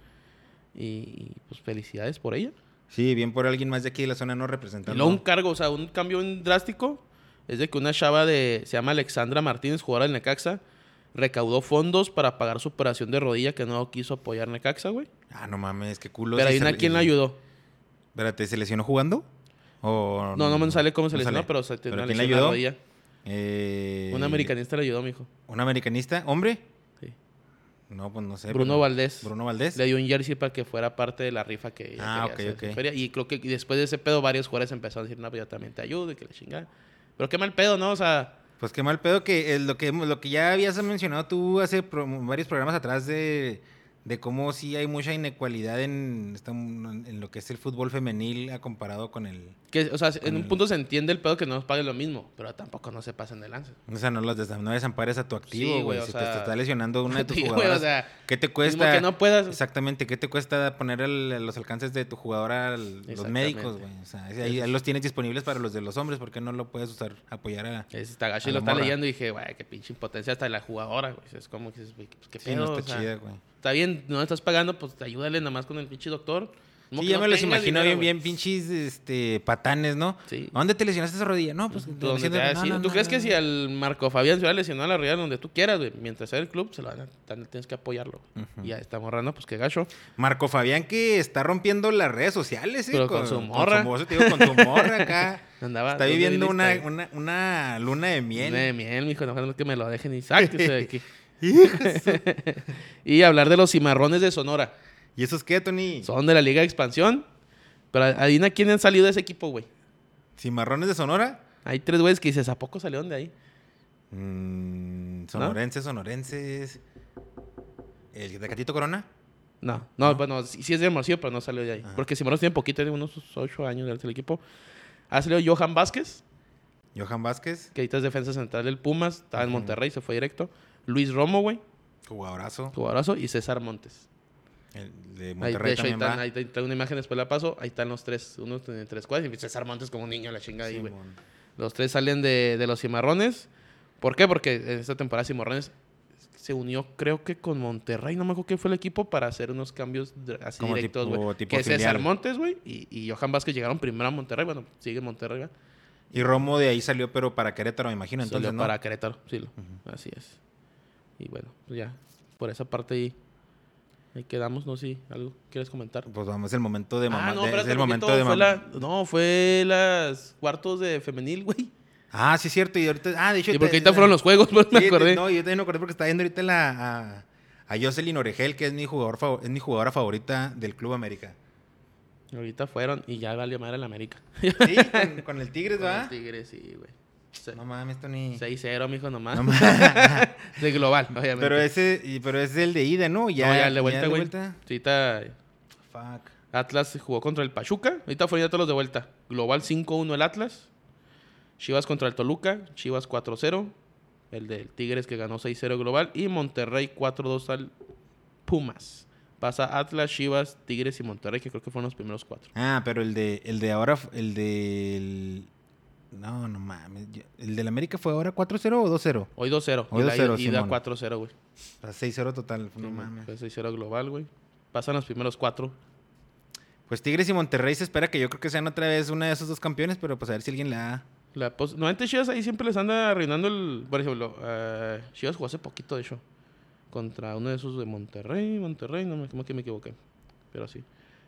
Speaker 2: Y, y, pues felicidades por ella.
Speaker 1: Sí, bien por alguien más de aquí de la zona no
Speaker 2: Y
Speaker 1: representando.
Speaker 2: luego un cargo, o sea, un cambio bien drástico es de que una chava de, se llama Alexandra Martínez, jugadora del Necaxa, recaudó fondos para pagar su operación de rodilla que no quiso apoyar Necaxa, güey.
Speaker 1: Ah, no mames, qué culo.
Speaker 2: Pero
Speaker 1: si
Speaker 2: hay una
Speaker 1: sale-
Speaker 2: quien la ayudó.
Speaker 1: Espérate, ¿se lesionó jugando? ¿O
Speaker 2: No, no me sale cómo se
Speaker 1: no
Speaker 2: lesionó,
Speaker 1: sale?
Speaker 2: pero se tiene una
Speaker 1: quién le
Speaker 2: lesión en la
Speaker 1: ayudó?
Speaker 2: rodilla.
Speaker 1: Eh,
Speaker 2: Un americanista le ayudó, mijo.
Speaker 1: ¿Un americanista? ¿Hombre?
Speaker 2: Sí.
Speaker 1: No, pues no sé.
Speaker 2: Bruno
Speaker 1: pero-
Speaker 2: Valdés.
Speaker 1: ¿Bruno Valdés?
Speaker 2: Le dio un jersey para que fuera parte de la rifa que ella
Speaker 1: Ah,
Speaker 2: quería
Speaker 1: ok,
Speaker 2: hacer en
Speaker 1: ok.
Speaker 2: feria. Y creo que después de ese pedo varios jugadores empezaron a decir, no, pues yo también te ayudo y que le chingada. Pero qué mal pedo, ¿no? O sea,
Speaker 1: Pues qué mal pedo que es lo que lo que ya habías mencionado tú hace pro- varios programas atrás de, de cómo sí hay mucha inequalidad en, esta- en lo que es el fútbol femenil a comparado con el...
Speaker 2: que, o sea en
Speaker 1: Con
Speaker 2: un
Speaker 1: el-
Speaker 2: punto se entiende el pedo que no nos paguen lo mismo, pero tampoco no se pasen de lanza.
Speaker 1: O sea, no, los desa- no desampares a tu activo,
Speaker 2: Sí,
Speaker 1: güey.
Speaker 2: güey, o
Speaker 1: si te
Speaker 2: sea,
Speaker 1: está lesionando una de tus
Speaker 2: Sí, güey, o
Speaker 1: jugadoras,
Speaker 2: sea,
Speaker 1: ¿qué te
Speaker 2: Mismo
Speaker 1: cuesta?
Speaker 2: que no puedas.
Speaker 1: Exactamente, ¿qué te cuesta poner el- los alcances de tu jugadora a los
Speaker 2: Exactamente.
Speaker 1: médicos, güey? O sea, ahí, ahí los tienes disponibles para los de los hombres, ¿por qué no lo puedes usar, apoyar a...
Speaker 2: Es- Eh, Tagashi
Speaker 1: A la
Speaker 2: lo está
Speaker 1: morra.
Speaker 2: leyendo y dije, güey, qué pinche impotencia hasta la jugadora, güey. Es como que dices, güey, pues, qué
Speaker 1: Sí, no
Speaker 2: pedo.
Speaker 1: está
Speaker 2: o sea,
Speaker 1: chida, güey.
Speaker 2: está bien, no estás pagando, pues ayúdale nada más con el pinche doctor. Como
Speaker 3: Sí,
Speaker 2: que
Speaker 3: ya
Speaker 2: no
Speaker 3: me los
Speaker 2: tengas
Speaker 3: imagino
Speaker 2: dinero,
Speaker 3: bien,
Speaker 2: güey.
Speaker 3: bien pinches este, patanes, ¿no?
Speaker 2: Sí.
Speaker 3: ¿Dónde te lesionaste esa rodilla? No, pues...
Speaker 2: Donde
Speaker 3: haciendo-
Speaker 2: te haya
Speaker 3: no,
Speaker 2: sido.
Speaker 3: no,
Speaker 2: ¿Tú
Speaker 3: no,
Speaker 2: crees
Speaker 3: no,
Speaker 2: que
Speaker 3: no.
Speaker 2: si al Marco Fabián se va a lesionar la realidad donde tú quieras, güey? Mientras sea el club, se lo van a, tan- tienes que apoyarlo. güey. Y ya está morrando, pues qué gacho.
Speaker 1: Marco Fabián que está rompiendo las redes sociales, ¿eh?
Speaker 2: Pero con su morra.
Speaker 1: Con su, te digo, con su morra acá.
Speaker 2: Andaba-
Speaker 1: está
Speaker 2: ¿dónde este?
Speaker 1: viviendo
Speaker 2: vi el
Speaker 1: una,
Speaker 2: Instagram?
Speaker 1: una, una luna de miel.
Speaker 2: De miel, mijo, no no, que me lo dejen y sáquese de aquí. y hablar de los cimarrones de Sonora.
Speaker 1: ¿Y esos qué, Tony?
Speaker 2: Son de la Liga de Expansión. Pero adivina quién han salido de ese equipo, güey.
Speaker 1: ¿Cimarrones de Sonora?
Speaker 2: Hay tres güeyes que dices, ¿a poco salieron de ahí?
Speaker 1: Mm, sonorenses, sonorenses. ¿El de Catito Corona?
Speaker 2: No, no,
Speaker 1: Ah.
Speaker 2: bueno, sí, sí es de Hermosillo, pero no salió de ahí.
Speaker 1: Ajá.
Speaker 2: Porque Cimarrones tiene poquito, tiene unos ocho años del equipo. Ha salido Johan Vázquez,
Speaker 1: Johan Vázquez,
Speaker 2: que ahorita es defensa central del Pumas, estaba en Monterrey, se fue directo. Luis Romo, güey,
Speaker 1: jugadorazo.
Speaker 2: jugadorazo, y César Montes.
Speaker 1: El de
Speaker 2: Ahí,
Speaker 1: Monterrey
Speaker 2: de hecho, ahí
Speaker 1: también va.
Speaker 2: están, ahí está una imagen, después la paso, ahí están los tres, uno tiene tres cuadros, y César Montes como un niño a la chinga ahí, güey.
Speaker 1: Simón.
Speaker 2: Los tres salen de, de los Cimarrones. ¿Por qué? Porque en esta temporada Cimarrones se unió, creo que con Monterrey, no me acuerdo qué fue el equipo, para hacer unos cambios dr- así
Speaker 1: Como
Speaker 2: directos,
Speaker 1: tipo-
Speaker 2: güey.
Speaker 1: tipo
Speaker 2: Que César
Speaker 1: filial.
Speaker 2: Montes, güey, y, y Johan Vázquez llegaron primero a Monterrey, bueno, sigue Monterrey, ¿verdad?
Speaker 1: Y Romo de ahí salió, pero para Querétaro, me imagino.
Speaker 2: Salió
Speaker 1: Entonces, ¿no?
Speaker 2: para Querétaro, sí, lo- así es. Y bueno, pues ya, por esa parte ahí, ahí quedamos, no sé, algo quieres comentar.
Speaker 1: Pues vamos, es el momento de mamá.
Speaker 2: ah, no,
Speaker 1: de- es
Speaker 2: espérate,
Speaker 1: el
Speaker 2: porque
Speaker 1: momento
Speaker 2: todo
Speaker 1: de
Speaker 2: fue
Speaker 1: mamá.
Speaker 2: la- no, fue las cuartos de femenil, güey.
Speaker 1: Ah, sí, es cierto. Y ahorita. Ah, de hecho.
Speaker 2: Y porque ahorita fueron los juegos, pero me
Speaker 1: Sí, te-
Speaker 2: acordé.
Speaker 1: No, yo también me acordé porque estaba viendo ahorita la, a, a Jocelyn Orejel, que es mi, jugador fav- es mi jugadora favorita del Club América.
Speaker 2: Ahorita fueron y ya valió madre el América.
Speaker 1: Sí, con, con el Tigres,
Speaker 2: Con
Speaker 1: ¿va?
Speaker 2: los Tigres, sí, güey. Se-
Speaker 1: No mames, Tony.
Speaker 2: 6-0, mijo, nomás.
Speaker 1: No mames.
Speaker 2: de global, obviamente.
Speaker 1: pero, ese, y- pero es el de ida, ¿no? Ya,
Speaker 2: no, ya, de vuelta,
Speaker 1: de
Speaker 2: güey.
Speaker 1: vuelta.
Speaker 2: Ahorita
Speaker 1: Fuck.
Speaker 2: Atlas jugó contra el Pachuca. Ahorita fueron ya todos los de vuelta. Global 5-1 el Atlas. Chivas contra el Toluca. Chivas 4-0. El del Tigres que ganó 6-0 global. Y Monterrey 4-2 al Pumas. Pasa Atlas, Chivas, Tigres y Monterrey, que creo que fueron los primeros cuatro.
Speaker 1: Ah, pero el de, el de ahora, f- el del... No, no mames. yo- El del América fue ahora 4-0 o 2-0.
Speaker 2: Hoy 2-0.
Speaker 1: Hoy
Speaker 2: y la
Speaker 1: 2-0,
Speaker 2: ida
Speaker 1: Simón.
Speaker 2: 4-0, güey.
Speaker 1: O sea, 6-0 total. No
Speaker 2: Sí,
Speaker 1: mames.
Speaker 2: Pues 6-0 global, güey. Pasan los primeros cuatro.
Speaker 1: Pues Tigres y Monterrey se espera que yo creo que sean otra vez una de esos dos campeones, pero pues a ver si alguien la da.
Speaker 2: La pos- Normalmente Chivas ahí siempre les anda arruinando el... Por ejemplo, eh, Chivas jugó hace poquito, de hecho. Contra uno de esos de Monterrey. Monterrey, no me... como que me equivoqué. Pero sí.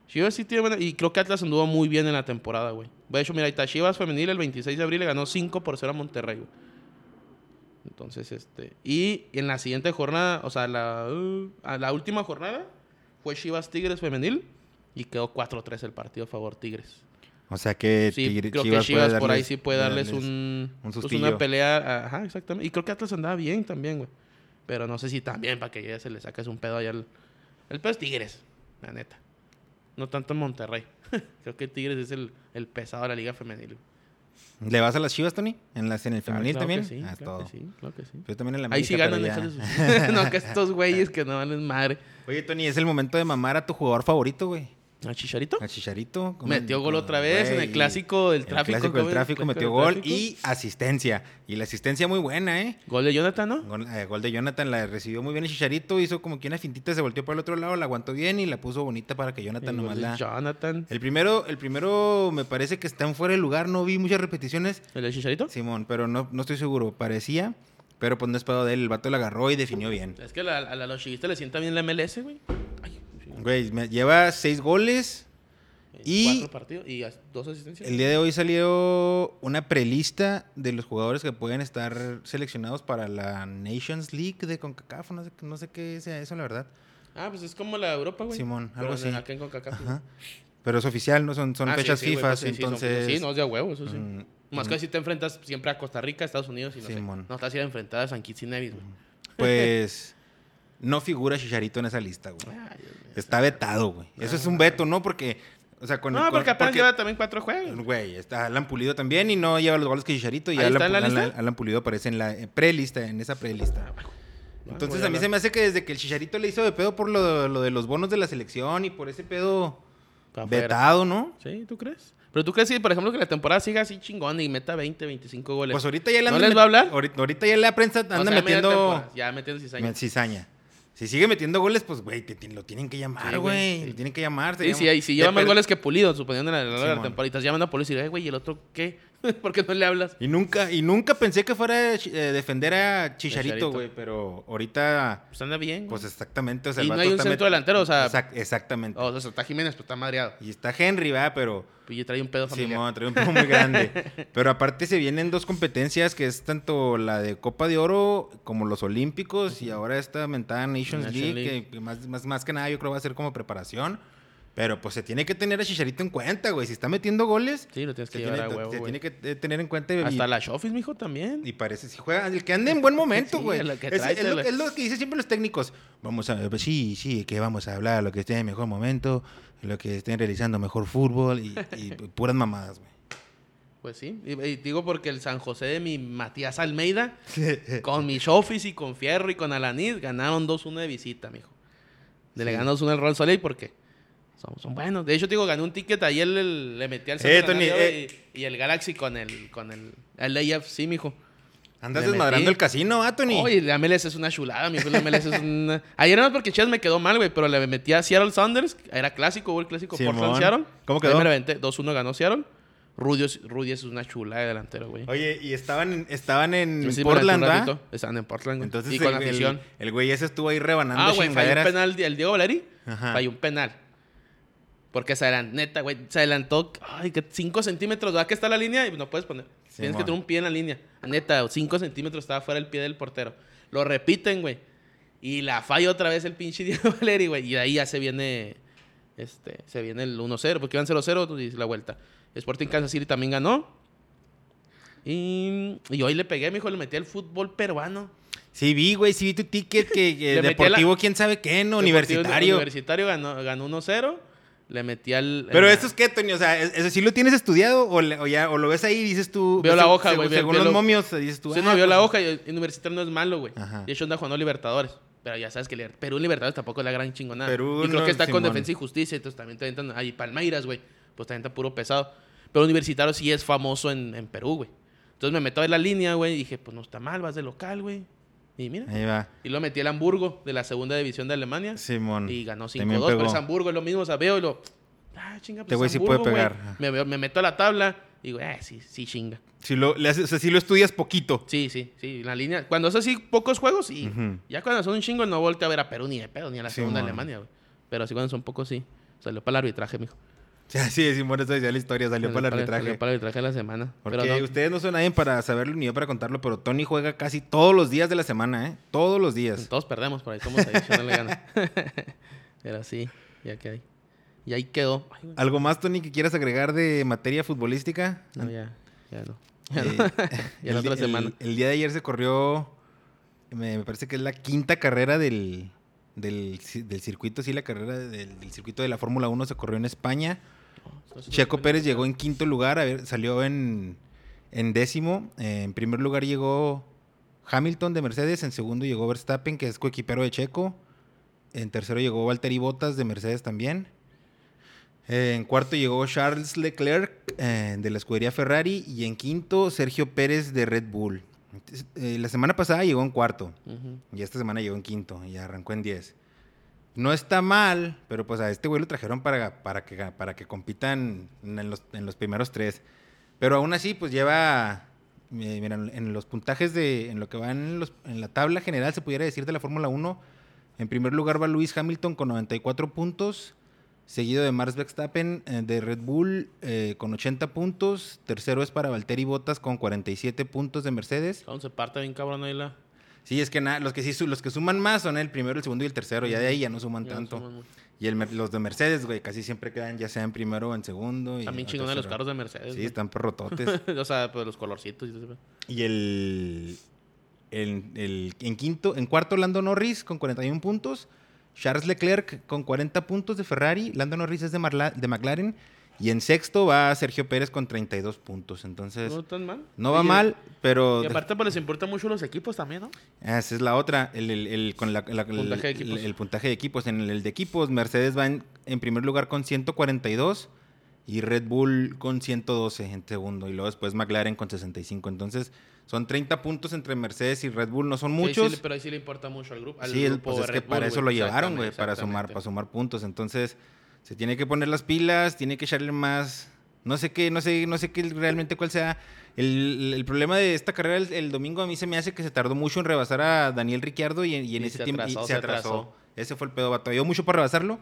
Speaker 2: Chivas sí tiene buena... Y creo que Atlas anduvo muy bien en la temporada, güey. De hecho, mira, ahí está Chivas femenil el 26 de abril le ganó 5 por 0 a Monterrey, güey. Entonces, este... Y en la siguiente jornada, o sea, la, uh, a la última jornada fue Chivas Tigres femenil. Y quedó 4-3 el partido a favor Tigres.
Speaker 1: O sea que
Speaker 2: Sí,
Speaker 1: Tigre-
Speaker 2: creo que
Speaker 1: puede
Speaker 2: Chivas por ahí
Speaker 1: darles-
Speaker 2: sí puede darles,
Speaker 1: darles-
Speaker 2: un,
Speaker 1: un
Speaker 2: pues, una
Speaker 1: sustillo.
Speaker 2: pelea. Ajá, exactamente. Y creo que Atlas andaba bien también, güey. Pero no sé si también para que ya se le saques un pedo allá al... El pedo es Tigres, la neta. No tanto en Monterrey. creo que Tigres es el, el pesado de la liga femenil.
Speaker 1: ¿Le vas a las Chivas, Tony? ¿En, las, en el
Speaker 2: Claro,
Speaker 1: femenil
Speaker 2: claro
Speaker 1: también?
Speaker 2: Que sí,
Speaker 1: Ah, es
Speaker 2: claro
Speaker 1: todo.
Speaker 2: que sí, claro que sí.
Speaker 1: Yo también en la
Speaker 2: Ahí sí
Speaker 1: América,
Speaker 2: ganan,
Speaker 1: pero
Speaker 2: hijos de
Speaker 1: ya.
Speaker 2: su- No, que estos güeyes que no valen madre.
Speaker 1: Oye, Tony, es el momento de mamar a tu jugador favorito, güey.
Speaker 2: ¿A Chicharito?
Speaker 1: A Chicharito. ¿cómo-
Speaker 2: Metió gol
Speaker 1: cómo-
Speaker 2: otra vez en
Speaker 1: güey?
Speaker 2: el clásico del
Speaker 1: En
Speaker 2: tráfico.
Speaker 1: El clásico
Speaker 2: ¿cómo
Speaker 1: del
Speaker 2: es?
Speaker 1: tráfico metió
Speaker 2: del
Speaker 1: gol
Speaker 2: tráfico.
Speaker 1: y asistencia. Y la asistencia muy buena, ¿eh?
Speaker 2: Gol de Jonathan, ¿no?
Speaker 1: Gol, eh, gol de Jonathan, la recibió muy bien el Chicharito, hizo como que una fintita, se volteó para el otro lado, la aguantó bien y la puso bonita para que Jonathan
Speaker 2: El gol
Speaker 1: nomás
Speaker 2: de
Speaker 1: la...
Speaker 2: Jonathan.
Speaker 1: El primero, el primero me parece que están fuera de lugar, no vi muchas repeticiones,
Speaker 2: ¿El de Chicharito?
Speaker 1: Simón, pero no, no estoy seguro, parecía, pero pues no es pedo de él, el vato la agarró y definió bien.
Speaker 2: Es que la- a, la- a los chiquistas le sienta bien la MLS, güey. Ay, sí.
Speaker 1: Güey, me- lleva seis goles, Y-
Speaker 2: Cuatro partidos y as- dos asistencias.
Speaker 1: el día de hoy salió una prelista de los jugadores que pueden estar seleccionados para la Nations League de CONCACAF, no sé, no sé qué sea eso, la verdad.
Speaker 2: Ah, pues es como la Europa, güey.
Speaker 1: Simón,
Speaker 2: Pero
Speaker 1: algo
Speaker 2: en-
Speaker 1: así.
Speaker 2: Acá en CONCACAF.
Speaker 1: Ajá. Pero es oficial, ¿no? Son, son
Speaker 2: Ah, sí,
Speaker 1: fechas
Speaker 2: sí, güey,
Speaker 1: FIFA,
Speaker 2: pues sí, sí, son
Speaker 1: entonces...
Speaker 2: fechas. Sí, no es de huevo, eso sí.
Speaker 1: mm,
Speaker 2: Más que si te enfrentas siempre a Costa Rica, Estados Unidos y no sé.
Speaker 1: Simón. Mm.
Speaker 2: No estás ir enfrentada a San Kitts y Nevis, güey.
Speaker 1: Pues no figura Chicharito en esa lista, güey.
Speaker 2: Ay, Dios mío.
Speaker 1: Está vetado, güey. Eso es un veto, ¿no? Porque, o sea, con
Speaker 2: Ah. No,
Speaker 1: el...
Speaker 2: porque
Speaker 1: con-
Speaker 2: apenas lleva también cuatro juegos.
Speaker 1: Güey, está Alan Pulido también y no lleva los goles que Chicharito. Y
Speaker 2: ¿Ahí
Speaker 1: Alan,
Speaker 2: está en la
Speaker 1: Pu- Alan-
Speaker 2: lista?
Speaker 1: Alan Pulido aparece en la eh, prelista, en esa prelista.
Speaker 2: Ah,
Speaker 1: Entonces a mí se me hace que desde que el Chicharito le hizo de pedo por lo, lo de los bonos de la selección y por ese pedo vetado, ¿no?
Speaker 2: Sí, ¿tú crees? Pero tú crees que, por ejemplo, que la temporada siga así chingón y meta 20, 25 goles.
Speaker 1: Pues ahorita ya le
Speaker 2: ¿No
Speaker 1: andan
Speaker 2: les va a
Speaker 1: met-
Speaker 2: hablar?
Speaker 1: Ahorita, ahorita ya la prensa
Speaker 2: O
Speaker 1: anda
Speaker 2: sea, media
Speaker 1: metiendo
Speaker 2: temporada, Ya metiendo cizaña.
Speaker 1: cizaña. Si sigue metiendo goles, pues, güey, te ti- lo tienen que llamar,
Speaker 2: Sí, güey,
Speaker 1: güey.
Speaker 2: sí.
Speaker 1: Lo tienen que llamar. se
Speaker 2: Sí,
Speaker 1: llama-
Speaker 2: sí, y si
Speaker 1: de
Speaker 2: lleva más
Speaker 1: per-
Speaker 2: goles que Pulido, suponiendo en la, a lo largo de la
Speaker 1: Simón.
Speaker 2: temporada, y estás llamando a Pulido y dices, "Eh, güey, ¿y el otro qué? ¿Por qué no le hablas?
Speaker 1: Y nunca, y nunca pensé que fuera a chi- eh, defender a
Speaker 2: Chicharito.
Speaker 1: Chicharito, güey. Pero ahorita,
Speaker 2: Pues anda bien.
Speaker 1: pues
Speaker 2: güey.
Speaker 1: exactamente. O sea,
Speaker 2: Y
Speaker 1: el
Speaker 2: no
Speaker 1: vato
Speaker 2: hay un
Speaker 1: está met-
Speaker 2: centro delantero, o sea-
Speaker 1: Exact- exactamente.
Speaker 2: O sea, está Jiménez, pues está madreado.
Speaker 1: Y está Henry, va, pero.
Speaker 2: Y trae un pedo familiar.
Speaker 1: Simón, trae un poco muy grande. Pero aparte se vienen dos competencias que es tanto la de Copa de Oro como los Olímpicos y ahora esta mentada Nations
Speaker 2: Nation
Speaker 1: League,
Speaker 2: League.
Speaker 1: que- que más, más, más que nada yo creo va a ser como preparación. Pero pues se tiene que tener a Chicharito en cuenta, güey. Si está metiendo goles,
Speaker 2: Sí, lo tienes
Speaker 1: se
Speaker 2: que llevar
Speaker 1: tiene,
Speaker 2: a huevo,
Speaker 1: se
Speaker 2: güey.
Speaker 1: tiene que eh, tener en cuenta. y-
Speaker 2: Hasta la Shofis, mijo, también.
Speaker 1: y parece, si juega, el que ande en buen momento,
Speaker 2: Sí,
Speaker 1: güey.
Speaker 2: lo que
Speaker 1: es,
Speaker 2: trae,
Speaker 1: es lo,
Speaker 2: te lo-
Speaker 1: es lo que dicen siempre los técnicos. Vamos a, pues, sí, sí, que vamos a hablar, lo que esté en mejor momento, lo que estén realizando mejor fútbol y, y puras mamadas, güey.
Speaker 2: Pues sí. Y, y digo porque el San José de mi Matías Almeida, con mi Shofis y con Fierro y con Alanis, ganaron 2-1 de visita, mijo. Le
Speaker 1: Sí.
Speaker 2: ganó 2-1 al Real Soleil porque son, son buenos. De hecho, te digo, gané un ticket. Ayer le, le metí al Celta
Speaker 1: Tony,
Speaker 2: ganando
Speaker 1: eh.
Speaker 2: y, y el Galaxy con el, con el, el AFC, mijo.
Speaker 1: Andas
Speaker 2: Le
Speaker 1: desmadrando
Speaker 2: metí.
Speaker 1: el casino, ¿ah, Tony?
Speaker 2: Oye, la MLS es una chulada, mi hijo, la MLS es una... Ayer no porque Chivas me quedó mal, güey, pero le metí a Seattle Sounders, era clásico, güey, el clásico
Speaker 1: Simón.
Speaker 2: Portland-Seattle.
Speaker 1: ¿Cómo
Speaker 2: Ahí
Speaker 1: quedó?
Speaker 2: me la aventé, 2-1 ganó Seattle. Rudy, es- Rudy es una chulada de delantero, güey.
Speaker 1: Oye, y estaban en, estaban en
Speaker 2: Sí, me la aventé un
Speaker 1: Portland, ¿va?
Speaker 2: ratito. Estaban en Portland, güey.
Speaker 1: Entonces
Speaker 2: y con
Speaker 1: el, el-
Speaker 2: afición.
Speaker 1: el güey ese estuvo ahí rebanando
Speaker 2: Ah, güey, falló un
Speaker 1: chingaderas.
Speaker 2: penal, el Diego Valeri
Speaker 1: Ajá.
Speaker 2: falló un penal. Porque se adelantó, neta, güey, se adelantó, ay, que 5 centímetros, ¿verdad que está la línea? Y no puedes poner, tienes que
Speaker 1: Simón.
Speaker 2: tener un pie en la línea. Ah, Neta, 5 centímetros estaba fuera el pie del portero. Lo repiten, güey. Y la falla otra vez el pinche Diego Valeri, güey. Y de ahí ya se viene, este, se viene el 1-0, porque iban 0-0 y la vuelta. Sporting Kansas City también ganó. Y, y hoy le pegué, mi hijo, le metí al fútbol peruano.
Speaker 1: Sí vi, güey, sí vi tu ticket que, que
Speaker 2: Le metí a la-
Speaker 1: deportivo, quién sabe qué, no,
Speaker 2: Deportivo
Speaker 1: universitario.
Speaker 2: Universitario ganó, ganó 1-0. Le metí al.
Speaker 1: Pero
Speaker 2: al-
Speaker 1: eso es que, Tony, o sea, ¿es- ¿eso sí lo tienes estudiado o, le- o ya, o lo ves ahí y dices tú...
Speaker 2: Veo
Speaker 1: ves-
Speaker 2: la hoja, güey,
Speaker 1: Según,
Speaker 2: veo-
Speaker 1: según
Speaker 2: veo
Speaker 1: los
Speaker 2: la-
Speaker 1: momios dices tú...
Speaker 2: Sí,
Speaker 1: ah,
Speaker 2: no vio
Speaker 1: pues,
Speaker 2: la hoja. y el Universitario no es malo, güey.
Speaker 1: Ajá.
Speaker 2: De hecho, anda jugando Libertadores. Pero ya sabes que Liber- Perú en Libertadores tampoco es la gran chingonada.
Speaker 1: Perú
Speaker 2: y creo
Speaker 1: no,
Speaker 2: que está con
Speaker 1: Simón.
Speaker 2: Defensa y Justicia. Entonces también te aventan. Ahí Palmeiras, güey. Pues te avientan puro pesado. Pero Universitario sí es famoso en, en Perú, güey. Entonces me meto en la línea, güey. Y dije, pues no está mal, vas de local, güey. Y mira.
Speaker 1: Ahí va,
Speaker 2: Y lo metí el Hamburgo de la segunda división de Alemania.
Speaker 1: Simón.
Speaker 2: Y ganó 5-2,
Speaker 1: También
Speaker 2: pero
Speaker 1: pegó.
Speaker 2: es Hamburgo, es lo mismo, o sea, veo y lo... Ah, chinga, pues
Speaker 1: Este güey sí
Speaker 2: Hamburgo,
Speaker 1: puede
Speaker 2: güey.
Speaker 1: pegar.
Speaker 2: Me, veo- me meto a la tabla y digo, ah, sí, sí, chinga.
Speaker 1: Si lo, le haces- o sea, si lo estudias poquito.
Speaker 2: Sí, sí, sí, la línea... Cuando es así, pocos juegos, y
Speaker 1: Ujú.
Speaker 2: ya cuando son un chingo no volteo a ver a Perú ni de pedo, ni a la
Speaker 1: Sí,
Speaker 2: segunda
Speaker 1: mon.
Speaker 2: Alemania, güey. Pero así cuando son pocos, sí. Salió para el arbitraje, mijo.
Speaker 1: O sea, sí, Simón, eso decía la historia, salió para el arbitraje.
Speaker 2: Salió para el arbitraje de la semana.
Speaker 1: Porque
Speaker 2: pero no,
Speaker 1: ustedes no son nadie para saberlo ni yo para contarlo, pero Tony juega casi todos los días de la semana, ¿eh? Todos los días.
Speaker 2: todos perdemos, por ahí somos adicional le gana. pero sí, ya que hay. Y ahí quedó. Ay, güey,
Speaker 1: ¿Algo más, Tony, que quieras agregar de materia futbolística?
Speaker 2: no, ya, ya no.
Speaker 1: Eh,
Speaker 2: Ya la
Speaker 1: el-
Speaker 2: otra
Speaker 1: el-
Speaker 2: semana.
Speaker 1: El, día de ayer se corrió, me, me parece que es la quinta carrera del, del, ci- del circuito, sí, la carrera del, del circuito de la Fórmula 1 se corrió en España. Checo Pérez llegó en quinto lugar, a ver, salió en, en décimo. Eh, en primer lugar llegó Hamilton de Mercedes, en segundo llegó Verstappen, que es coequipero de Checo. En tercero llegó Valtteri Bottas de Mercedes también. Eh, en cuarto llegó Charles Leclerc eh, de la escudería Ferrari y en quinto Sergio Pérez de Red Bull. Entonces, eh, la semana pasada llegó en cuarto
Speaker 2: Ujú.
Speaker 1: y esta semana llegó en quinto y arrancó en 10. No está mal, pero pues a este güey lo trajeron para, para, que, ga- para que compitan en los, en los primeros tres. Pero aún así, pues lleva, eh, mira, en los puntajes de, en lo que va en, los- en la tabla general, se pudiera decir, de la Fórmula 1, en primer lugar va Luis Hamilton con 94 puntos, seguido de Max Verstappen eh, de Red Bull eh, con 80 puntos, tercero es para Valtteri Bottas con 47 puntos de Mercedes,
Speaker 2: Cabrón, se parte bien cabrón ahí la...
Speaker 1: Sí, es que nada, los que sí su- los que suman más son el primero, el segundo y el tercero, ya de ahí ya no suman
Speaker 2: Ya no
Speaker 1: tanto.
Speaker 2: suman mucho.
Speaker 1: Y el, mer- los de Mercedes, güey, casi siempre quedan ya sea en primero o en segundo. Y
Speaker 2: También
Speaker 1: o
Speaker 2: chingón de los
Speaker 1: tercero.
Speaker 2: carros de Mercedes.
Speaker 1: Sí,
Speaker 2: güey.
Speaker 1: están perrototes.
Speaker 2: o sea, pues los colorcitos. y todo ese pedo.
Speaker 1: y el, el- el- en quinto, en cuarto Lando Norris con 41 puntos, Charles Leclerc con 40 puntos de Ferrari, Lando Norris es de, Marla- de McLaren y en sexto va Sergio Pérez con 32 puntos. Entonces,
Speaker 2: No tan mal.
Speaker 1: no va
Speaker 2: Oye,
Speaker 1: mal, pero
Speaker 2: Y aparte, pues les importan mucho los equipos también, ¿no?
Speaker 1: Ah, Esa es la otra, el, el- el- con la- la- el-
Speaker 2: Puntaje de equipos.
Speaker 1: el- el puntaje de equipos. En el, el de equipos, Mercedes va en, en primer lugar con 142, y Red Bull con 112 en segundo y luego después McLaren con 65. Entonces son 30 puntos entre Mercedes y Red Bull, no son muchos.
Speaker 2: pero ahí sí le importa mucho al grupo. al
Speaker 1: Sí, el-
Speaker 2: grupo
Speaker 1: pues es que
Speaker 2: Red
Speaker 1: para
Speaker 2: Bull,
Speaker 1: eso lo llevaron, güey,
Speaker 2: Exactamente,
Speaker 1: para sumar,
Speaker 2: exactamente.
Speaker 1: para sumar puntos. Entonces, se tiene que poner las pilas, tiene que echarle más. No sé qué, no sé, no sé qué realmente cuál sea. El, el problema de esta carrera el, el domingo a mí se me hace que se tardó mucho en rebasar a Daniel Ricciardo y, en- y en
Speaker 2: Y
Speaker 1: ese
Speaker 2: se
Speaker 1: tiempo y
Speaker 2: atrasó,
Speaker 1: se
Speaker 2: se
Speaker 1: atrasó.
Speaker 2: atrasó.
Speaker 1: Ese fue el pedo, batalló mucho para rebasarlo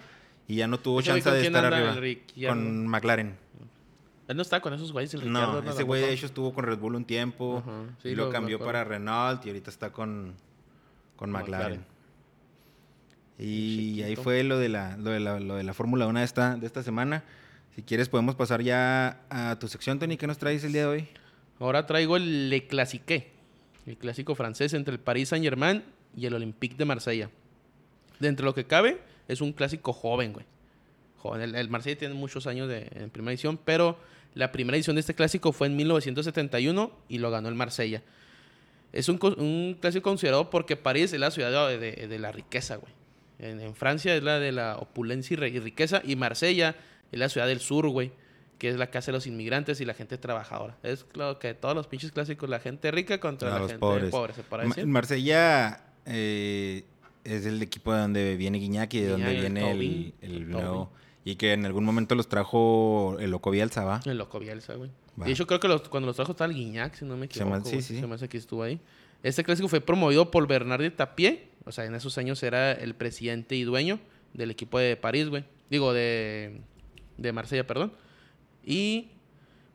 Speaker 1: y ya no tuvo
Speaker 2: Ese güey,
Speaker 1: chance
Speaker 2: ¿con
Speaker 1: de
Speaker 2: quién
Speaker 1: estar
Speaker 2: anda el
Speaker 1: arriba.
Speaker 2: Ricciardo?
Speaker 1: Con McLaren.
Speaker 2: Él no estaba con esos güeyes, el Ricardo.
Speaker 1: No, ese güey de hecho estuvo con Red Bull un tiempo,
Speaker 2: Ajá, sí,
Speaker 1: y lo,
Speaker 2: lo- me
Speaker 1: cambió
Speaker 2: acuerdo.
Speaker 1: para Renault y ahorita está con, con McLaren.
Speaker 2: McLaren.
Speaker 1: Y
Speaker 2: Chiquito.
Speaker 1: ahí fue lo de la, lo de la, lo de la Fórmula 1 de esta, de esta semana. Si quieres podemos pasar ya a tu sección, Tony, ¿qué nos traes el día de hoy?
Speaker 2: Ahora traigo el Le Classique, el clásico francés entre el Paris Saint-Germain y el Olympique de Marsella. Dentro de lo que cabe, es un clásico joven, güey. Joven. El, el Marsella tiene muchos años de, en primera edición, pero la primera edición de este clásico fue en 1971 y lo ganó el Marsella. Es un, co- un clásico considerado porque París es la ciudad de, de- de la riqueza, güey. En, en Francia es la de la opulencia y re- y riqueza y Marsella es la ciudad del sur, güey, que es la casa de los inmigrantes y la gente trabajadora. Es lo que todos los pinches clásicos, la gente rica contra
Speaker 1: A
Speaker 2: la
Speaker 1: los
Speaker 2: gente
Speaker 1: pobres.
Speaker 2: pobre, se para
Speaker 1: Ma-
Speaker 2: decir.
Speaker 1: Marsella eh, es el equipo de donde viene Guiñaki, de donde
Speaker 2: Guiñac, el
Speaker 1: viene el,
Speaker 2: Tobin,
Speaker 1: el
Speaker 2: el
Speaker 1: nuevo... Y que en algún momento los trajo el Loco Bielsa, ¿va?
Speaker 2: El loco Bielsa, güey.
Speaker 1: Va.
Speaker 2: De hecho, creo que los- cuando los trajo estaba el Guiñac, si no me
Speaker 1: Se me-
Speaker 2: equivoco.
Speaker 1: sí,
Speaker 2: güey.
Speaker 1: sí.
Speaker 2: Se me hace que estuvo ahí. Este clásico fue promovido por Bernardo Tapié. O sea, en esos años era el presidente y dueño del equipo de París, güey. Digo, de, de Marsella, perdón. Y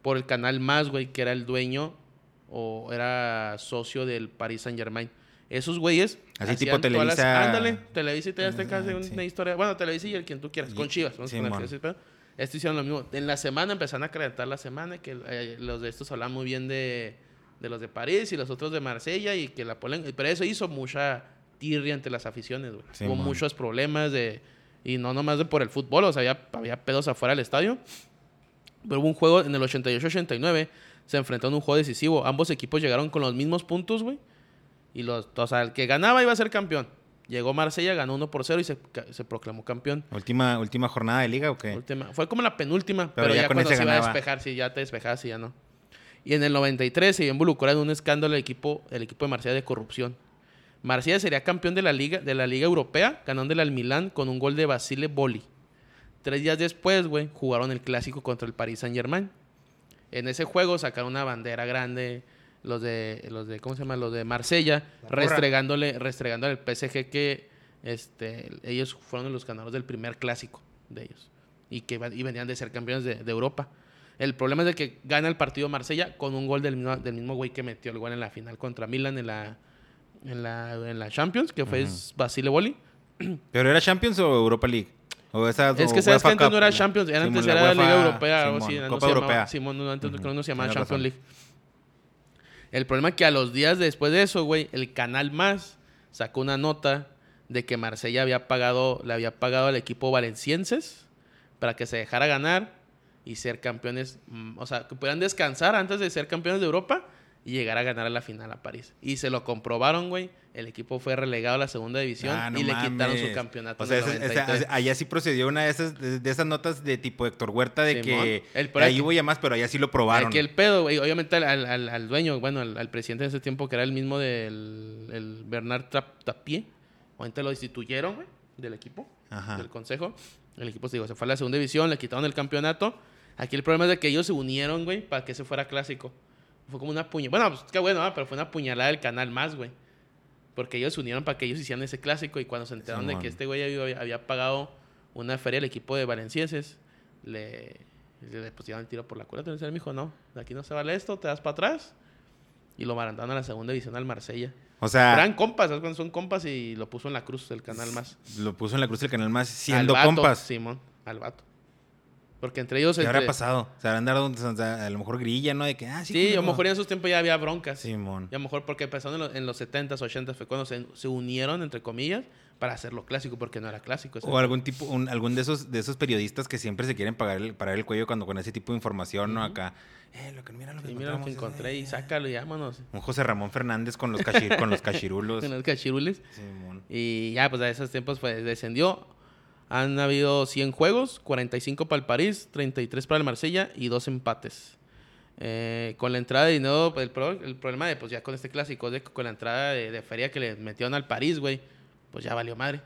Speaker 2: por el canal Más, güey, que era el dueño o era socio del Paris Saint-Germain. Esos güeyes.
Speaker 1: Así tipo
Speaker 2: hacían todas las-
Speaker 1: Televisa.
Speaker 2: Ándale, Televisa y TV Azteca
Speaker 1: Ah,
Speaker 2: hace
Speaker 1: sí.
Speaker 2: una historia. Bueno, Televisa y el quien tú quieras, con
Speaker 1: Y-
Speaker 2: Chivas. Vamos a poner
Speaker 1: Simón.
Speaker 2: que ese pedo. Esto hicieron lo mismo. En la semana empezaron a calentar la semana, que eh, los de estos hablan muy bien de, de los de París y los otros de Marsella y que la polen... Pero eso hizo mucha tirria entre las aficiones, güey.
Speaker 1: Sí,
Speaker 2: Hubo
Speaker 1: mon.
Speaker 2: muchos problemas de... Y no nomás de por el fútbol, o sea, había, había pedos afuera del estadio. Pero hubo un juego en el 88-89, se enfrentaron a un juego decisivo. Ambos equipos llegaron con los mismos puntos, güey. Y los, o sea, el que ganaba iba a ser campeón. Llegó Marsella, ganó 1 por 0 y se, ca- se proclamó campeón.
Speaker 1: ¿Última, ¿Última jornada de liga o qué?
Speaker 2: Última- Fue como la penúltima,
Speaker 1: Pero
Speaker 2: pero,
Speaker 1: ya
Speaker 2: ya,
Speaker 1: con
Speaker 2: cuando se
Speaker 1: ese
Speaker 2: iba a
Speaker 1: ganaba.
Speaker 2: despejar, si ya te despejabas, si ya no. Y en el 93 se involucró en un escándalo el equipo, el equipo de Marsella de corrupción. Marsella sería campeón de la liga, de la liga europea, ganándole al Milán con un gol de Basile Boli. Tres días después, güey, jugaron el clásico contra el Paris Saint Germain. En ese juego sacaron una bandera grande, los de, los de, ¿cómo se llama? Los de Marsella,
Speaker 1: porra.
Speaker 2: restregándole, restregándole al PSG que este, ellos fueron los ganadores del primer clásico de ellos. Y que iban- y venían de ser campeones de, de Europa. El problema es de que gana el partido Marsella con un gol del mismo, del mismo güey que metió el gol en la final contra Milan en la, en la, en la Champions, que fue Basile Boli.
Speaker 1: ¿Pero era Champions o Europa League? O esa-
Speaker 2: Es
Speaker 1: o
Speaker 2: que sabes que
Speaker 1: UEFA
Speaker 2: antes
Speaker 1: Cup.
Speaker 2: no era Champions, era
Speaker 1: Simón,
Speaker 2: antes
Speaker 1: la
Speaker 2: era
Speaker 1: UEFA,
Speaker 2: Liga Europea, algo
Speaker 1: Simón,
Speaker 2: así, no
Speaker 1: Copa
Speaker 2: se
Speaker 1: Europea.
Speaker 2: llamaba, Simón, no, antes
Speaker 1: Ujú,
Speaker 2: creo que no se llamaba
Speaker 1: tienes
Speaker 2: Champions
Speaker 1: razón.
Speaker 2: League. El problema es que a los días después de eso, güey, el canal Más sacó una nota de que Marsella había pagado, le había pagado al equipo valencienses para que se dejara ganar y ser campeones, mm, o sea, que pudieran descansar antes de ser campeones de Europa y llegar a ganar a la final a París. Y se lo comprobaron, güey. El equipo fue relegado a la segunda división
Speaker 1: Ah, no
Speaker 2: y le quitaron su
Speaker 1: mames.
Speaker 2: campeonato.
Speaker 1: O
Speaker 2: en
Speaker 1: sea,
Speaker 2: el
Speaker 1: ese- ese-
Speaker 2: 93.
Speaker 1: allá sí procedió una de esas, de, de esas notas de tipo Héctor Huerta de
Speaker 2: Simón.
Speaker 1: que
Speaker 2: El- pero
Speaker 1: ahí
Speaker 2: aquí-
Speaker 1: hubo llamadas, pero allá sí lo probaron.
Speaker 2: Aquí el pedo, güey. Obviamente al, al- al- al dueño, bueno, al, al presidente de ese tiempo, que era el mismo del el Bernard Tap- Tapie, obviamente lo destituyeron, güey, del equipo,
Speaker 1: Ajá.
Speaker 2: del consejo. El equipo se, digo, se fue a la segunda división, le quitaron el campeonato. Aquí el problema es de que ellos se unieron, güey, para que se fuera clásico. Fue como una puñalada. Bueno, pues qué bueno, ah, pero fue una puñalada del canal más, güey. Porque ellos se unieron para que ellos hicieran ese clásico y cuando se enteraron de
Speaker 1: Simón.
Speaker 2: que este güey había, había pagado una feria al equipo de valencienses, le, le pusieron el tiro por la culata. Entonces él me dijo, no, de aquí no se vale esto, te das para atrás. Y lo marandaron a la segunda división al Marsella.
Speaker 1: O sea,
Speaker 2: Eran compas, ¿sabes cuando son compas? Y lo puso en la cruz del canal más.
Speaker 1: lo puso en la cruz del canal más
Speaker 2: Al
Speaker 1: siendo
Speaker 2: vato,
Speaker 1: compas.
Speaker 2: Simón, al vato. Porque entre ellos...
Speaker 1: ¿Qué habrá
Speaker 2: entre-
Speaker 1: pasado? Se habrán dado, o sea, a lo mejor grilla, ¿no? De que, ah, sí.
Speaker 2: eh, Sí, a lo
Speaker 1: culero.
Speaker 2: mejor en esos tiempos ya había broncas.
Speaker 1: Simón.
Speaker 2: Y a lo mejor porque empezaron en, lo- en los 70s, 80s, fue cuando se, se unieron, entre comillas, para hacerlo clásico, porque no era clásico. ese
Speaker 1: O algún tipo, un- algún de esos, de esos periodistas que siempre se quieren pagar el, parar el cuello cuando con ese tipo de información, ¿no? Acá. Eh, lo que mira lo que
Speaker 2: Y mira lo que
Speaker 1: encontramos,
Speaker 2: encontré
Speaker 1: eh,
Speaker 2: y sácalo y vámonos.
Speaker 1: Un José Ramón Fernández con los, cachir- con los cachirulos.
Speaker 2: En los cachirules.
Speaker 1: Simón.
Speaker 2: Y ya, pues a esos tiempos pues, descendió Han habido 100 juegos, 45 para el París, 33 para el Marsella y dos empates. Eh, con la entrada de dinero, pues, el, pro- el problema de, pues ya con este clásico, es de que con la entrada de, de feria que le metieron al París, güey, pues ya valió madre.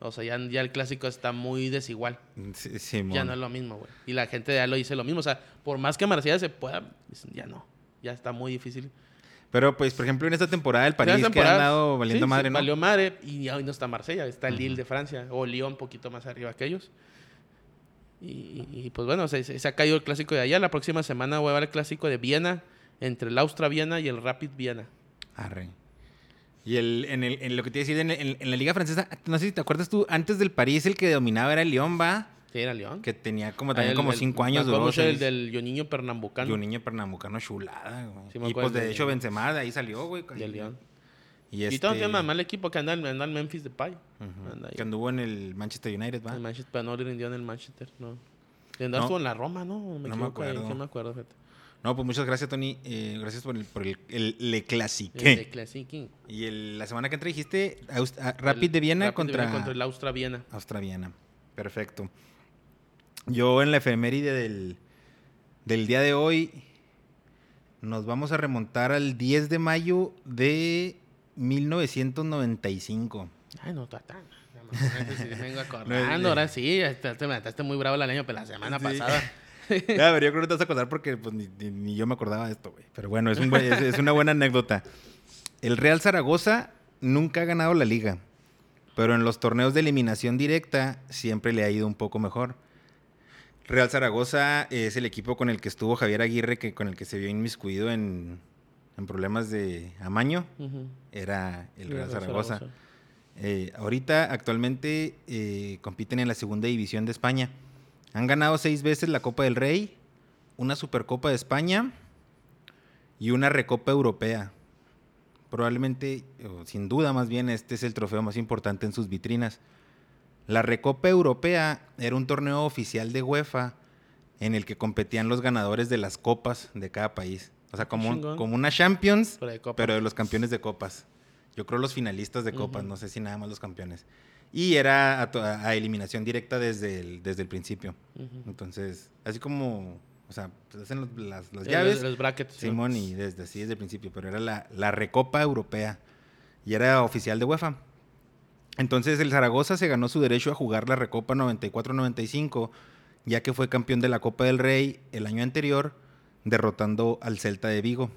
Speaker 2: O sea, ya, ya el clásico está muy desigual.
Speaker 1: Sí,
Speaker 2: Ya no es lo mismo, güey. Y la gente ya lo dice lo mismo. O sea, por más que Marsella se pueda, dicen, ya no. Ya está muy difícil.
Speaker 1: Pero pues, por ejemplo, en esta temporada el París
Speaker 2: Esa
Speaker 1: que ha
Speaker 2: temporada-
Speaker 1: andado valiendo
Speaker 2: sí, sí,
Speaker 1: madre, ¿no?
Speaker 2: Valió madre y hoy no está Marsella, está el Lille de Francia o Lyon un poquito más arriba que ellos. Y, y- y, pues bueno, se, se- se ha caído el clásico de allá. La próxima semana voy a ver el clásico de Viena entre el Austria Viena y el Rapid Viena.
Speaker 1: Arre. Y el, en, el, en lo que te iba a decir, en, el- en la Liga Francesa, no sé si te acuerdas tú, antes del París el que dominaba era el Lyon, va,
Speaker 2: ¿Sí era Lyon?
Speaker 1: que tenía como
Speaker 2: Ah,
Speaker 1: también
Speaker 2: el-
Speaker 1: como
Speaker 2: el-
Speaker 1: cinco
Speaker 2: me
Speaker 1: años
Speaker 2: acuerdo
Speaker 1: duró.
Speaker 2: mucho del,
Speaker 1: seis.
Speaker 2: del Yoñiño Pernambucano.
Speaker 1: Y un niño pernambucano chulada, güey.
Speaker 2: Sí me
Speaker 1: y pues
Speaker 2: acuerdo
Speaker 1: de
Speaker 2: de-
Speaker 1: hecho Benzema de ahí salió, güey.
Speaker 2: del Lyon.
Speaker 1: Y,
Speaker 2: Y
Speaker 1: este,
Speaker 2: todo tiene mal equipo que anda, en- anda en Memphis de Pai.
Speaker 1: ujú,
Speaker 2: Anda ahí.
Speaker 1: Que anduvo en el Manchester United, va.
Speaker 2: El Manchester, pero no rindió en el Manchester, no. Rindió
Speaker 1: No.
Speaker 2: estuvo en la Roma, ¿no? Me
Speaker 1: No me
Speaker 2: equivoco ahí,
Speaker 1: acuerdo.
Speaker 2: sí me acuerdo, fíjate.
Speaker 1: No, pues muchas gracias, Tony. Eh, gracias por el, por el, el- le
Speaker 2: El
Speaker 1: clasiqué.
Speaker 2: de Klasikin.
Speaker 1: Y el- la semana que entra dijiste Aus- ah, Rapid de Viena
Speaker 2: Rapid
Speaker 1: contra,
Speaker 2: contra el Austria Viena.
Speaker 1: Austria Viena. Perfecto. Yo en la efeméride del, del día de hoy nos vamos a remontar al 10 de mayo de 1995.
Speaker 2: Ay, no, Tatán. No, no, antes sí vengo acordando, ahora sí, hasta te mataste muy bravo el año, pero la semana
Speaker 1: Sí.
Speaker 2: pasada.
Speaker 1: Ya, pero yo creo que no te vas a acordar porque pues, ni, ni- ni yo me acordaba de esto, güey. Pero bueno, es, un buen- es- es una buena anécdota. El Real Zaragoza nunca ha ganado la liga, pero en los torneos de eliminación directa siempre le ha ido un poco mejor. Real Zaragoza es el equipo con el que estuvo Javier Aguirre, que con el que se vio inmiscuido en, en problemas de amaño.
Speaker 2: Ujú.
Speaker 1: Era el Real
Speaker 2: Real
Speaker 1: Zaragoza. Eh, ahorita, actualmente, eh, compiten en la segunda división de España. Han ganado seis veces la Copa del Rey, una Supercopa de España y una Recopa Europea. Probablemente, o sin duda más bien, este es el trofeo más importante en sus vitrinas. La Recopa Europea era un torneo oficial de UEFA en el que competían los ganadores de las copas de cada país. O sea, como, un-
Speaker 2: Chingón. Pues
Speaker 1: como una Champions,
Speaker 2: Pero de copa.
Speaker 1: pero de los campeones de copas. Yo creo los finalistas de copas,
Speaker 2: Ujú.
Speaker 1: no sé si nada más los campeones. Y era a, to- a eliminación directa desde el, desde el principio. pues,
Speaker 2: Ujú.
Speaker 1: Entonces, así como, o sea, pues hacen los- las, las
Speaker 2: Sí,
Speaker 1: llaves,
Speaker 2: Los, los brackets. sí.
Speaker 1: Simón, y desde así desde el principio, pero era la, la Recopa Europea y era oficial de UEFA. Entonces el Zaragoza se ganó su derecho a jugar la Recopa 94-95, ya que fue campeón de la Copa del Rey el año anterior, derrotando al Celta de Vigo.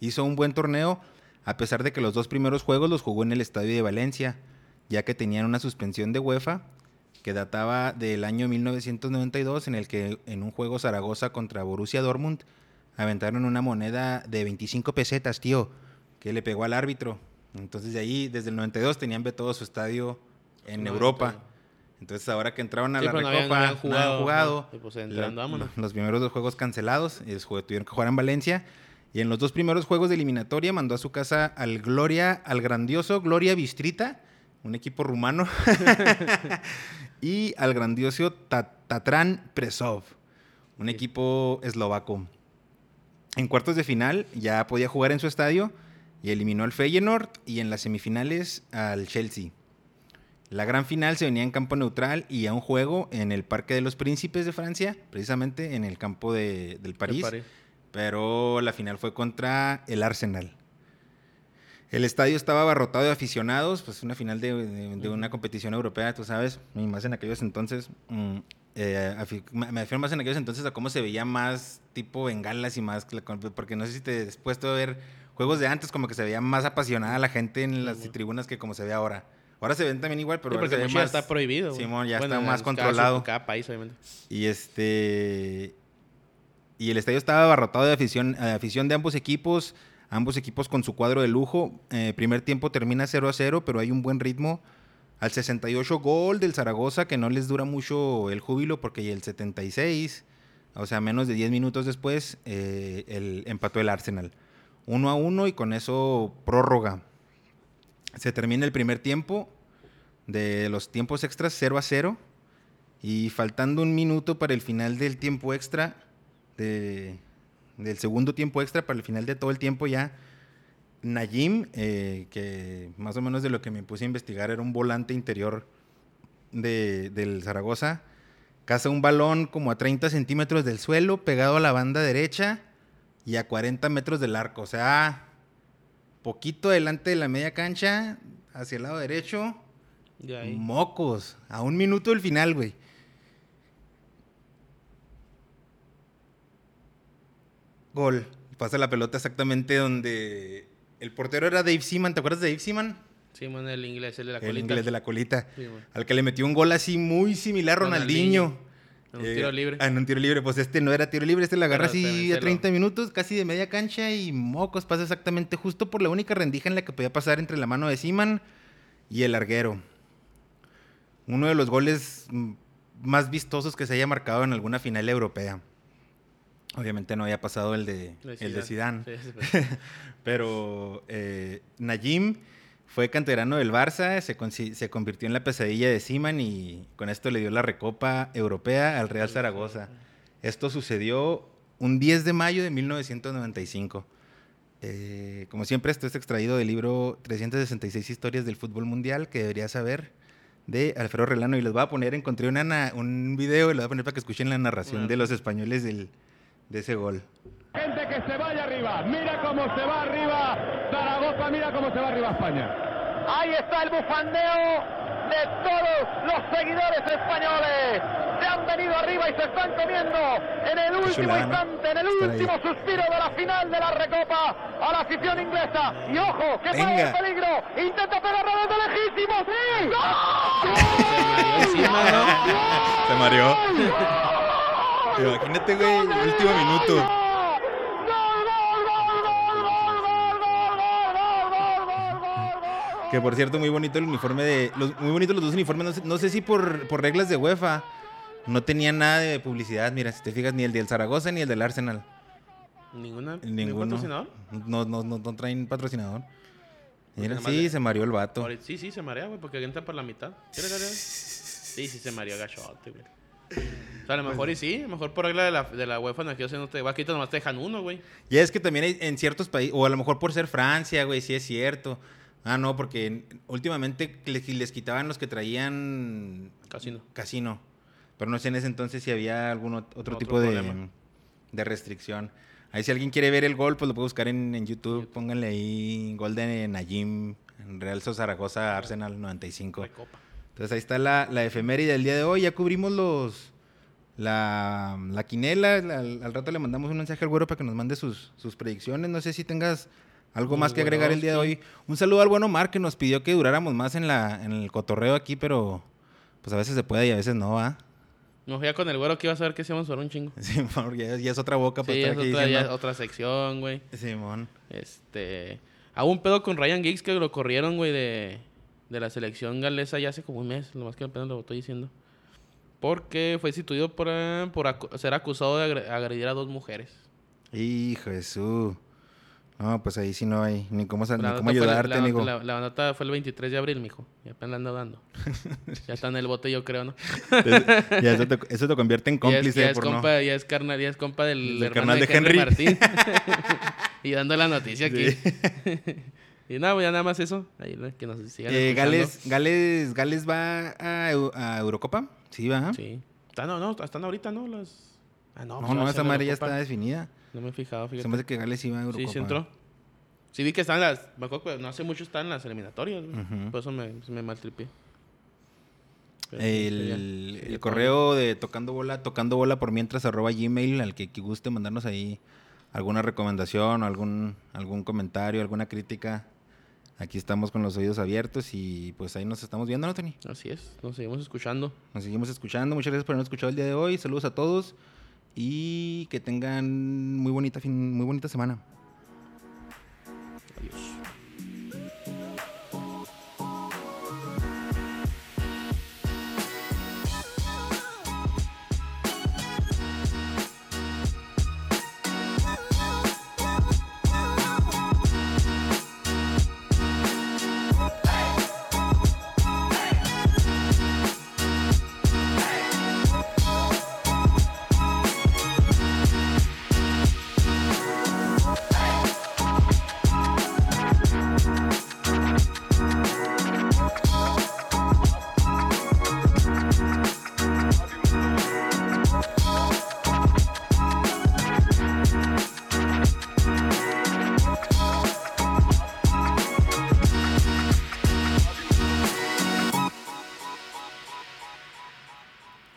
Speaker 1: Hizo un buen torneo, a pesar de que los dos primeros juegos los jugó en el Estadio de Valencia, ya que tenían una suspensión de UEFA que databa del año 1992, en el que en un juego Zaragoza contra Borussia Dortmund aventaron una moneda de 25 pesetas, tío, que le pegó al árbitro. Entonces de ahí, desde el 92, tenían vetado su estadio en
Speaker 2: No,
Speaker 1: Europa.
Speaker 2: entonces-
Speaker 1: Entonces ahora que entraron a
Speaker 2: Sí,
Speaker 1: la
Speaker 2: pero no
Speaker 1: Recopa,
Speaker 2: habían- no habían
Speaker 1: no habían
Speaker 2: jugado,
Speaker 1: jugado,
Speaker 2: ¿no? Y pues entrando,
Speaker 1: la-
Speaker 2: vámonos.
Speaker 1: los primeros dos juegos cancelados, ellos jue- tuvieron que jugar en Valencia. Y en los dos primeros juegos de eliminatoria mandó a su casa al Gloria, al grandioso Gloria Bistrita, un equipo rumano, y al grandioso Ta- Tatran Presov, un equipo eslovaco. En cuartos de final ya podía jugar en su estadio y eliminó al Feyenoord y en las semifinales al Chelsea. La gran final se venía en campo neutral y a un juego en el Parque de los Príncipes de Francia, precisamente en el campo de- del
Speaker 2: de
Speaker 1: París, pero la final fue contra el Arsenal. El estadio estaba abarrotado de aficionados, pues una final de, de- de una competición europea, tú sabes, y más en aquellos entonces, mm, eh, afi- me me refiero más en aquellos entonces a cómo se veía más tipo bengalas y más, cla- con- porque no sé si te has puesto a ver juegos de antes, como que se veía más apasionada la gente en las
Speaker 2: güey.
Speaker 1: tribunas que como se ve ahora. Ahora se ven también igual, pero
Speaker 2: Sí,
Speaker 1: ahora
Speaker 2: porque
Speaker 1: se ve
Speaker 2: mucho ya
Speaker 1: más-
Speaker 2: está prohibido. güey.
Speaker 1: Simón, ya
Speaker 2: Bueno,
Speaker 1: está
Speaker 2: en
Speaker 1: más
Speaker 2: cada-
Speaker 1: controlado.
Speaker 2: Cada país, obviamente.
Speaker 1: Y este. Y el estadio estaba abarrotado de afición, de afición de ambos equipos. Ambos equipos con su cuadro de lujo. Eh, primer tiempo termina 0 a 0, pero hay un buen ritmo. Al 68 gol del Zaragoza, que no les dura mucho el júbilo, porque el 76, o sea, menos de 10 minutos después, eh, el, empató el Arsenal. 1 a 1 y con eso prórroga. Se termina el primer tiempo de los tiempos extras 0 a 0. Y faltando un minuto para el final del tiempo extra, de- del segundo tiempo extra, para el final de todo el tiempo ya, Najim, eh, que más o menos de lo que me puse a investigar, era un volante interior de- del Zaragoza caza un balón como a 30 centímetros del suelo, pegado a la banda derecha y a 40 metros del arco. O sea, poquito adelante de la media cancha, hacia el lado derecho.
Speaker 2: De ahí.
Speaker 1: Mocos. A un minuto del final, güey. Gol. Pasa la pelota exactamente donde el portero era Dave Seaman. ¿Te acuerdas de Dave Seaman?
Speaker 2: Simón, el inglés, el de la
Speaker 1: el
Speaker 2: colita.
Speaker 1: inglés de la colita.
Speaker 2: Sí, güey.
Speaker 1: Al que le metió un gol así muy similar Ronaldinho.
Speaker 2: Ronaldinho. En un
Speaker 1: Eh,
Speaker 2: tiro libre.
Speaker 1: En un tiro libre. Pues este no era tiro libre. Este la agarra
Speaker 2: Pero también
Speaker 1: así
Speaker 2: se
Speaker 1: a
Speaker 2: lo-
Speaker 1: 30 minutos, casi de media cancha. Y mocos. Pasa exactamente justo por la única rendija en la que podía pasar entre la mano de Seaman y el larguero. Uno de los goles mm, más vistosos que se haya marcado en alguna final europea. Obviamente no había pasado el de, el de Zidane.
Speaker 2: Sí, pues. sí, sí.
Speaker 1: Pero eh, Najim fue canterano del Barça, se, consi- se convirtió en la pesadilla de Siman y con esto le dio la recopa europea al Real Zaragoza. Esto sucedió un 10 de mayo de 1995. Eh, como siempre, esto es extraído del libro 366 historias del fútbol mundial que debería saber de Alfredo Relano y les voy a poner, encontré una na- un video y les voy a poner para que escuchen la narración
Speaker 2: Una-
Speaker 1: de los españoles del- de ese gol.
Speaker 4: Gente que se vaya arriba, mira cómo se va arriba Zaragoza, mira cómo se va arriba España.
Speaker 5: Ahí está el bufandeo de todos los seguidores españoles. Se han venido arriba y se están comiendo en el último
Speaker 1: chulada, ¿no?
Speaker 5: instante, en
Speaker 1: Estar
Speaker 5: el
Speaker 1: ahí.
Speaker 5: último suspiro de la final de la Recopa a la afición inglesa. Y ojo, que puede
Speaker 1: Venga.
Speaker 5: haber peligro. Intenta pegar de lejísimo. ¡Sí!
Speaker 2: Ahí encima, ¿no?
Speaker 1: Se mareó.
Speaker 5: ¡Gol!
Speaker 1: Imagínate, güey, el último minuto. Que por cierto, muy bonito el uniforme de. Los, muy bonitos los dos uniformes. No sé, no sé si por, por reglas de UEFA no tenía nada de publicidad. Mira, si te fijas, ni el del Zaragoza ni el del Arsenal.
Speaker 2: Ninguna.
Speaker 1: Ninguno.
Speaker 2: ¿Ningún patrocinador? Pues
Speaker 1: No, no, no, no traen patrocinador. Mira,
Speaker 2: nada más
Speaker 1: sí,
Speaker 2: de-
Speaker 1: se mareó el vato.
Speaker 2: Ahorita- Sí, sí, se marea, güey, porque entra por la mitad. ¿Quieres ver, eh? Sí, sí, se mareó gachote, güey. O sea, a lo mejor y sí, a lo mejor por regla de la, de la UEFA en aquellos años no te va a nomás te dejan uno, güey.
Speaker 1: Y es que también hay en ciertos países, o a lo mejor por ser Francia, güey, sí es cierto. Ah, no, porque en- últimamente les, les quitaban los que traían
Speaker 2: Casino.
Speaker 1: casino. Pero no sé en ese entonces si había algún ot- otro,
Speaker 2: Otro
Speaker 1: tipo de,
Speaker 2: problema.
Speaker 1: de restricción. Ahí si alguien quiere ver el gol, pues lo puede buscar en, en YouTube. Pónganle ahí gol de Najim, en Real So- Zaragoza, Arsenal 95.
Speaker 2: Recopa.
Speaker 1: Entonces ahí está la, la efeméride del día de hoy. Ya cubrimos los la, la quinela. La- al rato le mandamos un mensaje al güero para que nos mande sus, sus predicciones. No sé si tengas algo
Speaker 2: Los
Speaker 1: más que agregar el día de hoy. Un saludo al buen Omar que nos pidió que duráramos más en, la, en el cotorreo aquí, pero pues a veces se puede y a veces no, ¿ah?
Speaker 2: Nos veía con el güero que iba a saber que se iba a sonar un chingo.
Speaker 1: Sí, porque ya, ya es otra boca para
Speaker 2: Sí,
Speaker 1: estar
Speaker 2: es
Speaker 1: aquí
Speaker 2: otra, ya es
Speaker 1: diciendo.
Speaker 2: otra sección, güey.
Speaker 1: Simón.
Speaker 2: Este. Hago un pedo con Ryan Giggs que lo corrieron, güey, de, de la selección galesa ya hace como un mes, lo más que apenas lo estoy diciendo. Porque fue instituido por, ah, por acu- ser acusado de agre- agredir a dos mujeres.
Speaker 1: Hijo de su. No, pues ahí sí no hay ni cómo, sa- ni
Speaker 2: La
Speaker 1: cómo
Speaker 2: nota fue-
Speaker 1: ayudarte,
Speaker 2: la,
Speaker 1: amigo.
Speaker 2: La, la nota fue el 23 de abril, mijo. Y apenas la ando dando. ya está en el bote, yo creo, ¿no?
Speaker 1: Entonces, ya eso, te, eso te convierte en cómplice
Speaker 2: ya es, ya es
Speaker 1: por no-
Speaker 2: compa, ya es carnal, ya es compa del,
Speaker 1: Del carnal
Speaker 2: hermano
Speaker 1: de
Speaker 2: de Henry,
Speaker 1: Henry.
Speaker 2: Martín. y dando la noticia aquí. y nada, güey, ya nada más eso. Ahí ¿no? que nos sigan
Speaker 1: Eh,
Speaker 2: escuchando.
Speaker 1: Gales, Gales, Gales va a, Eu- a Eurocopa. Sí, va.
Speaker 2: Sí. Está, no, no, están ahorita, ¿no? Las... Ah, no.
Speaker 1: No,
Speaker 2: pues
Speaker 1: no,
Speaker 2: va a
Speaker 1: esa
Speaker 2: ser la
Speaker 1: madre ya
Speaker 2: Copa.
Speaker 1: está definida.
Speaker 2: No me he fijado, fíjate.
Speaker 1: Se me hace que Gales iba a Eurocopa.
Speaker 2: Sí, sí entró. Sí vi que están las... Me acuerdo que no hace mucho están las eliminatorias. güey.
Speaker 1: Ujú.
Speaker 2: Por eso me, me maltripié. Pero sí, pues,
Speaker 1: El,
Speaker 2: ya. Sí,
Speaker 1: el
Speaker 2: ya
Speaker 1: correo de tocando bola, tocando bola por mientras arroba gmail, al que, que guste mandarnos ahí alguna recomendación o algún, algún comentario, alguna crítica. Aquí estamos con los oídos abiertos y pues ahí nos estamos viendo, ¿no, Tony?
Speaker 2: Así es, nos seguimos escuchando.
Speaker 1: Nos seguimos escuchando. Muchas gracias por habernos escuchado el día de hoy. Saludos a todos y que tengan muy bonita fin, muy bonita semana.
Speaker 2: Adiós.